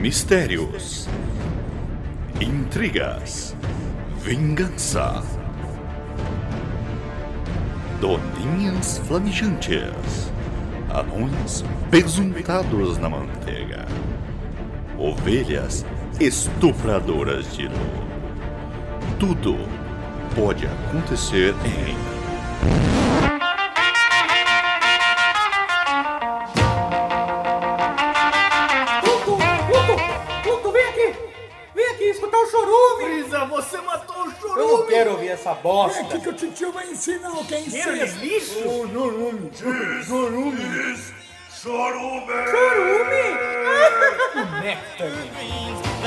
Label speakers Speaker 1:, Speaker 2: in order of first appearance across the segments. Speaker 1: Mistérios, intrigas, vingança, doninhas flamijantes, anões pesuntados na manteiga, ovelhas estupradoras de luz. Tudo pode acontecer em
Speaker 2: Pluto, Pluto, Pluto, vem aqui! Vem aqui escutar o chorume!
Speaker 3: Isa, você matou o chorume!
Speaker 4: Eu não quero ouvir essa bosta.
Speaker 5: É aqui que o titio vai ensinar o que é incesto.
Speaker 3: lixo!
Speaker 4: O Nurume.
Speaker 2: Chorume!
Speaker 6: There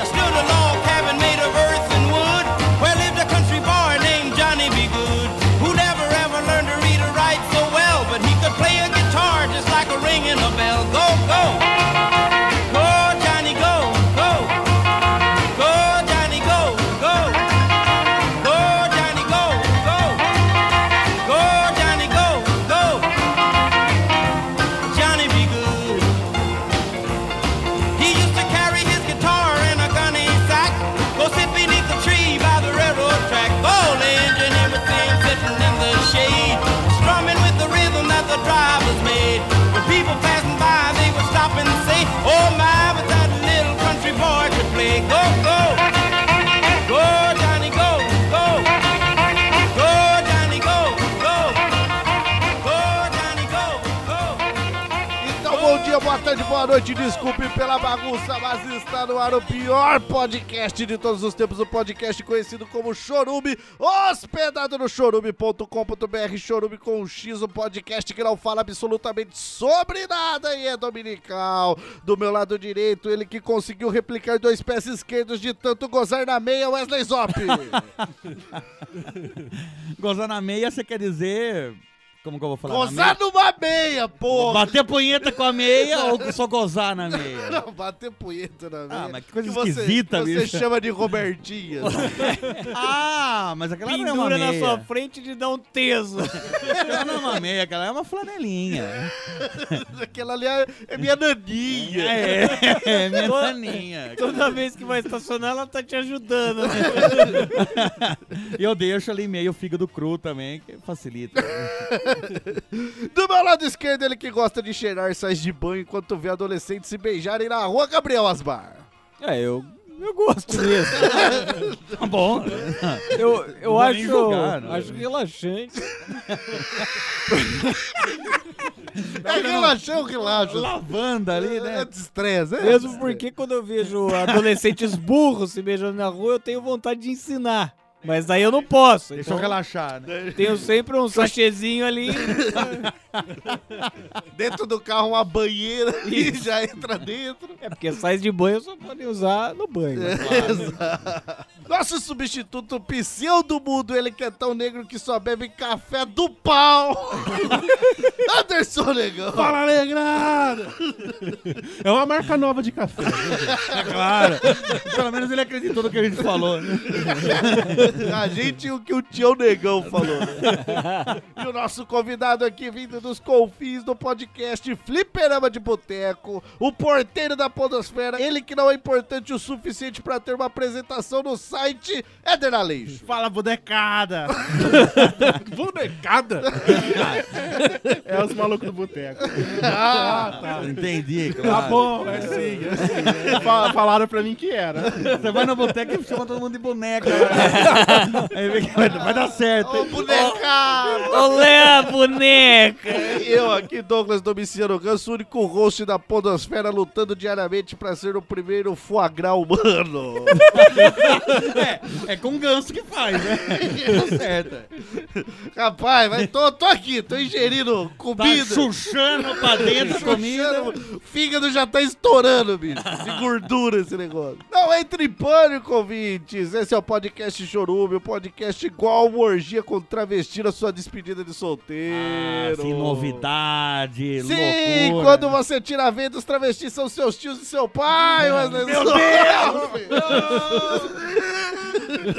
Speaker 6: stood a log cabin made of earth and wood, where lived a country boy named Johnny B. Good, who never ever learned to read or write so well, but he could play a guitar just like a ringing a bell. Go, go! Go, Johnny, go, go! Go, Johnny, go, go! Go, Johnny, go, go! Go, Johnny, go, go! Johnny B. Good. He used to carry his guitar in a gunny sack. Go sit beneath the tree by the railroad track. Old engineer would see him sitting in the shade, strumming with the rhythm that the drivers made. When people passing by, they would stop and say, Oh my, but that little country boy could play. Go, go. Go, Johnny, go, go. Go, Johnny, go, go. Go, Johnny, go, go.
Speaker 7: Então, bom dia, boa tarde, boa noite. Desculpe pela bagunça, mas está no ar o pior podcast de todos os tempos. O podcast conhecido como Chorume, hospedado no chorume.com.br. Chorume com um X, o podcast que não fala absolutamente sobre nada e é dominical. Do meu lado direito, ele que conseguiu replicar dois pés esquerdos de tanto gozar na meia, Wesley Zop.
Speaker 8: Gozar na meia, você quer dizer. Como que eu vou falar? na
Speaker 7: gozar numa meia,
Speaker 8: meia?
Speaker 7: porra!
Speaker 8: Bater punheta com a meia ou só gozar na meia?
Speaker 7: Não, bater punheta na meia.
Speaker 8: Ah, mas que coisa
Speaker 7: você-
Speaker 8: esquisita,
Speaker 7: que Você
Speaker 8: bicho.
Speaker 7: chama de Robertinha.
Speaker 8: ah, mas aquela não é uma
Speaker 3: Pendura na
Speaker 8: meia.
Speaker 3: sua frente de dar um teso.
Speaker 8: Aquela não é uma meia, aquela é uma flanelinha.
Speaker 7: Aquela ali é, é minha naninha.
Speaker 8: É, é minha naninha.
Speaker 3: Toda vez que vai estacionar, ela tá te ajudando.
Speaker 8: E eu deixo ali meio o fígado cru também, que facilita.
Speaker 7: Do meu lado esquerdo, ele que gosta de cheirar sais de banho enquanto vê adolescentes se beijarem na rua, Gabriel Asbar.
Speaker 4: É, eu, eu gosto disso.
Speaker 8: Tá bom.
Speaker 4: Eu, eu
Speaker 8: vou nem
Speaker 4: acho,
Speaker 8: julgar, né?
Speaker 4: acho relaxante.
Speaker 7: é relaxão, relaxa.
Speaker 8: Lavanda ali,
Speaker 7: É
Speaker 8: né?
Speaker 7: destreza, é?
Speaker 4: Mesmo porque quando eu vejo adolescentes burros se beijando na rua, eu tenho vontade de ensinar. Mas aí eu não posso.
Speaker 8: Deixa eu
Speaker 4: então
Speaker 8: relaxar, né?
Speaker 4: tenho sempre um sachêzinho ali.
Speaker 7: Dentro do carro, uma banheira e já entra dentro.
Speaker 4: É porque sais de banho só podem usar no banho. né?
Speaker 7: Nosso substituto pseudo mudo, ele que é tão negro que só bebe café do pau. Anderson Negão.
Speaker 9: Fala, alegrada! É uma marca nova de café.
Speaker 8: É Claro. né, Pelo menos ele acreditou no que a gente falou. né?
Speaker 7: A gente e o que o tio Negão falou. né? e o nosso convidado aqui, vindo dos confins do podcast Fliperama de Boteco, o porteiro da podosfera, ele que não é importante o suficiente pra ter uma apresentação no site Éder Aleixo.
Speaker 9: Fala, bonecada! bonecada? é os malucos do boteco.
Speaker 8: tá, Entendi, claro.
Speaker 9: Tá bom, é sim, é sim. É. Fa- Falaram pra mim que era.
Speaker 8: Você vai na boteca e chama todo mundo de boneca. né? Aí vê que vai, vai dar certo.
Speaker 7: Ô,
Speaker 8: hein?
Speaker 7: bonecado!
Speaker 4: Olé, boneca!
Speaker 7: Eu aqui, Douglas Domiciano Ganso, único host da podosfera, lutando diariamente pra ser o primeiro foie gras humano.
Speaker 8: É com ganso que faz, né? Tá certo.
Speaker 7: Rapaz, vai, tô, tô aqui, tô ingerindo
Speaker 8: Tá
Speaker 7: comida.
Speaker 8: chuchando pra dentro a comida.
Speaker 7: Puxando, O fígado já tá estourando, bicho. De gordura esse negócio. Não entre em pânico, ouvintes. Esse é o podcast Chorume, o podcast igual uma orgia com travesti na sua despedida de
Speaker 8: Ah,
Speaker 7: solteiro.
Speaker 8: sim, novidade,
Speaker 7: Sim,
Speaker 8: loucura.
Speaker 7: quando você tira a venda, os travestis são seus tios e seu pai, Wesley. Meu Deus!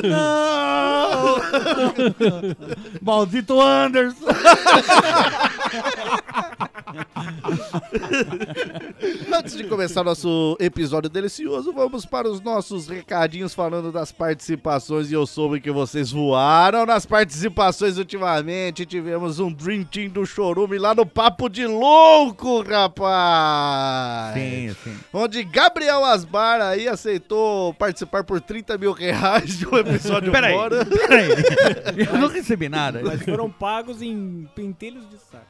Speaker 8: Não! Maldito Anderson!
Speaker 7: Antes de começar nosso episódio delicioso, vamos para os nossos recadinhos falando das participações. E eu soube que vocês voaram nas participações ultimamente. Tivemos um Dream Team do Chorume lá no Papo de Louco, rapaz!
Speaker 10: Sim, sim.
Speaker 7: Onde Gabriel Asbar aí aceitou participar por 30 mil reais de um episódio
Speaker 10: Peraí.
Speaker 7: fora.
Speaker 10: Peraí, eu não recebi nada.
Speaker 4: Mas É, foram pagos em pentelhos de saco.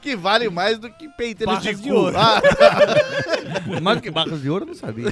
Speaker 7: Que vale mais do que peitelho de,
Speaker 4: Barras de
Speaker 7: cu.
Speaker 4: ouro.
Speaker 7: Ah,
Speaker 10: Mais do que barras de ouro, eu não sabia.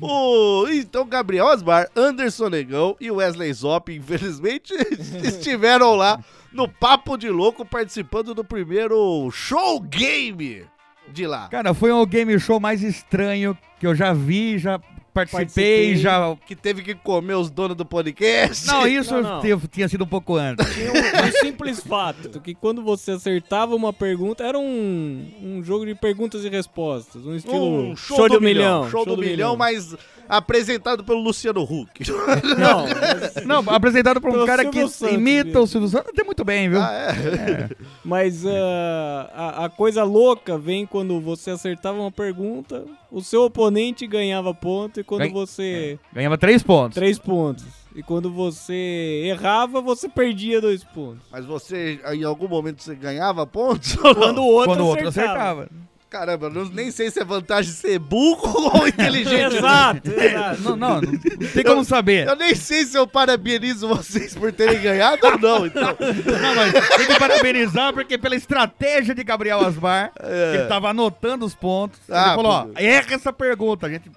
Speaker 7: O, então, Gabriel Osmar, Anderson Negão e Wesley Zop, infelizmente, estiveram lá no Papo de Louco participando do primeiro show game de lá.
Speaker 10: Cara, foi o game show mais estranho que eu já vi, já participei,
Speaker 4: Participei.
Speaker 10: já.
Speaker 7: Que teve que comer os donos do podcast.
Speaker 10: Não, isso
Speaker 4: Não, não.
Speaker 10: te- tinha sido um pouco antes.
Speaker 4: Tinha um, um simples fato, que quando você acertava uma pergunta, era um, um jogo de perguntas e respostas, um estilo
Speaker 7: Um
Speaker 4: show, do milhão.
Speaker 7: Show, do, milhão, mas apresentado pelo Luciano Huck.
Speaker 4: Não, mas,
Speaker 10: Não, apresentado por um
Speaker 4: Pelo
Speaker 10: cara
Speaker 4: Silvio
Speaker 10: que
Speaker 4: Santos
Speaker 10: imita
Speaker 4: mesmo.
Speaker 10: o Silvio Santos até muito bem, viu?
Speaker 7: Ah, é.
Speaker 4: mas, ah, a, a coisa louca vem quando você acertava uma pergunta, o seu oponente ganhava ponto, e quando
Speaker 10: Ganha- é.
Speaker 4: você...
Speaker 10: Ganhava três pontos.
Speaker 4: Três pontos. E quando você errava, você perdia dois pontos.
Speaker 7: Mas você, em algum momento, você ganhava pontos?
Speaker 4: Quando o outro,
Speaker 10: Quando o outro
Speaker 4: acertava.
Speaker 10: acertava.
Speaker 7: Caramba, eu não- nem sei se é vantagem ser burro ou inteligente.
Speaker 4: Exato, exato.
Speaker 10: Não, não, não tem como saber.
Speaker 7: Eu nem sei se eu parabenizo vocês por terem ganhado ou não, então.
Speaker 10: Não, mas tem que parabenizar, porque pela estratégia de Gabriel Asmar, que ele tava anotando os pontos,
Speaker 7: É. Ah,
Speaker 10: ele falou, ó,
Speaker 7: pô.
Speaker 10: erra essa pergunta. A gente.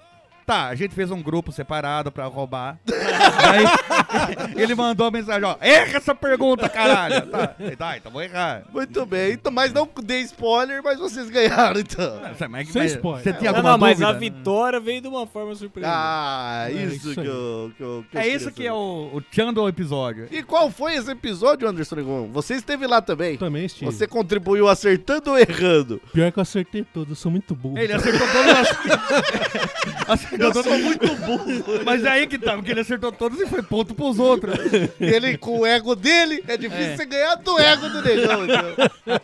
Speaker 10: Tá, a gente fez um grupo separado pra roubar. Aí ele mandou a mensagem, ó, erra essa pergunta, caralho. Tá, ele, tá então vou errar.
Speaker 7: Muito bem, então, mas não dei spoiler, mas vocês ganharam, então.
Speaker 10: Nossa, mas-
Speaker 9: Sem
Speaker 10: mas
Speaker 9: spoiler.
Speaker 10: Você tinha
Speaker 4: Não,
Speaker 10: alguma
Speaker 4: não, mas
Speaker 10: dúvida? né?
Speaker 4: a vitória veio de uma forma surpreendente.
Speaker 7: Ah, isso,
Speaker 9: isso
Speaker 7: que
Speaker 9: aí.
Speaker 7: eu, que eu- que eu
Speaker 10: É
Speaker 7: queria
Speaker 10: isso que é
Speaker 7: saber.
Speaker 10: o, o tchan do episódio.
Speaker 7: E qual foi esse episódio, Anderson Negão? Você esteve lá também.
Speaker 9: Também estive.
Speaker 7: Você contribuiu acertando ou errando?
Speaker 9: Pior que eu acertei tudo, eu sou muito burro.
Speaker 10: Ele acertou todas as... acertou todas as...
Speaker 7: muito burro.
Speaker 10: Mas aí que tá, porque ele acertou todas e foi ponto pros outros.
Speaker 7: Ele com o ego dele, é difícil você ganhar do ego do Negão. então.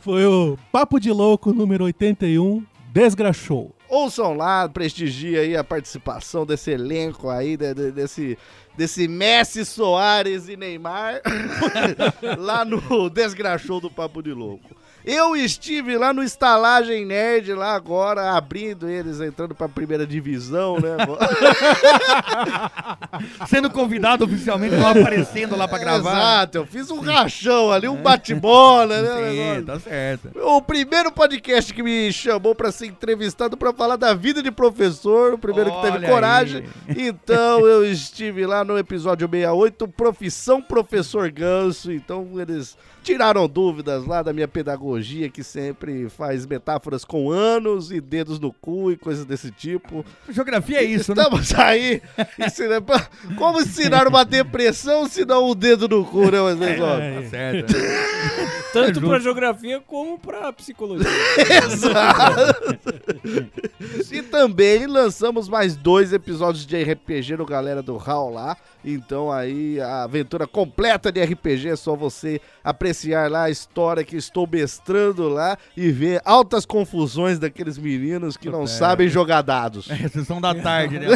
Speaker 9: Foi o Papo de Louco número 81, Desgraxou.
Speaker 7: Ouçam lá, prestigia aí a participação desse elenco aí, de- de- desse, desse Messi, Soares e Neymar, lá no Desgraxou do Papo de Louco. Eu estive lá no Estalagem Nerd, lá agora, abrindo eles, entrando pra primeira divisão, né?
Speaker 10: Sendo convidado oficialmente, não aparecendo lá
Speaker 8: É,
Speaker 10: pra gravar. É.
Speaker 7: Exato, eu fiz um rachão ali, um bate-bola, né?
Speaker 8: É,
Speaker 7: negócio?
Speaker 10: Sim, tá certo.
Speaker 7: O primeiro podcast que me chamou pra ser entrevistado pra falar da vida de professor, o primeiro que teve
Speaker 10: Olha
Speaker 7: coragem. Então eu estive lá no episódio 68, Profissão Professor Ganso. Então eles tiraram dúvidas lá da minha pedagogia, que sempre faz metáforas com anos e dedos no cu e coisas desse tipo.
Speaker 10: Geografia é isso, né?
Speaker 7: Estamos aí. ensinando- Como ensinar uma depressão se não o dedo no cu, né, Wesley Zop?
Speaker 10: Tá certo.
Speaker 4: Tanto
Speaker 10: justo.
Speaker 4: pra geografia como pra psicologia.
Speaker 7: E também lançamos mais dois episódios de RPG no Galera do Hall lá. Então aí a aventura completa de RPG é só você apreciar lá a história que estou mestrando lá e ver altas confusões daqueles meninos que não sabem jogar dados.
Speaker 10: É, sessão da tarde, né?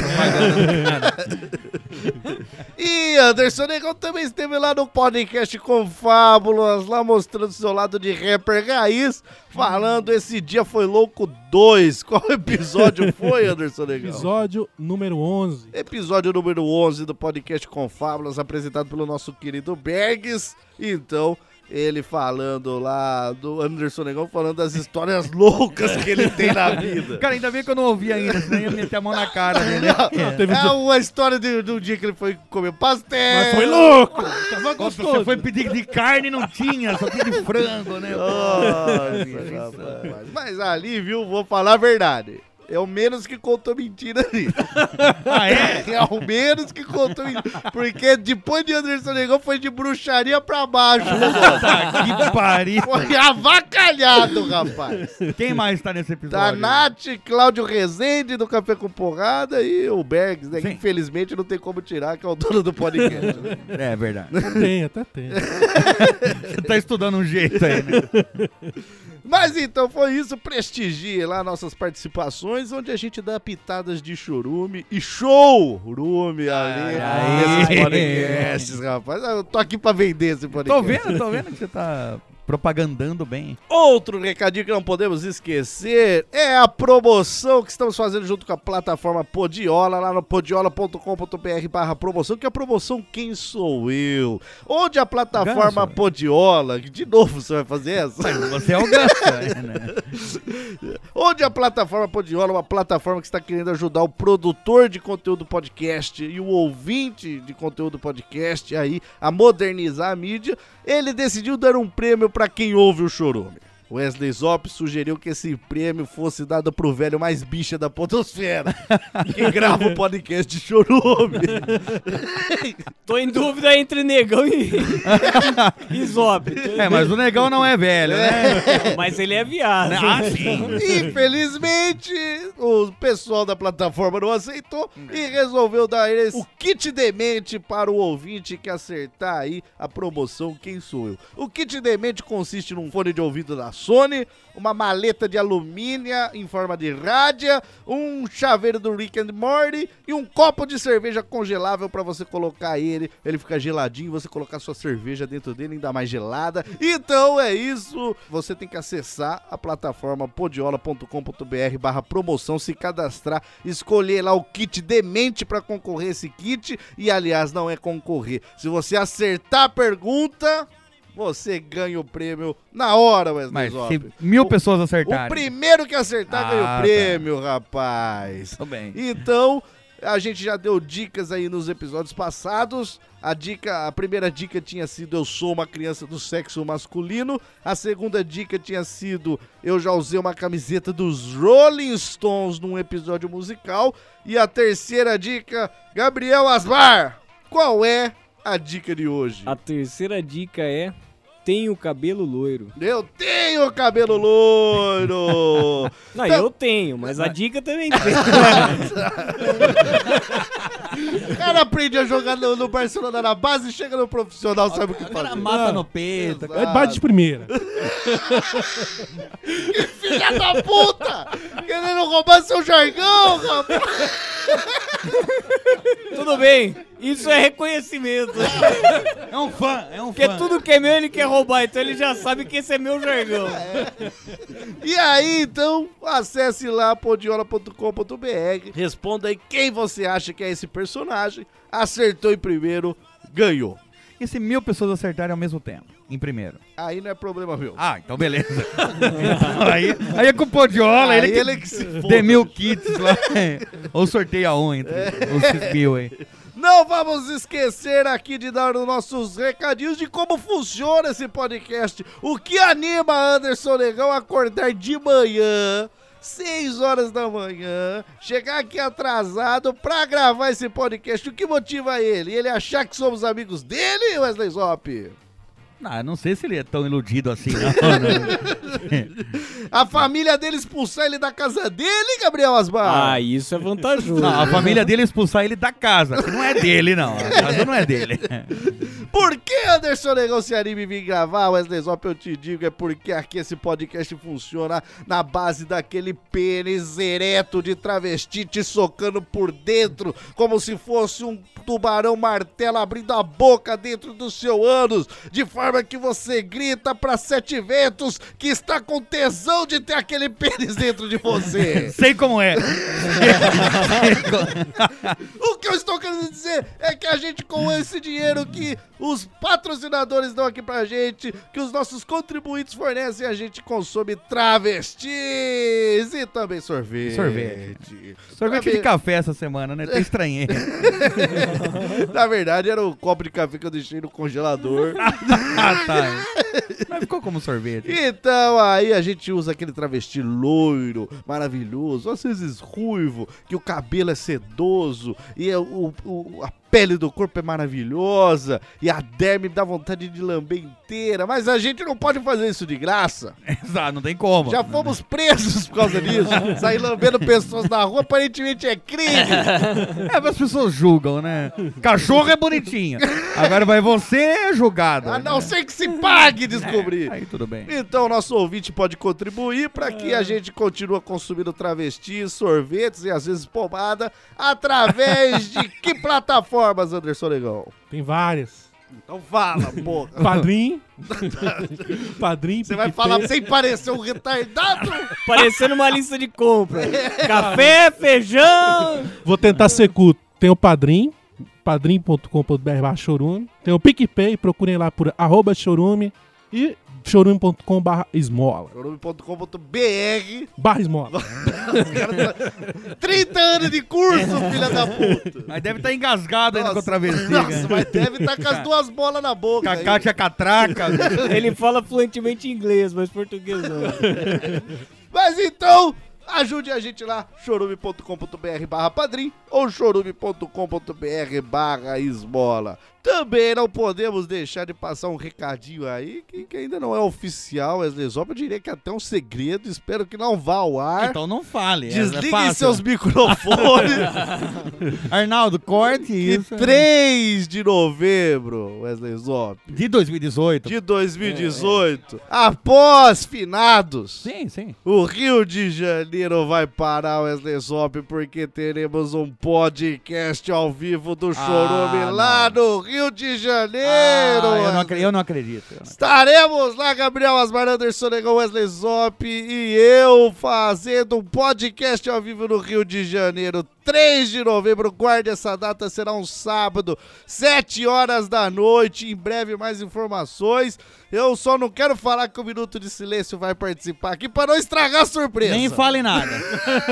Speaker 7: E Anderson Negão também esteve lá no podcast com Fábulas, lá mostrando seu lado de rapper raiz, falando esse dia foi louco 2. Qual episódio foi, Anderson Negão?
Speaker 9: Episódio número 11.
Speaker 7: Episódio número 11 do podcast com Fábulas, apresentado pelo nosso querido Bergs. Então, ele falando lá do Anderson Negão, falando das histórias loucas que ele tem
Speaker 9: É.
Speaker 7: na vida.
Speaker 10: Cara, ainda bem que eu não ouvi ainda, senão eu ia meter a mão na cara dele.
Speaker 9: Teve
Speaker 7: É uma história de, de um dia que ele foi comer pastel.
Speaker 9: Mas foi louco!
Speaker 10: Nossa, você foi pedir de carne e não tinha, só tinha de frango, né?
Speaker 8: Oh.
Speaker 7: Nossa, rapaz. Mas ali, viu, vou falar a verdade. É o menos que contou mentira ali.
Speaker 8: Ah, é?
Speaker 7: É o menos que contou mentira. Porque depois de Anderson Negão foi de bruxaria pra baixo. o negócio.
Speaker 8: Tá que pariu.
Speaker 7: Foi avacalhado, rapaz.
Speaker 8: Quem mais tá nesse episódio?
Speaker 7: Da Nath, Cláudio Rezende do Café com Porrada e o Bergs, né? Que
Speaker 8: Sim.
Speaker 7: infelizmente não tem como tirar, que é o dono do podcast. né?
Speaker 8: É verdade.
Speaker 9: Tem, até tem.
Speaker 8: Você tá estudando um jeito aí, né?
Speaker 7: Mas então foi isso. Prestigie lá nossas participações, onde a gente dá pitadas de churume e chorume ali nesses podcasts, rapaz. Eu tô aqui pra vender esse podcast.
Speaker 8: Tô vendo, tô vendo que você tá propagandando bem.
Speaker 7: Outro recadinho que não podemos esquecer é a promoção que estamos fazendo junto com a plataforma Podiola, lá no podiola.com.br barra promoção, que é a promoção Quem Sou Eu? Onde a plataforma
Speaker 8: Ganso.
Speaker 7: Podiola, que de novo você vai fazer essa?
Speaker 8: Mas você é o gato, né?
Speaker 7: Onde a plataforma Podiola é uma plataforma que está querendo ajudar o produtor de conteúdo podcast e o ouvinte de conteúdo podcast aí a modernizar a mídia, ele decidiu dar um prêmio para quem ouve o Chorume. Wesley Zop sugeriu que esse prêmio fosse dado pro velho mais bicha da podosfera, que grava o podcast de Chorume.
Speaker 4: Tô em dúvida entre negão e, e zobre.
Speaker 8: É, mas o negão não é velho, né?
Speaker 4: Mas ele é viado.
Speaker 10: Né?
Speaker 8: Ah, sim.
Speaker 7: Infelizmente, o pessoal da plataforma não aceitou e resolveu dar eles o kit demente para o ouvinte que acertar aí a promoção Quem Sou Eu. O kit demente consiste num fone de ouvido da Sony, uma maleta de alumínio em forma de rádia, um chaveiro do Rick and Morty e um copo de cerveja congelável para você colocar ele, ele fica geladinho, você colocar sua cerveja dentro dele, ainda mais gelada. Então é isso, você tem que acessar a plataforma podiola.com.br barra promoção, se cadastrar, escolher lá o kit demente para concorrer esse kit e aliás não é concorrer. Se você acertar a pergunta, você ganha o prêmio na hora, Wesley
Speaker 8: Mas
Speaker 7: Zop.
Speaker 8: se mil
Speaker 7: O-
Speaker 8: pessoas
Speaker 7: o
Speaker 8: acertarem.
Speaker 7: primeiro que acertar
Speaker 8: Ah,
Speaker 7: ganha o
Speaker 8: tá.
Speaker 7: prêmio, rapaz.
Speaker 8: Tô bem.
Speaker 7: Então, a gente já deu dicas aí nos episódios passados. A dica, a primeira dica tinha sido eu sou uma criança do sexo masculino. A segunda dica tinha sido eu já usei uma camiseta dos Rolling Stones num episódio musical. E a terceira dica, Gabriel Asbar, qual é a dica de hoje?
Speaker 4: A terceira dica é: tem o cabelo loiro.
Speaker 7: Eu tenho cabelo loiro!
Speaker 4: Não, eu tenho, mas a dica também tem.
Speaker 7: O cara aprende a jogar no, no Barcelona na base, chega no profissional, sabe o que
Speaker 8: O cara
Speaker 7: fazer.
Speaker 8: mata no peito.
Speaker 7: Exato.
Speaker 9: Bate de primeira.
Speaker 7: Filha da puta! Querendo roubar seu jargão, rapaz!
Speaker 4: tudo bem. Isso é reconhecimento.
Speaker 8: É um fã, é um
Speaker 4: Porque
Speaker 8: fã.
Speaker 4: tudo que é meu ele quer roubar, então ele já sabe que esse é meu jargão.
Speaker 7: E aí, então, acesse lá podiola.com.br, responda aí quem você acha que é esse personagem. Acertou em primeiro, ganhou.
Speaker 8: E se mil pessoas acertarem ao mesmo tempo, em primeiro?
Speaker 7: Aí não é problema meu.
Speaker 8: Ah, então beleza. aí, aí é com o Podiola, ele
Speaker 7: Aí
Speaker 8: que,
Speaker 7: ele que se foda.
Speaker 8: dê mil kits lá. Ou sorteia um entre os seis mil aí.
Speaker 7: Não vamos esquecer aqui de dar os nossos recadinhos de como funciona esse podcast. O que anima Anderson Negão a acordar de manhã, 6 horas da manhã, chegar aqui atrasado pra gravar esse podcast. O que motiva ele? Ele achar que somos amigos dele, Wesley Zop?
Speaker 8: Ah, não sei se ele é tão iludido assim. Não, né?
Speaker 7: A família dele expulsar ele da casa dele, Gabriel Asbar?
Speaker 4: Ah, isso é vantajoso.
Speaker 8: Não, a família dele expulsar ele da casa, que não é dele, não. A casa não é dele.
Speaker 7: Por que Anderson Negão se anime em vir gravar, Wesley Zop? Eu te digo, é porque aqui esse podcast funciona na base daquele pênis ereto de travesti te socando por dentro, como se fosse um tubarão martelo abrindo a boca dentro do seu ânus, de forma que você grita pra sete ventos que está com tesão de ter aquele pênis dentro de você.
Speaker 8: Sei como é.
Speaker 7: O que eu estou querendo dizer é que a gente, com esse dinheiro que os patrocinadores dão aqui pra gente, que os nossos contribuintes fornecem, a gente consome travestis e também sorvete.
Speaker 8: Sorvete. Sorvete
Speaker 7: Trabe-
Speaker 8: de café essa semana, né? Até estranhei.
Speaker 7: um Na verdade, era o copo de café que eu deixei no congelador.
Speaker 8: Ah, tá. Mas ficou como sorvete.
Speaker 7: Então aí a gente usa aquele travesti loiro, maravilhoso, às vezes ruivo, que o cabelo é sedoso e é o- o- a pele do corpo é maravilhosa e a derme dá vontade de lamber inteira, mas a gente não pode fazer isso de graça.
Speaker 8: Exato, não tem como.
Speaker 7: Já fomos presos por causa disso. Sair lambendo pessoas na rua aparentemente é crime.
Speaker 8: É, mas as pessoas julgam, né? Cachorro é bonitinha. Agora vai você é julgado.
Speaker 7: A Ah, não ser que se pague descobrir.
Speaker 8: Aí tudo bem.
Speaker 7: Então, nosso ouvinte pode contribuir para que a gente continue consumindo travestis, sorvetes e às vezes pomada através de que plataformas, Anderson Negão?
Speaker 9: Tem várias.
Speaker 7: Então fala, porra.
Speaker 9: Padrim. Padrim,
Speaker 7: Você vai
Speaker 9: PicPay.
Speaker 7: falar sem parecer um retardado?
Speaker 4: Parecendo uma lista de compra. Café, feijão.
Speaker 9: Vou tentar ser culto. Tem o Padrim, padrim.com.br barra chorume. Tem o PicPay, procurem lá por arroba chorume. E chorume.com barra esmola.
Speaker 7: Chorume.com.br
Speaker 9: Barra esmola.
Speaker 7: 30 anos de curso, filha da puta.
Speaker 8: Mas deve estar engasgado ainda com a
Speaker 7: Nossa,
Speaker 8: travessia.
Speaker 7: Nossa, mas deve estar com as duas bolas na boca. aí.
Speaker 8: Cacá tinha catraca.
Speaker 4: Ele fala fluentemente inglês, mas português não.
Speaker 7: Mas então, ajude a gente lá, chorume.com.br barra padrim ou chorume.com.br barra esmola. Também não podemos deixar de passar um recadinho aí, que, que ainda não é oficial, Wesley Zop, eu diria que é até um segredo, espero que não vá ao ar.
Speaker 8: Então não fale. é- é
Speaker 7: Desliguem
Speaker 8: fácil.
Speaker 7: seus microfones.
Speaker 8: Arnaldo, corte
Speaker 7: e
Speaker 8: isso.
Speaker 7: 3 de novembro, Wesley Zop,
Speaker 8: De 2018.
Speaker 7: de 2018, É, após finados.
Speaker 8: Sim, sim.
Speaker 7: O Rio de Janeiro vai parar o Wesley Zop porque teremos um podcast ao vivo do Chorume lá no Rio de Janeiro.
Speaker 8: Ah, eu, não
Speaker 7: Wesley.
Speaker 8: acredito, eu não acredito.
Speaker 7: Estaremos lá, Gabriel Asmar Anderson, Negão Wesley Zop e eu fazendo um podcast ao vivo no Rio de Janeiro, 3 de novembro. Guarde essa data, será um sábado, 7 horas da noite. Em breve, mais informações. Eu só não quero falar que o Minuto de Silêncio vai participar aqui para não estragar a surpresa.
Speaker 8: Nem fale nada.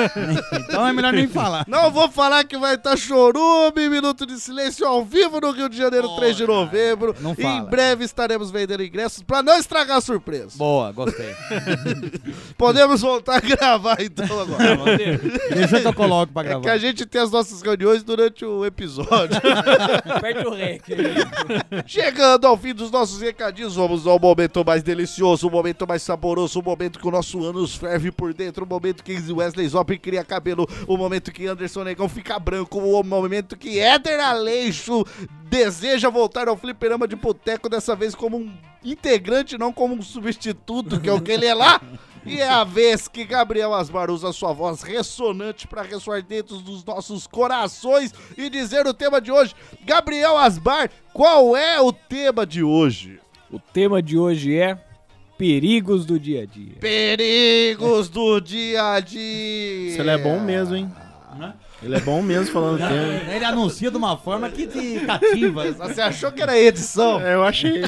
Speaker 8: então é melhor nem falar.
Speaker 7: Não vou falar que vai estar chorume, Minuto de Silêncio ao vivo no Rio de Janeiro, 3 de novembro.
Speaker 8: não
Speaker 7: E
Speaker 8: fala.
Speaker 7: Em breve estaremos vendendo ingressos para não estragar a surpresa.
Speaker 8: Boa, gostei.
Speaker 7: Podemos voltar a gravar então agora.
Speaker 8: Deixa que eu coloco pra
Speaker 7: É que
Speaker 8: gravar.
Speaker 7: a gente tem as nossas reuniões durante o episódio.
Speaker 4: Aperta o rec.
Speaker 7: Chegando ao fim dos nossos recadinhos, vamos ao momento mais delicioso, o momento mais saboroso, o momento que o nosso ânus ferve por dentro, o momento que Wesley Zop cria cabelo, o momento que Anderson Negão fica branco, o momento que Éder Aleixo deseja voltar ao fliperama de boteco, dessa vez como um integrante, não como um substituto, que é o que ele é lá. E é a vez que Gabriel Asmar usa sua voz ressonante para ressoar dentro dos nossos corações e dizer o tema de hoje. Gabriel Asmar, qual é o tema de hoje?
Speaker 4: O tema de hoje é perigos do dia a dia.
Speaker 7: Perigos do dia a dia.
Speaker 10: Ele é bom mesmo, hein? Ele é bom mesmo falando tempo.
Speaker 8: Ele anuncia de uma forma que te cativa.
Speaker 7: Você achou que era edição?
Speaker 8: É,
Speaker 10: Eu achei.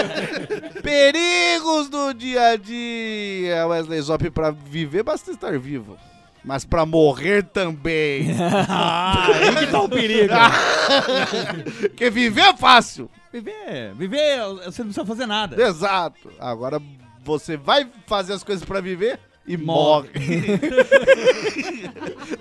Speaker 7: Perigos do dia a dia. Wesley Zop para viver basta estar vivo. Mas para morrer também.
Speaker 8: Aí que tá o perigo.
Speaker 7: Porque viver é fácil.
Speaker 8: Viver, É, viver, você não precisa fazer nada.
Speaker 7: Exato. Agora você vai fazer as coisas pra viver e morre.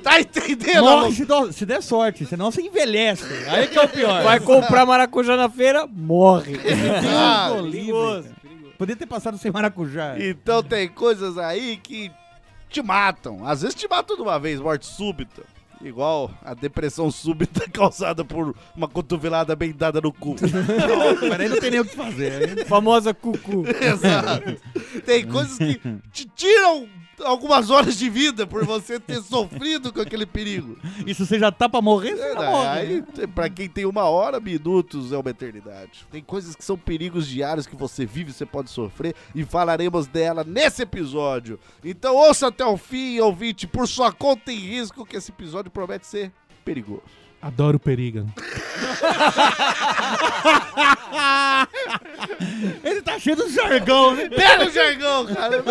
Speaker 7: tá entendendo?
Speaker 8: Morre
Speaker 7: Alonso?
Speaker 8: se, do- se der sorte, senão você envelhece. Aí que é o pior.
Speaker 4: Vai comprar maracujá na feira, morre.
Speaker 7: Ah,
Speaker 8: Tô livre, cara. Podia ter passado sem maracujá.
Speaker 7: então tem coisas aí que te matam. Às vezes te matam de uma vez, morte súbita. Igual a depressão súbita causada por uma cotovelada bem dada no cu.
Speaker 8: Mas aí não tem nem o que fazer. né?
Speaker 4: Famosa cucu.
Speaker 7: Exato. Tem coisas que te tiram algumas horas de vida por você ter sofrido com aquele perigo.
Speaker 8: E se você já tá pra morrer, você já
Speaker 7: É,
Speaker 8: morre.
Speaker 7: aí, te- pra quem tem uma hora, minutos é uma eternidade. Tem coisas que são perigos diários que você vive, você pode sofrer, e falaremos dela nesse episódio. Então ouça até o fim, ouvinte, por sua conta e risco, que esse episódio promete ser perigoso.
Speaker 9: Adoro o perigo.
Speaker 8: Ele tá cheio de jargão, né?
Speaker 7: Pega o jargão, cara!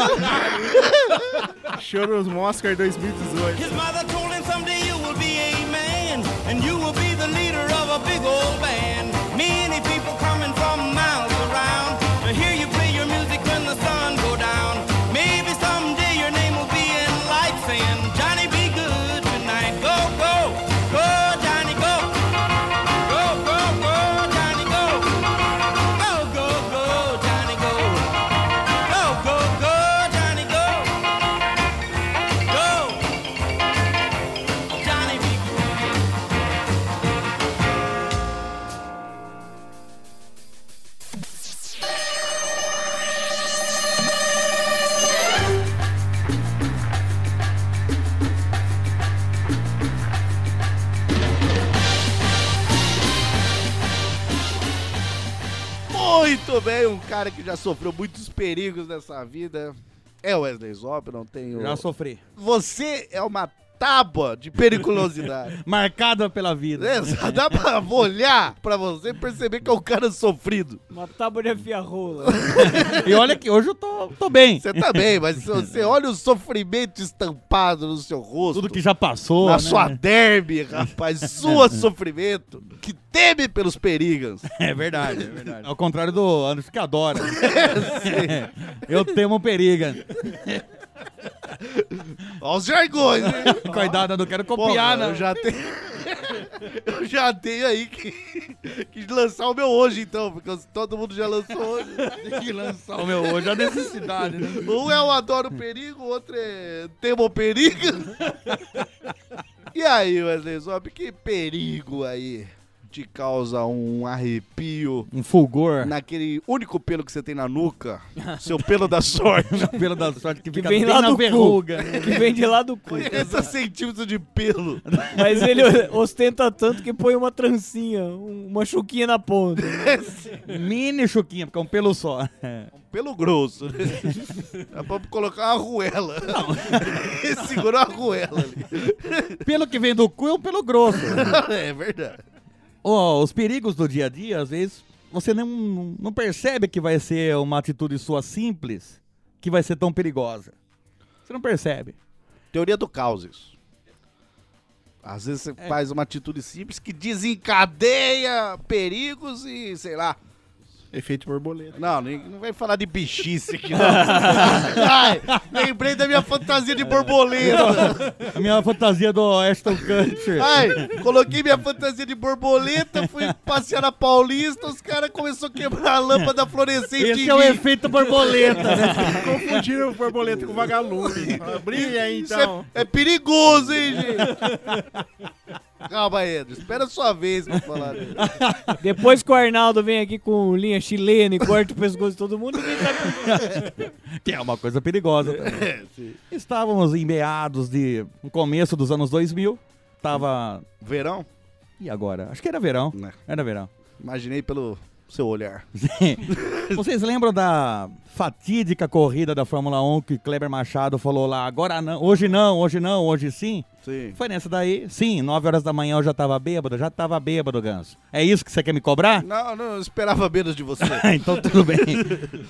Speaker 10: Choros Moscar 2018.
Speaker 6: His mother told him someday you will be a man, and you will be the leader of a big old band. Many people coming from miles around,
Speaker 7: Muito bem, um cara que já sofreu muitos perigos nessa vida. É o Wesley Zop, não tenho.
Speaker 10: Já sofri.
Speaker 7: Você é uma tábua de periculosidade.
Speaker 10: Marcada pela vida.
Speaker 7: É, só dá pra olhar pra você e perceber que é um cara sofrido.
Speaker 4: Uma tábua de afiar rola.
Speaker 10: E olha que hoje eu tô, tô bem.
Speaker 7: Você tá bem, mas se você olha o sofrimento estampado no seu rosto.
Speaker 10: Tudo que já passou.
Speaker 7: na
Speaker 10: né?
Speaker 7: sua derby, rapaz, sua sofrimento, que teme pelos perigos.
Speaker 10: É verdade, é verdade. Ao contrário do Anderson que adora. eu temo um perigo.
Speaker 7: Olha os jargões, hein?
Speaker 10: Cuidado, eu não quero
Speaker 7: Porra,
Speaker 10: copiar,
Speaker 7: eu
Speaker 10: não.
Speaker 7: já tenho. eu já tenho aí que, que lançar o meu hoje, então, porque todo mundo já lançou hoje.
Speaker 10: Tem que lançar o meu hoje, é a necessidade, né?
Speaker 7: Um é o Adoro o Perigo, o outro é Temo o Perigo. e aí, Wesley Zop, que perigo aí te causa um arrepio
Speaker 10: Um fulgor.
Speaker 7: naquele único pelo que você tem na nuca? Seu pelo da sorte.
Speaker 10: Pelo da sorte que, fica
Speaker 4: vem
Speaker 10: bem
Speaker 4: lá
Speaker 10: na
Speaker 4: do cu.
Speaker 10: verruga. né?
Speaker 4: Que vem de lá do cu.
Speaker 7: 80 centímetros de pelo.
Speaker 4: Mas ele ostenta tanto que põe uma trancinha, um- uma chuquinha na ponta.
Speaker 10: Mini chuquinha, porque é um pelo só.
Speaker 7: Pelo grosso. né? Dá pra colocar uma arruela. Segurou a arruela ali.
Speaker 10: Pelo que vem do cu é um pelo grosso.
Speaker 7: É verdade.
Speaker 10: Ó, os perigos do dia a dia, às vezes, você não, não percebe que vai ser uma atitude sua simples que vai ser tão perigosa. Você não percebe.
Speaker 7: Teoria do caos, isso. Às vezes você faz uma atitude simples que desencadeia perigos e, sei lá.
Speaker 10: Efeito borboleta.
Speaker 7: Não, nem- não vai falar de bichice aqui, não. Ai, lembrei da minha fantasia de borboleta.
Speaker 10: A minha fantasia do Ashton Kutcher.
Speaker 7: Ai, coloquei minha fantasia de borboleta, fui passear na Paulista, os caras começaram a quebrar a lâmpada fluorescente
Speaker 10: Esse
Speaker 7: em
Speaker 10: é o
Speaker 7: mim.
Speaker 10: efeito borboleta, né?
Speaker 8: Confundiram o borboleta com vagalume. Brilha aí, então.
Speaker 7: Isso é, é perigoso, hein, gente? Calma aí, André. Espera a sua vez pra falar dele.
Speaker 4: Depois que o Arnaldo vem aqui com linha chilena e corta o pescoço de todo mundo, ninguém tá com
Speaker 10: Que é uma coisa perigosa também. Estávamos em meados de... No começo dos anos 2000. Tava...
Speaker 7: Verão?
Speaker 10: E agora? Acho que era verão.
Speaker 7: Né.
Speaker 10: Era verão.
Speaker 7: Imaginei pelo seu olhar.
Speaker 10: Vocês lembram da fatídica corrida da Fórmula 1 que Kleber Machado falou lá, agora não, hoje não, hoje não, hoje sim?
Speaker 7: Sim.
Speaker 10: Foi nessa daí? Sim, 9 horas da manhã eu já tava bêbado, já tava bêbado, Ganso. É isso que você quer me cobrar?
Speaker 7: Não, não eu esperava menos de você.
Speaker 10: então tudo bem.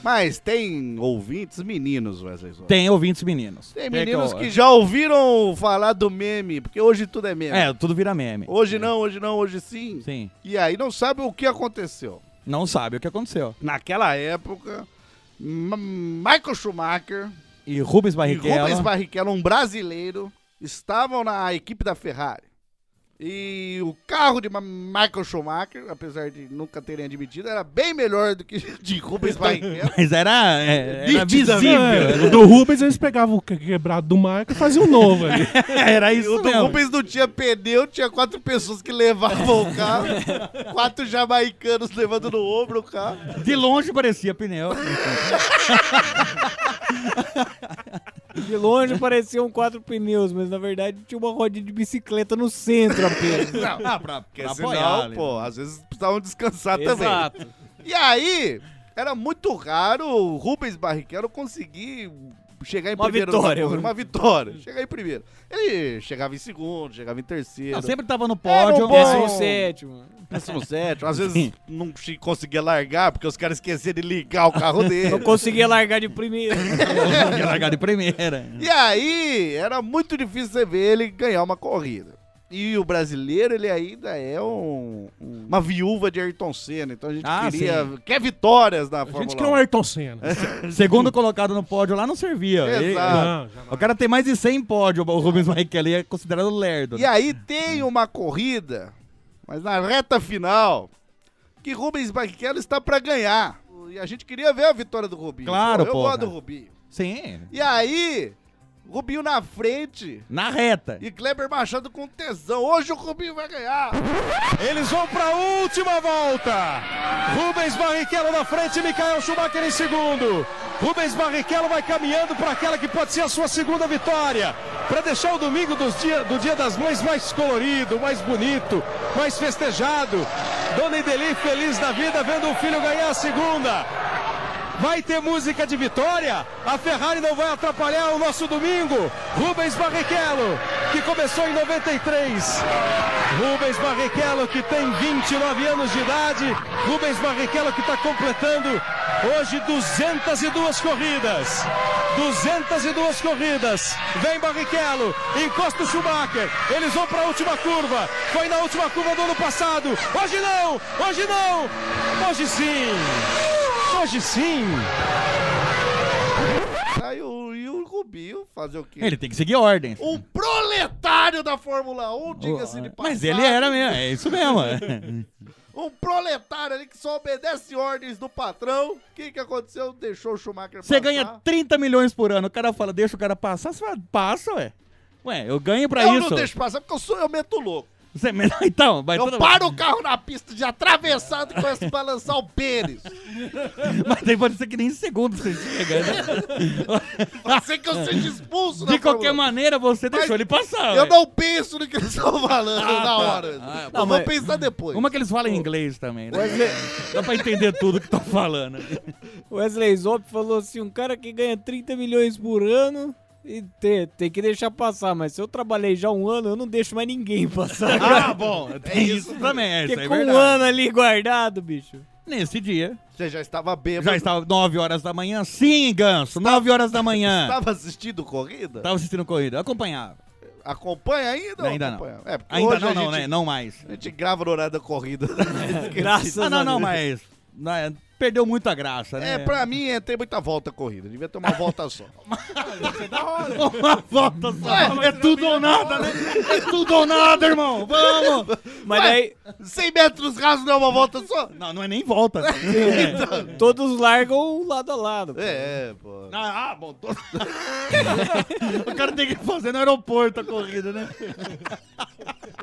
Speaker 7: Mas tem ouvintes meninos, Wesley Zola.
Speaker 10: Tem ouvintes meninos.
Speaker 7: Tem meninos
Speaker 10: eu-
Speaker 7: que já ouviram falar do meme, porque hoje tudo é meme.
Speaker 10: É, tudo vira meme.
Speaker 7: Hoje não, hoje não, hoje sim.
Speaker 10: Sim.
Speaker 7: E aí não sabe o que aconteceu.
Speaker 10: Não sabe o que aconteceu.
Speaker 7: Naquela época, M- Michael Schumacher
Speaker 10: E Rubens
Speaker 7: E
Speaker 10: Barrichello...
Speaker 7: Rubens Barrichello, um brasileiro, estavam na equipe da Ferrari. E o carro de Ma- Michael Schumacher, apesar de nunca terem admitido, era bem melhor do que de Rubens Barrichello.
Speaker 10: Mas era, é, era
Speaker 7: Nitidamente.
Speaker 10: visível. né?
Speaker 9: é, Do Rubens eles pegavam o que- quebrado do Marco e faziam um novo ali.
Speaker 10: Era
Speaker 7: E o
Speaker 10: isso
Speaker 7: do
Speaker 10: mesmo.
Speaker 7: Rubens não tinha pneu, tinha quatro pessoas que levavam o carro, quatro jamaicanos levando no ombro o carro.
Speaker 10: De longe parecia pneu.
Speaker 4: De longe pareciam quatro pneus, mas na verdade tinha uma rodinha de bicicleta no centro apenas.
Speaker 10: Ah, pra,
Speaker 7: Porque
Speaker 10: pra
Speaker 7: senão,
Speaker 10: apoiar né? ali.
Speaker 7: pô, às vezes precisavam descansar também. E aí, era muito raro o Rubens Barrichello conseguir chegar em
Speaker 4: Uma
Speaker 7: primeiro.
Speaker 10: né?
Speaker 4: vitória,
Speaker 7: na corrida,
Speaker 4: mano.
Speaker 7: uma vitória. Chegar em primeiro. Ele chegava em segundo, chegava em terceiro.
Speaker 10: Não, sempre né? tava no
Speaker 7: Era um
Speaker 10: pódio.
Speaker 7: bom-
Speaker 4: Décimo sétimo.
Speaker 7: Décimo sétimo. Às vezes não che- conseguia largar, porque os caras esqueceram de ligar o carro
Speaker 4: Não
Speaker 7: dele.
Speaker 4: conseguia largar de primeiro.
Speaker 10: Ia largar de primeira.
Speaker 7: e aí, era muito difícil você ver ele ganhar uma corrida. E o brasileiro, ele ainda é um- uma viúva de Ayrton Senna. Então a gente
Speaker 10: Ah,
Speaker 7: queria. Quer vitórias na
Speaker 9: A
Speaker 7: Fórmula
Speaker 9: gente criou um
Speaker 7: 1.
Speaker 9: Ayrton Senna.
Speaker 10: Segundo colocado no pódio lá não servia. Ele-
Speaker 7: Exato.
Speaker 9: Não, jamais.
Speaker 10: o cara tem mais de 100 pódio, o Rubens Barrichello e é considerado lerdo.
Speaker 7: E aí tem uma corrida, mas na reta final, que Rubens Barrichello está para ganhar. E a gente queria ver a vitória do Rubinho.
Speaker 10: Claro,
Speaker 7: Eu
Speaker 10: porra.
Speaker 7: gosto do Rubinho.
Speaker 10: Sim,
Speaker 7: E aí, Rubinho na frente
Speaker 10: na reta.
Speaker 7: e Kleber Machado com tesão. Hoje o Rubinho vai ganhar.
Speaker 8: Eles vão pra última volta. Rubens Barrichello na frente, Michael Schumacher em segundo. Rubens Barrichello vai caminhando para aquela que pode ser a sua segunda vitória. Para deixar o domingo dos dia- do Dia das Mães mais colorido, mais bonito, mais festejado. Dona Ideli feliz da vida vendo o filho ganhar a segunda. Vai ter música de vitória? A Ferrari não vai atrapalhar o nosso domingo. Rubens Barrichello, que começou em 93. Rubens Barrichello, que tem 29 anos de idade. Rubens Barrichello, que tá está completando hoje 202 corridas. 202 corridas. Vem Barrichello, encosta o Schumacher. Eles vão para a última curva. Foi na última curva do ano passado. Hoje não, hoje não, hoje sim. Hoje sim.
Speaker 7: Aí o, e o Rubinho fazer o quê?
Speaker 10: Ele tem que seguir ordens.
Speaker 7: Um proletário da Fórmula 1, diga-se de passagem.
Speaker 10: Mas ele era mesmo, é isso mesmo.
Speaker 7: Um proletário ali que só obedece ordens do patrão. O que, que aconteceu? Deixou o Schumacher
Speaker 10: Você
Speaker 7: passar.
Speaker 10: ganha 30 milhões por ano. O cara fala, deixa o cara passar. Você fala, passa, ué. Ué, eu ganho pra
Speaker 7: Eu
Speaker 10: isso.
Speaker 7: não deixo passar porque eu, sou, eu meto louco.
Speaker 10: Você- mas- Então, vai
Speaker 7: Eu
Speaker 10: tudo-
Speaker 7: paro o carro na pista de atravessado e começo a balançar o pênis.
Speaker 10: Mas daí pode ser que nem em segundo você chega, né?
Speaker 7: Pode ser Assim que eu seja expulso da
Speaker 10: De qualquer
Speaker 7: Fórmula
Speaker 10: maneira, você deixou ele passar.
Speaker 7: 1. Eu
Speaker 10: ué.
Speaker 7: não penso no que eles estão falando na hora. eu
Speaker 10: Ah, tá. não,
Speaker 7: vou
Speaker 10: mas-
Speaker 7: pensar depois.
Speaker 10: Como é que eles falam em inglês também, né? Dá pra entender tudo que estão falando.
Speaker 4: Wesley Zop falou assim: um cara que ganha 30 milhões por ano. E tem, tem que deixar passar, mas se eu trabalhei já um ano, eu não deixo mais ninguém passar.
Speaker 10: Ah, bom, tem isso, também. É, isso
Speaker 4: Porque
Speaker 10: é
Speaker 4: com um
Speaker 10: verdade.
Speaker 4: ano ali guardado, bicho.
Speaker 10: Nesse dia,
Speaker 7: Você já estava bêbado.
Speaker 10: já estava 9 horas da manhã. Sim, Ganso, 9 horas da manhã.
Speaker 7: Estava assistindo corrida?
Speaker 10: Tava assistindo corrida, eu acompanhava.
Speaker 7: Acompanha ainda? ou
Speaker 10: Ainda não.
Speaker 7: acompanha? É, porque
Speaker 10: Ainda
Speaker 7: hoje
Speaker 10: não,
Speaker 7: a
Speaker 10: não,
Speaker 7: gente,
Speaker 10: né? Não mais.
Speaker 7: A gente grava no horário da corrida.
Speaker 4: Graças
Speaker 10: Ah, não,
Speaker 4: a
Speaker 10: não,
Speaker 4: Deus.
Speaker 10: mas né, perdeu muita graça, né?
Speaker 7: É, pra mim, é, tem muita volta a corrida. Devia ter uma volta só. é
Speaker 10: uma volta só. É, tudo ou nada, né? É tudo ou nada, irmão. Vamos.
Speaker 4: Mas daí
Speaker 7: 100 metros rasos não é uma volta só?
Speaker 10: Não, não é nem volta.
Speaker 7: Então.
Speaker 4: todos largam lado a lado.
Speaker 7: É, pô.
Speaker 10: Ah, ah, bom. tô- o cara tem que fazer no aeroporto a corrida, né?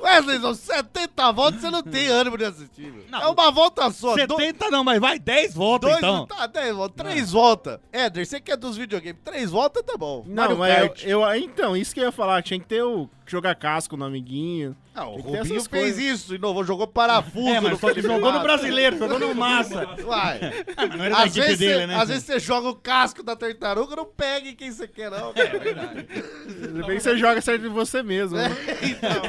Speaker 7: Wesley, são 70 voltas, você não tem ânimo de assistir, meu.
Speaker 10: Não.
Speaker 7: É uma volta só. do-
Speaker 10: 70 não, mas vai 10 voltas
Speaker 7: dois,
Speaker 10: então.
Speaker 7: tá, dez voltas,
Speaker 11: É.
Speaker 7: três voltas. Éder, você que é dos videogames, três voltas tá bom. Mario Kart.
Speaker 11: eu, eu- Então, isso que eu ia falar. Tinha que ter o. Jogar casco no amiguinho.
Speaker 7: Não, Ah, o
Speaker 11: Tem que ter
Speaker 7: Rubinho
Speaker 11: essas
Speaker 7: fez
Speaker 11: coisas.
Speaker 7: isso, inovou, jogou parafuso
Speaker 10: É, mas
Speaker 7: no
Speaker 10: só que
Speaker 7: Felipe
Speaker 10: jogou no
Speaker 7: Massa.
Speaker 10: brasileiro, jogou no massa.
Speaker 7: Uai.
Speaker 10: Não era da
Speaker 7: Às
Speaker 10: equipe
Speaker 7: vezes, você-
Speaker 10: dele, né?
Speaker 7: às vezes você joga o casco da tartaruga, não pegue quem você quer, não.
Speaker 11: É, Ainda bem que você joga certo de você mesmo. né?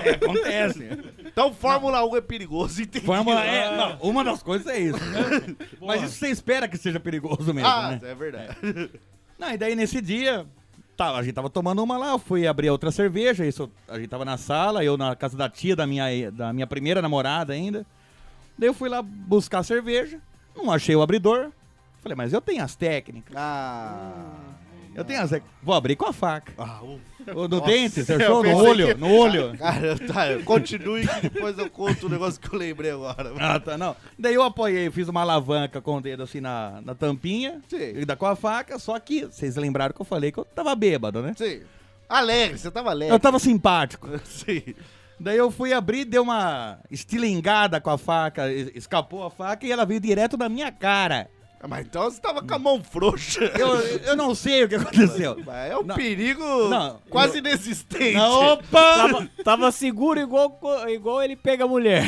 Speaker 10: É, acontece.
Speaker 7: Então, Fórmula 1 é perigoso, entendeu?
Speaker 10: Fórmula é. Não, uma das coisas é isso. né? mas isso você espera que seja perigoso mesmo,
Speaker 11: um,
Speaker 7: Ah,
Speaker 10: né?
Speaker 7: é verdade.
Speaker 10: Não, e daí nesse dia, tá, a gente tava tomando uma lá, eu fui abrir a outra cerveja, isso, a gente tava na sala, eu na casa da tia da minha, da minha primeira namorada ainda. Daí eu fui lá buscar a cerveja, não achei o abridor. Falei, mas eu tenho as técnicas.
Speaker 7: Ah.
Speaker 10: Eu tenho as técnicas. Vou abrir com a faca.
Speaker 7: Ah, o-
Speaker 10: Ou no
Speaker 7: Nossa,
Speaker 10: dente, você
Speaker 11: eu
Speaker 10: achou? No
Speaker 11: pensei
Speaker 10: olho,
Speaker 11: que-
Speaker 10: no olho.
Speaker 7: Cara, tá, continue que depois eu conto o negócio que eu lembrei agora.
Speaker 10: Ah, tá, não. Daí eu apoiei, fiz uma alavanca com o dedo assim na, na tampinha,
Speaker 7: Sim.
Speaker 10: ainda com a faca, só que vocês lembraram que eu falei que eu tava bêbado, né?
Speaker 7: Sim. Alegre, você tava
Speaker 10: Eu
Speaker 7: alegre.
Speaker 10: tava simpático.
Speaker 7: Sim.
Speaker 10: Daí eu fui abrir, dei uma estilingada com a faca, es- escapou a faca e ela veio direto na minha cara.
Speaker 7: Ah, Mas então você tava com a mão frouxa.
Speaker 10: Eu, eu não sei o que aconteceu.
Speaker 7: Mas é um
Speaker 10: Não.
Speaker 7: perigo
Speaker 10: Não.
Speaker 7: quase inexistente.
Speaker 10: Não, opa!
Speaker 4: Tava, tava seguro igual, co- igual ele pega a mulher.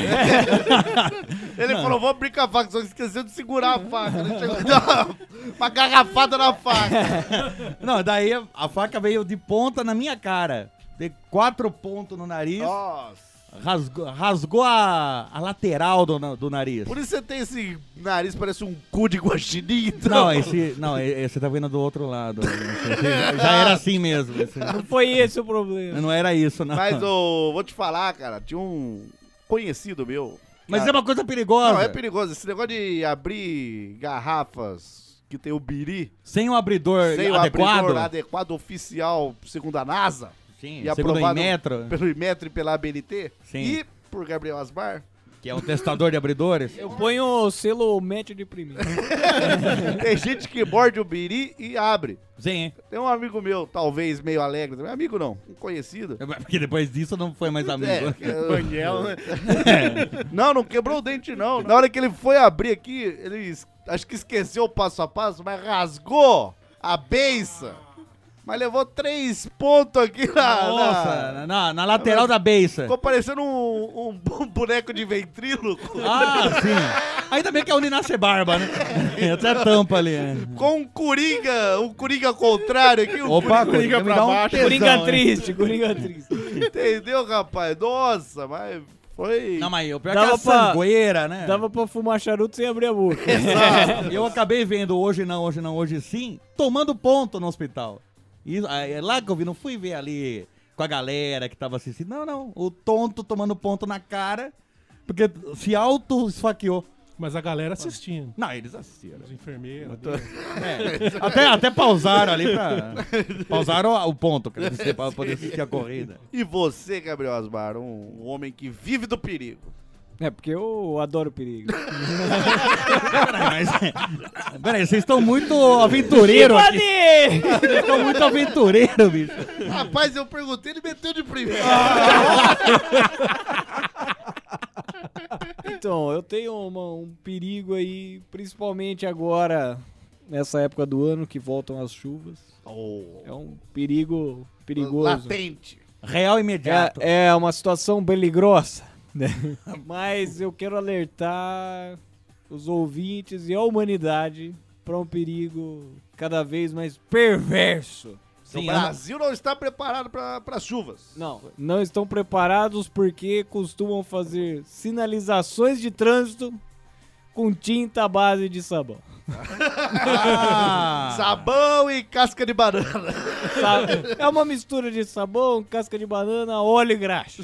Speaker 7: Ele falou, vou abrir com a faca, só que esqueceu de segurar a faca. Ele chegou e deu uma, uma garrafada na
Speaker 10: É
Speaker 7: faca.
Speaker 10: Não, daí a- a faca veio de ponta na minha cara. Dei quatro pontos no nariz,
Speaker 7: Nossa.
Speaker 10: rasgou, rasgou a, a lateral do, na- do nariz.
Speaker 7: Por isso você tem esse nariz, parece um cu de guaxinim. então.
Speaker 10: Não, esse. Não, e- esse tá vendo do outro lado. Esse- Já era assim mesmo. esse-
Speaker 4: Não foi esse o problema.
Speaker 10: Não era isso, não.
Speaker 7: Mas eu vou te falar, cara, tinha um conhecido meu.
Speaker 10: Mas é uma coisa perigosa.
Speaker 7: Não, é perigoso. Esse negócio de abrir garrafas que tem o biri,
Speaker 10: Sem um abridor
Speaker 7: sem o
Speaker 10: adequado.
Speaker 7: abridor adequado oficial, segundo a NASA,
Speaker 10: Sim,
Speaker 7: e
Speaker 10: segundo o
Speaker 7: aprovado
Speaker 10: Inmetro,
Speaker 7: pelo Imetro e pela ABNT,
Speaker 10: Sim.
Speaker 7: e por Gabriel Asmar,
Speaker 10: que é um testador de abridores.
Speaker 4: Eu ponho o selo match de primeiro.
Speaker 7: tem gente que morde o biri e abre.
Speaker 10: Sim,
Speaker 7: Tem um amigo meu, talvez meio alegre também. Amigo não, um conhecido.
Speaker 10: porque depois disso não foi mais amigo.
Speaker 7: É, que-
Speaker 11: Banguel, né?
Speaker 7: não, não quebrou o dente, não. Na hora que ele foi abrir aqui, ele es- acho que esqueceu o passo a passo, mas rasgou a benção Mas levou três pontos aqui na,
Speaker 10: Nossa, na, na lateral da beiça.
Speaker 7: Ficou parecendo um, um bu- boneco de ventríloco.
Speaker 10: Ah, sim. Ainda bem que é o Niná Barba, né? Tem até tampa ali. né?
Speaker 7: Com um coringa, um coringa contrário aqui. Um
Speaker 10: Opa, Coringa pra baixo. Coringa triste,
Speaker 4: coringa triste.
Speaker 7: Entendeu, rapaz? Nossa, mas foi.
Speaker 10: Não, mas o pior é que a sangueira, né?
Speaker 4: Dava pra fumar charuto sem abrir a boca.
Speaker 10: Exato. Eu acabei vendo hoje não, hoje não, hoje sim, tomando ponto no hospital. E, aí, é lá que eu vi, não fui ver ali com a galera que tava assistindo. Não, não. O tonto tomando ponto na cara, porque se auto-esfaqueou.
Speaker 9: Mas a galera assistindo.
Speaker 10: Não, eles assistiram.
Speaker 9: Os enfermeiros.
Speaker 10: É, até, até pausaram ali pra. Pausaram o ponto, cara, pra poder assistir a corrida.
Speaker 7: E você, Gabriel Asmar, um homem que vive do perigo.
Speaker 4: É, porque eu adoro perigo.
Speaker 10: Peraí, mas. Peraí, vocês estão muito aventureiro aqui. Vocês estão muito aventureiro, bicho.
Speaker 7: Rapaz, eu perguntei, ele meteu de primeiro.
Speaker 4: Então, eu tenho uma- um perigo aí, principalmente agora, nessa época do ano que voltam as chuvas. É um perigo perigoso.
Speaker 7: Latente.
Speaker 10: Real imediato.
Speaker 4: É, é uma situação beligrosa, né? Mas eu quero alertar os ouvintes e a humanidade para um perigo cada vez mais perverso.
Speaker 7: o Brasil não está preparado para as chuvas.
Speaker 4: Não, não estão preparados porque costumam fazer sinalizações de trânsito com tinta à base de sabão.
Speaker 10: Ah,
Speaker 7: Sabão e casca de banana.
Speaker 4: Sabe? É uma mistura de sabão, casca de banana, óleo e graxa.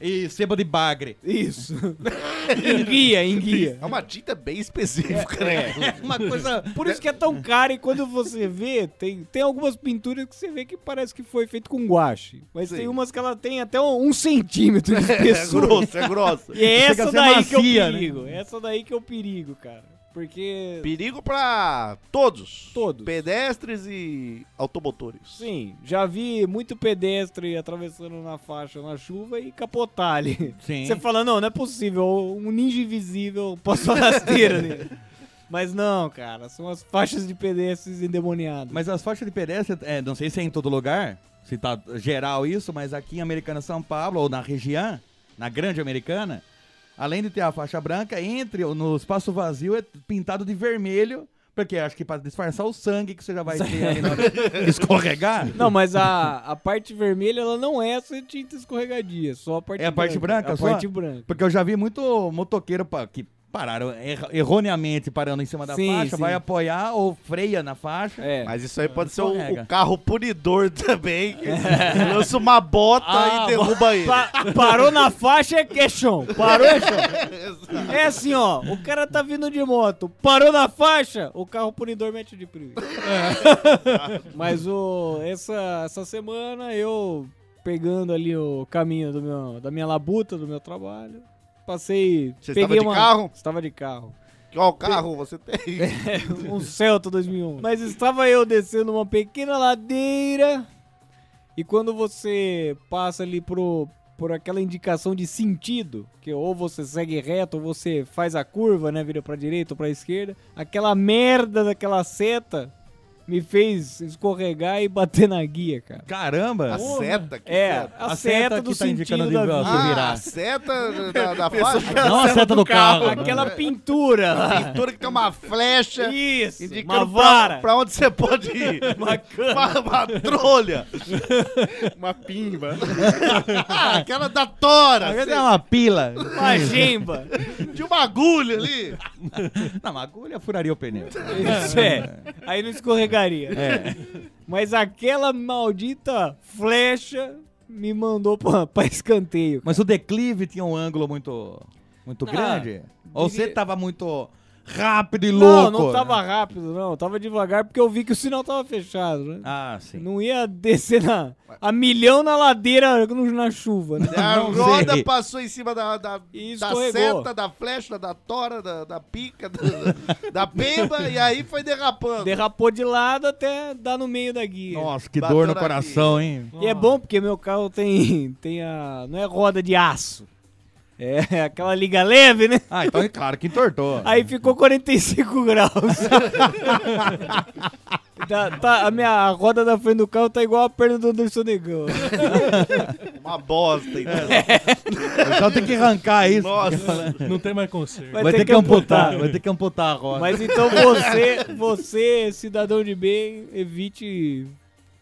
Speaker 10: e sebo de bagre.
Speaker 4: Isso. enguia, enguia.
Speaker 7: É uma tinta bem
Speaker 4: É,
Speaker 7: específica, né?
Speaker 10: Uma coisa.
Speaker 4: Por isso que é tão caro e quando você vê, tem, tem algumas pinturas que você vê que parece que foi feito com guache. Mas tem umas que ela tem até um, um centímetro de
Speaker 7: É
Speaker 4: espessura.
Speaker 7: grosso, é grosso.
Speaker 4: e é
Speaker 10: Chega a
Speaker 4: essa
Speaker 10: ser
Speaker 4: daí que
Speaker 10: macia,
Speaker 4: é o
Speaker 10: né?
Speaker 4: perigo. Essa daí que é o perigo, cara. Porque
Speaker 7: Perigo para todos.
Speaker 4: Todos.
Speaker 7: Pedestres e automotores.
Speaker 4: Sim, já vi muito pedestre atravessando na faixa na chuva e capotar ali.
Speaker 10: Sim.
Speaker 4: Você fala, não, não é possível, um ninja invisível passou a rasteira nele. Mas não, cara, são as faixas de pedestres endemoniadas.
Speaker 10: Mas as faixas de pedestre, é, não sei se é em todo lugar, se tá geral isso, mas aqui em Americana São Paulo, ou na região, na grande Americana, além de ter a faixa branca, entre o- no espaço vazio é pintado de vermelho, porque acho que para disfarçar o sangue que você já vai ter ali na hora de escorregar.
Speaker 4: Não, mas a, a parte vermelha, ela não é essa tinta escorregadia, só a parte
Speaker 10: É a parte branca
Speaker 4: é a
Speaker 10: só?
Speaker 4: parte branca.
Speaker 10: Porque eu já vi muito motoqueiro pa- que pararam erra- erroneamente parando em cima da
Speaker 4: Sim,
Speaker 10: faixa,
Speaker 4: sim.
Speaker 10: vai apoiar ou freia na faixa.
Speaker 4: É. É.
Speaker 7: Mas isso aí pode ser o,
Speaker 10: Escorrega.
Speaker 7: o carro punidor também. que lança uma bota
Speaker 10: Ah,
Speaker 7: e derruba ele.
Speaker 4: Pa- parou na faixa é que é chão. Parou é chão. É assim, ó. O cara tá vindo de moto. Parou na faixa, o carro punidor mete de prejuízo.
Speaker 7: É.
Speaker 4: Mas o, essa, essa semana eu pegando ali o caminho do meu, da minha labuta, do meu trabalho. Passei.
Speaker 7: Você
Speaker 4: peguei
Speaker 7: estava de
Speaker 4: uma-
Speaker 7: carro?
Speaker 4: Estava de carro.
Speaker 7: Qual carro você tem?
Speaker 4: um Celta 2001. Mas estava eu descendo uma pequena ladeira e quando você passa ali pro, por aquela indicação de sentido, que é ou você segue reto ou você faz a curva, né, vira pra direita ou pra esquerda, aquela merda daquela seta me fez escorregar e bater na guia, cara.
Speaker 10: Caramba!
Speaker 7: A seta? Que
Speaker 4: É,
Speaker 7: seta?
Speaker 4: a,
Speaker 10: A
Speaker 4: seta,
Speaker 10: seta
Speaker 4: do
Speaker 10: que tá indicando
Speaker 4: sentido
Speaker 10: de
Speaker 4: da
Speaker 10: vo-
Speaker 4: vida.
Speaker 10: você
Speaker 7: Ah,
Speaker 10: virar.
Speaker 7: a seta da, da faixa.
Speaker 10: Não a seta do carro. né?
Speaker 7: é.
Speaker 4: Aquela pintura. lá.
Speaker 7: Pintura que tem uma flecha.
Speaker 4: Isso,
Speaker 7: Indicando
Speaker 4: uma
Speaker 7: pra,
Speaker 4: vara.
Speaker 7: pra onde você pode ir. Uma, uma trolha.
Speaker 11: Uma pimba.
Speaker 7: Ah, aquela da tora.
Speaker 10: Às
Speaker 7: assim,
Speaker 10: vezes é uma pila.
Speaker 4: Uma gemba.
Speaker 7: De uma agulha ali.
Speaker 10: Não, uma agulha furaria o pneu. É.
Speaker 4: Isso é. Aí não escorregaria. Mas aquela maldita flecha me mandou pra, pra escanteio.
Speaker 10: Mas o declive tinha um ângulo muito, muito
Speaker 4: Ah,
Speaker 10: grande? Ou
Speaker 4: diria-
Speaker 10: você tava muito rápido e
Speaker 4: Não,
Speaker 10: louco?
Speaker 4: não tava
Speaker 10: né?
Speaker 4: rápido, não. Tava devagar porque eu vi que o sinal tava fechado, né?
Speaker 10: Ah, sim.
Speaker 4: Não ia descer na, a milhão na ladeira no- na chuva, né?
Speaker 7: A
Speaker 10: Não sei.
Speaker 7: roda passou em cima da, da,
Speaker 4: E
Speaker 7: da
Speaker 4: escorregou.
Speaker 7: seta, da flecha, da tora, da, da pica, da, da- da pemba, e aí foi derrapando.
Speaker 4: Derrapou de lado até dar no meio da guia.
Speaker 10: Nossa, que
Speaker 7: Bateu
Speaker 10: dor no
Speaker 7: na
Speaker 10: coração, hein?
Speaker 4: E é bom porque meu carro tem, tem a. Não é roda de aço. É aquela liga leve, né?
Speaker 10: Ah, então é claro que entortou.
Speaker 4: Aí ficou 45 graus. Tá- tá- a minha a roda da frente do carro tá igual a perna do Anderson Negão.
Speaker 7: Uma bosta, então.
Speaker 10: Então tem que arrancar isso.
Speaker 7: Nossa.
Speaker 9: Não tem mais conserto.
Speaker 10: Vai, ter que amputar, vai ter que amputar a roda.
Speaker 4: Mas então você, você, cidadão de bem, evite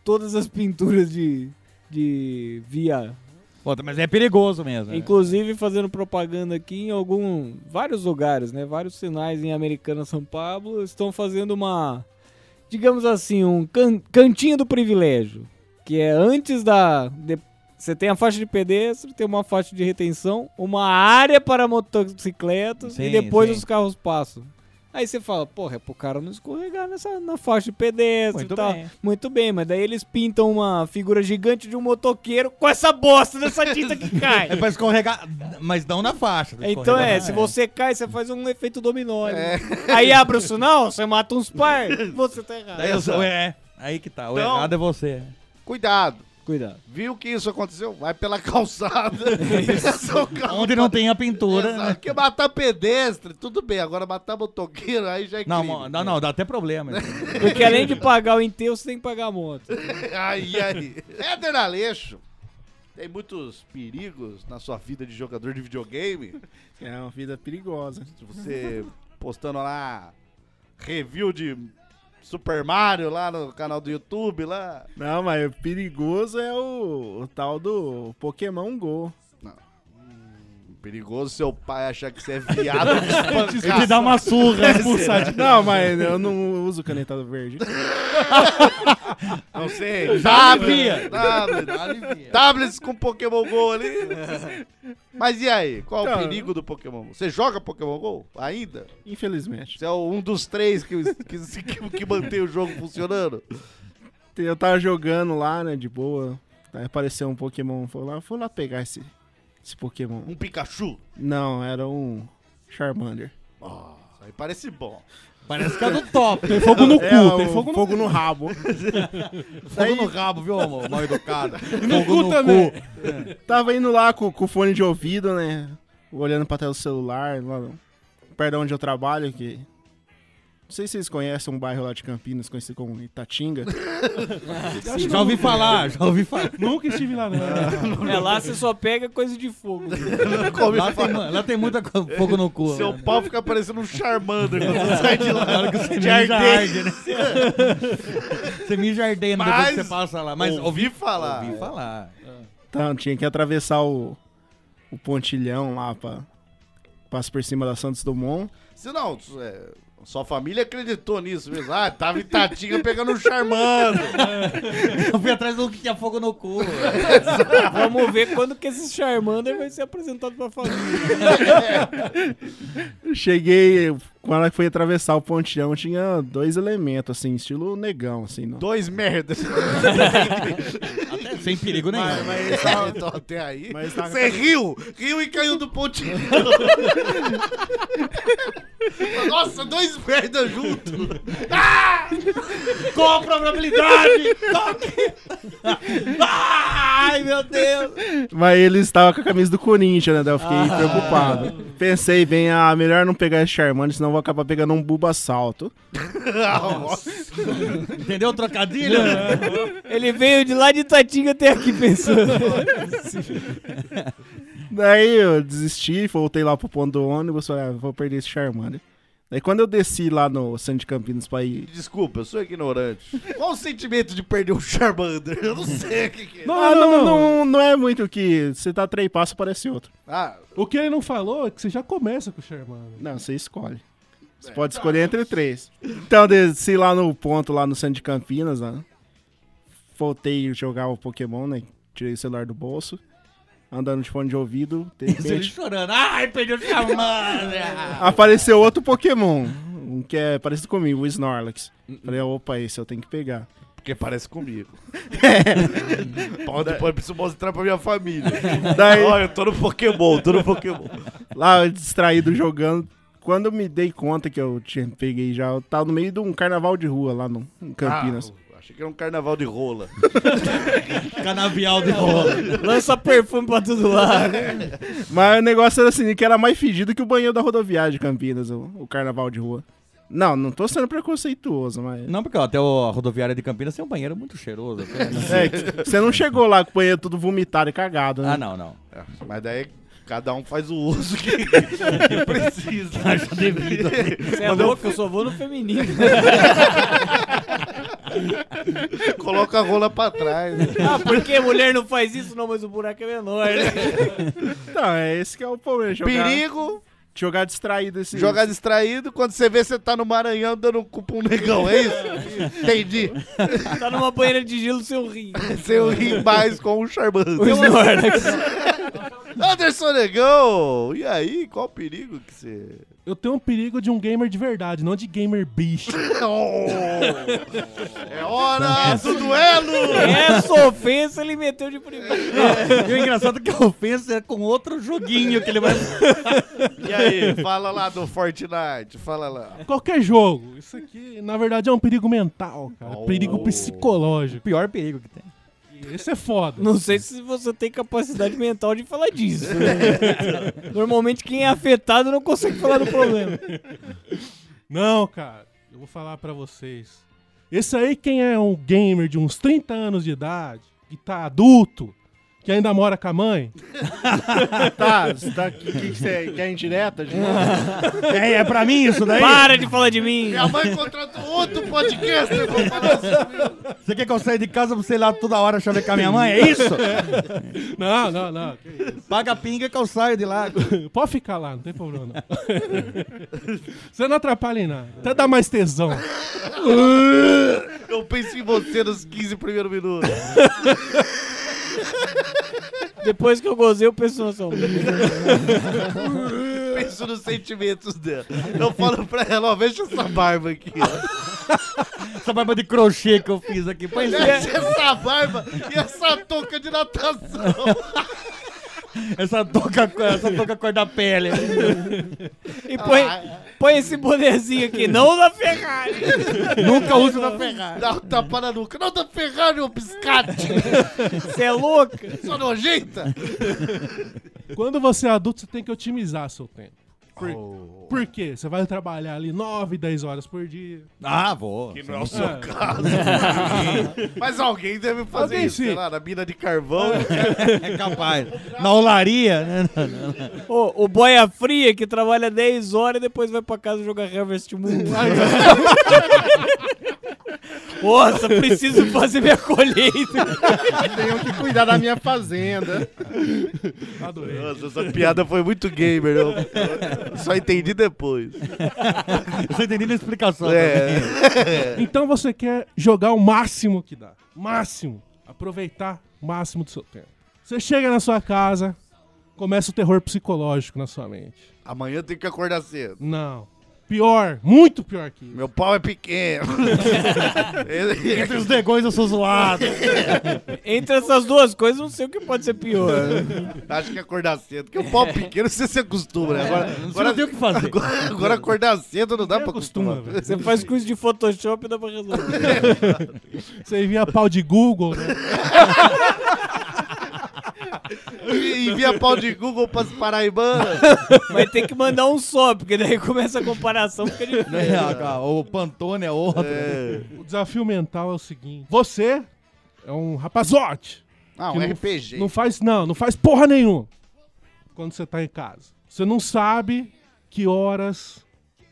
Speaker 4: todas as pinturas de, de via.
Speaker 10: Puta, mas é perigoso mesmo. né?
Speaker 4: Inclusive fazendo propaganda aqui em algum vários lugares, né? Vários sinais em Americana, São Paulo estão fazendo uma, digamos assim, um can- cantinho do privilégio, que é antes da de- você tem a faixa de pedestre, tem uma faixa de retenção, uma área para motocicletas
Speaker 10: Sim,
Speaker 4: e depois
Speaker 10: sim.
Speaker 4: os carros passam. Aí você fala, porra, é pro cara não escorregar nessa, na faixa de pedestre
Speaker 10: Muito
Speaker 4: e tal.
Speaker 10: bem.
Speaker 4: Muito bem, mas daí eles pintam uma figura gigante de um motoqueiro com essa bosta dessa tinta que cai.
Speaker 10: É pra escorregar, mas não na faixa.
Speaker 4: Então
Speaker 10: escorregar
Speaker 4: é,
Speaker 10: na-
Speaker 4: se você cai, você faz um efeito dominó. né? Aí abre o sinal, você mata uns par, você tá errado.
Speaker 10: Daí eu sou- é, aí que tá. O
Speaker 7: Então-
Speaker 10: errado é você.
Speaker 7: Cuidado.
Speaker 4: Cuidado.
Speaker 7: Viu que isso aconteceu? Vai pela calçada. Essa é o
Speaker 4: Então
Speaker 7: carro.
Speaker 10: Onde
Speaker 4: tá-
Speaker 10: não tem a pintura,
Speaker 7: Exato,
Speaker 10: né?
Speaker 7: Porque matar pedestre, tudo bem. Agora matar motoqueiro, aí já é
Speaker 10: Não,
Speaker 7: crime.
Speaker 10: mo- não, não, dá até problema. né?
Speaker 4: Porque além de pagar o enterro, você tem que pagar a moto.
Speaker 7: Ai, ai. Éder Aleixo. Tem muitos perigos na sua vida de jogador de videogame.
Speaker 11: É uma vida perigosa.
Speaker 7: Você postando lá review de Super Mario lá no canal do YouTube lá.
Speaker 11: Não, mas o perigoso é o, o tal do Pokémon Go.
Speaker 7: Hum, Perigoso seu pai achar que você é viado de espancar.
Speaker 10: Ele te dá um uma surra.
Speaker 11: Não, mas eu não uso caneta verde. Ah, um
Speaker 7: Não sei.
Speaker 10: Já havia.
Speaker 7: Tablets, tablets com Pokémon GO ali. Mas e aí? Qual
Speaker 11: Então,
Speaker 7: o perigo do Pokémon GO? Você joga Pokémon GO ainda?
Speaker 11: Infelizmente.
Speaker 7: Você é um dos três que, que, que, que mantém o jogo funcionando?
Speaker 11: Eu tava jogando lá, né, de boa. Aí apareceu um Pokémon. Foi lá, fui lá pegar esse, esse Pokémon.
Speaker 7: Um Pikachu?
Speaker 11: Não, era um Charmander.
Speaker 7: Isso aí parece bom.
Speaker 10: Parece que é do top.
Speaker 9: Tem fogo no
Speaker 11: É,
Speaker 9: cu,
Speaker 11: o
Speaker 9: tem fogo no cu.
Speaker 11: no rabo.
Speaker 10: Fogo no rabo, viu, amor? Mal educado. Fogo
Speaker 9: No cu também.
Speaker 11: Tava indo lá com, com o fone de ouvido, né? Olhando pra tela do celular, lá no- perto de onde eu trabalho, que. Não sei se vocês conhecem um bairro lá de Campinas, conhecido como Itatinga.
Speaker 10: Já ouvi falar, já ouvi falar.
Speaker 9: Nunca estive lá, não.
Speaker 4: É lá você só pega coisa de fogo.
Speaker 10: Lá tem, lá tem muita co- fogo no cu.
Speaker 7: Seu
Speaker 10: né?
Speaker 7: pau fica parecendo um Charmander quando você sai de
Speaker 10: Na hora
Speaker 7: lá.
Speaker 10: que você
Speaker 7: De
Speaker 10: mija
Speaker 7: arder.
Speaker 10: arde, né? Você mija ardendo depois
Speaker 7: Mas-
Speaker 10: que você passa lá. Mas ouvi,
Speaker 7: ouvi falar.
Speaker 10: ouvi falar.
Speaker 11: Então, tinha que atravessar o, o pontilhão lá pra. Passa por cima da Santos Dumont.
Speaker 7: Se não, é, sua família acreditou nisso mesmo. Ah, tava em Tatinga pegando um Charmander.
Speaker 10: Eu fui atrás do que tinha fogo no cu.
Speaker 4: Vamos ver quando que esse Charmander vai ser apresentado pra família.
Speaker 11: Eu Cheguei, quando ela foi atravessar o pontilhão, tinha dois elementos, assim, estilo negão, assim. No...
Speaker 7: Dois merdas.
Speaker 10: Até sem perigo nenhum.
Speaker 7: Mas, mas eles tavam- então, até aí.
Speaker 11: Mas tava-
Speaker 7: Você riu! Riu e caiu do pontinho. Nossa, dois merda junto!
Speaker 10: Qual a probabilidade? Ai, meu Deus.
Speaker 11: Mas ele estava com a camisa do Corinthians, né? Daí eu fiquei preocupado. Pensei bem, ah, melhor não pegar esse Charmander, senão eu vou acabar pegando um buba salto.
Speaker 7: Ah,
Speaker 10: Entendeu o trocadilho?
Speaker 4: Ele veio de lá de Tatinga até aqui pensando.
Speaker 11: Daí eu desisti, voltei lá pro ponto do ônibus, falei, ah, vou perder esse Charmander. Daí quando eu desci lá no centro de Campinas pra ir...
Speaker 7: Desculpa, eu sou ignorante. Qual o sentimento de perder um Charmander? Eu não sei o que, que é.
Speaker 11: ah, não, não, não, é muito o que... Você tá três passos, parece outro.
Speaker 7: Ah,
Speaker 9: O que ele não falou é que você já começa com o Charmander.
Speaker 11: Não, você escolhe. Você pode escolher entre três. Então eu desci lá no ponto, lá no centro de Campinas, né? Voltei a jogar o Pokémon, né? Tirei o celular do bolso. Andando de fone de ouvido, de
Speaker 10: Isso, ele
Speaker 11: repente,
Speaker 10: chorando. Ai, perdi o chamando.
Speaker 11: apareceu outro Pokémon. Um que é parecido comigo, o Snorlax. Falei, opa, esse eu tenho que pegar.
Speaker 7: porque parece comigo. Pô, depois eu preciso mostrar pra minha família.
Speaker 11: Daí-
Speaker 7: Olha, eu tô no Pokémon, tô no Pokémon.
Speaker 11: Lá, eu distraído jogando. Quando eu me dei conta que eu tinha peguei já, eu tava no meio de um carnaval de rua lá no, em Campinas.
Speaker 7: Ah, achei que era um carnaval de rola.
Speaker 10: Canavial de rola.
Speaker 4: Lança perfume pra tudo lá. né?
Speaker 11: Mas o negócio era assim, que era mais fedido que o banheiro da rodoviária de Campinas, o, o carnaval de rua. Não, não tô sendo preconceituoso, mas.
Speaker 10: Não, porque ó, até o- a rodoviária de Campinas tem um banheiro muito cheiroso. até, né?
Speaker 11: É, que você não chegou lá com o banheiro tudo vomitado e cagado, né?
Speaker 10: Ah, não, não.
Speaker 7: É, Mas daí cada um faz o uso que, que precisa.
Speaker 10: Acha devido.
Speaker 4: Você é
Speaker 7: Quando eu
Speaker 4: louco, eu só vou no feminino.
Speaker 7: Coloca a rola pra trás. né?
Speaker 4: ah, porque mulher não faz isso? Não, mas o buraco é menor, né?
Speaker 11: Não, é esse que é o problema. Jogar,
Speaker 7: Perigo,
Speaker 11: Jogar distraído esse.
Speaker 7: jogar distraído, quando você vê, você tá no Maranhão dando um cupo um negão, é isso? Entendi.
Speaker 4: Tá numa banheira de gelo seu rim.
Speaker 7: Você ri mais com o Charmander.
Speaker 4: O Snorlax.
Speaker 7: Anderson Negão, e aí, qual o perigo que você...
Speaker 9: Eu tenho um perigo de um gamer de verdade, não de gamer bicho.
Speaker 7: É hora
Speaker 11: assim.
Speaker 7: do duelo!
Speaker 4: Essa ofensa ele meteu de primeiro.
Speaker 10: E o engraçado é que a ofensa é com outro joguinho que ele vai.
Speaker 7: E aí, fala lá do Fortnite, fala lá.
Speaker 9: Qualquer jogo. Isso aqui, na verdade, é um perigo mental, cara. Perigo psicológico.
Speaker 10: Pior perigo que tem.
Speaker 9: Esse é foda.
Speaker 4: Não sei se você tem capacidade mental de falar disso. né? Normalmente quem é afetado não consegue falar do problema.
Speaker 9: Não, cara. Eu vou falar pra vocês. Esse aí, quem é um gamer de uns 30 anos de idade, que tá adulto, que ainda mora com a mãe,
Speaker 11: Tá, você tá aqui. O que que você quer indireta? de novo?
Speaker 10: É, é pra mim isso daí?
Speaker 4: Para de falar de mim.
Speaker 7: Minha mãe contratou outro podcaster pra falar sobre isso.
Speaker 10: Você quer que eu saia de casa pra sei lá toda hora chavecar minha mãe? É isso?
Speaker 9: Não, não, não.
Speaker 10: Paga a pinga que eu saio de lá.
Speaker 9: Pode ficar lá, não tem problema. Não. Você não atrapalha em nada. Até dá mais tesão.
Speaker 7: Eu penso em você nos 15 primeiros minutos.
Speaker 4: Depois que eu gozei, eu penso só.
Speaker 7: Penso nos sentimentos dela. Eu falo pra ela, ó, veja essa barba aqui. ó.
Speaker 10: Essa barba de crochê que eu fiz aqui. Pois é.
Speaker 7: Veja essa barba e essa touca de natação.
Speaker 10: Essa toca, essa toca cor da pele.
Speaker 4: E põe,
Speaker 7: Ah.
Speaker 4: põe esse bonezinho aqui, não da Ferrari.
Speaker 10: Nunca uso da Ferrari.
Speaker 7: Dá um tapa na nuca. Não, tá Ferrari, ô piscate.
Speaker 4: Você é louca?
Speaker 7: Só nojenta.
Speaker 9: Quando você é adulto, você tem que otimizar seu tempo. Por, por quê? Você vai trabalhar ali 9, 10 horas por dia.
Speaker 10: Ah, vou.
Speaker 7: Que não é o seu caso. Mas alguém deve fazer
Speaker 9: Alguém
Speaker 7: isso,
Speaker 9: sim.
Speaker 7: sei lá, na mina de carvão.
Speaker 10: É capaz. Na olaria, né?
Speaker 4: Ô, o boia fria que trabalha 10 horas e depois vai pra casa jogar Harvest Moon. Nossa, preciso fazer minha colheita.
Speaker 11: Tenho que cuidar da minha fazenda.
Speaker 9: Adorei.
Speaker 7: Nossa, essa piada foi muito gamer. Eu eu só entendi depois.
Speaker 10: Eu só entendi a explicação.
Speaker 7: É.
Speaker 9: Então você quer jogar o máximo que dá. Máximo. Aproveitar o máximo do seu tempo. Você chega na sua casa, começa o terror psicológico na sua mente.
Speaker 7: Amanhã eu tenho que acordar cedo.
Speaker 9: Não. Pior, muito pior que isso.
Speaker 7: Meu pau é pequeno.
Speaker 10: Entre os negões eu sou zoado.
Speaker 4: Entre essas duas coisas, não sei o que pode ser pior.
Speaker 7: Acho que acordar cedo. Porque o pau é pequeno você se acostuma, né? Agora,
Speaker 10: É, Você não
Speaker 7: agora,
Speaker 10: tem o que fazer.
Speaker 7: agora- agora acordar cedo não dá pra acostumar.
Speaker 9: velho.
Speaker 4: Você faz curso de Photoshop e dá pra resolver.
Speaker 9: né? Você envia pau de Google, né?
Speaker 7: E Envia pau de Google pras paraibanas.
Speaker 4: Mas tem que mandar um só, porque daí começa a comparação, fica difícil.
Speaker 10: o Pantone é outro.
Speaker 9: O desafio mental é o seguinte: você é um rapazote.
Speaker 7: Ah,
Speaker 9: que
Speaker 7: um
Speaker 9: não-
Speaker 7: RPG.
Speaker 9: Não faz, não, não faz porra nenhuma quando você tá em casa. Você não sabe que horas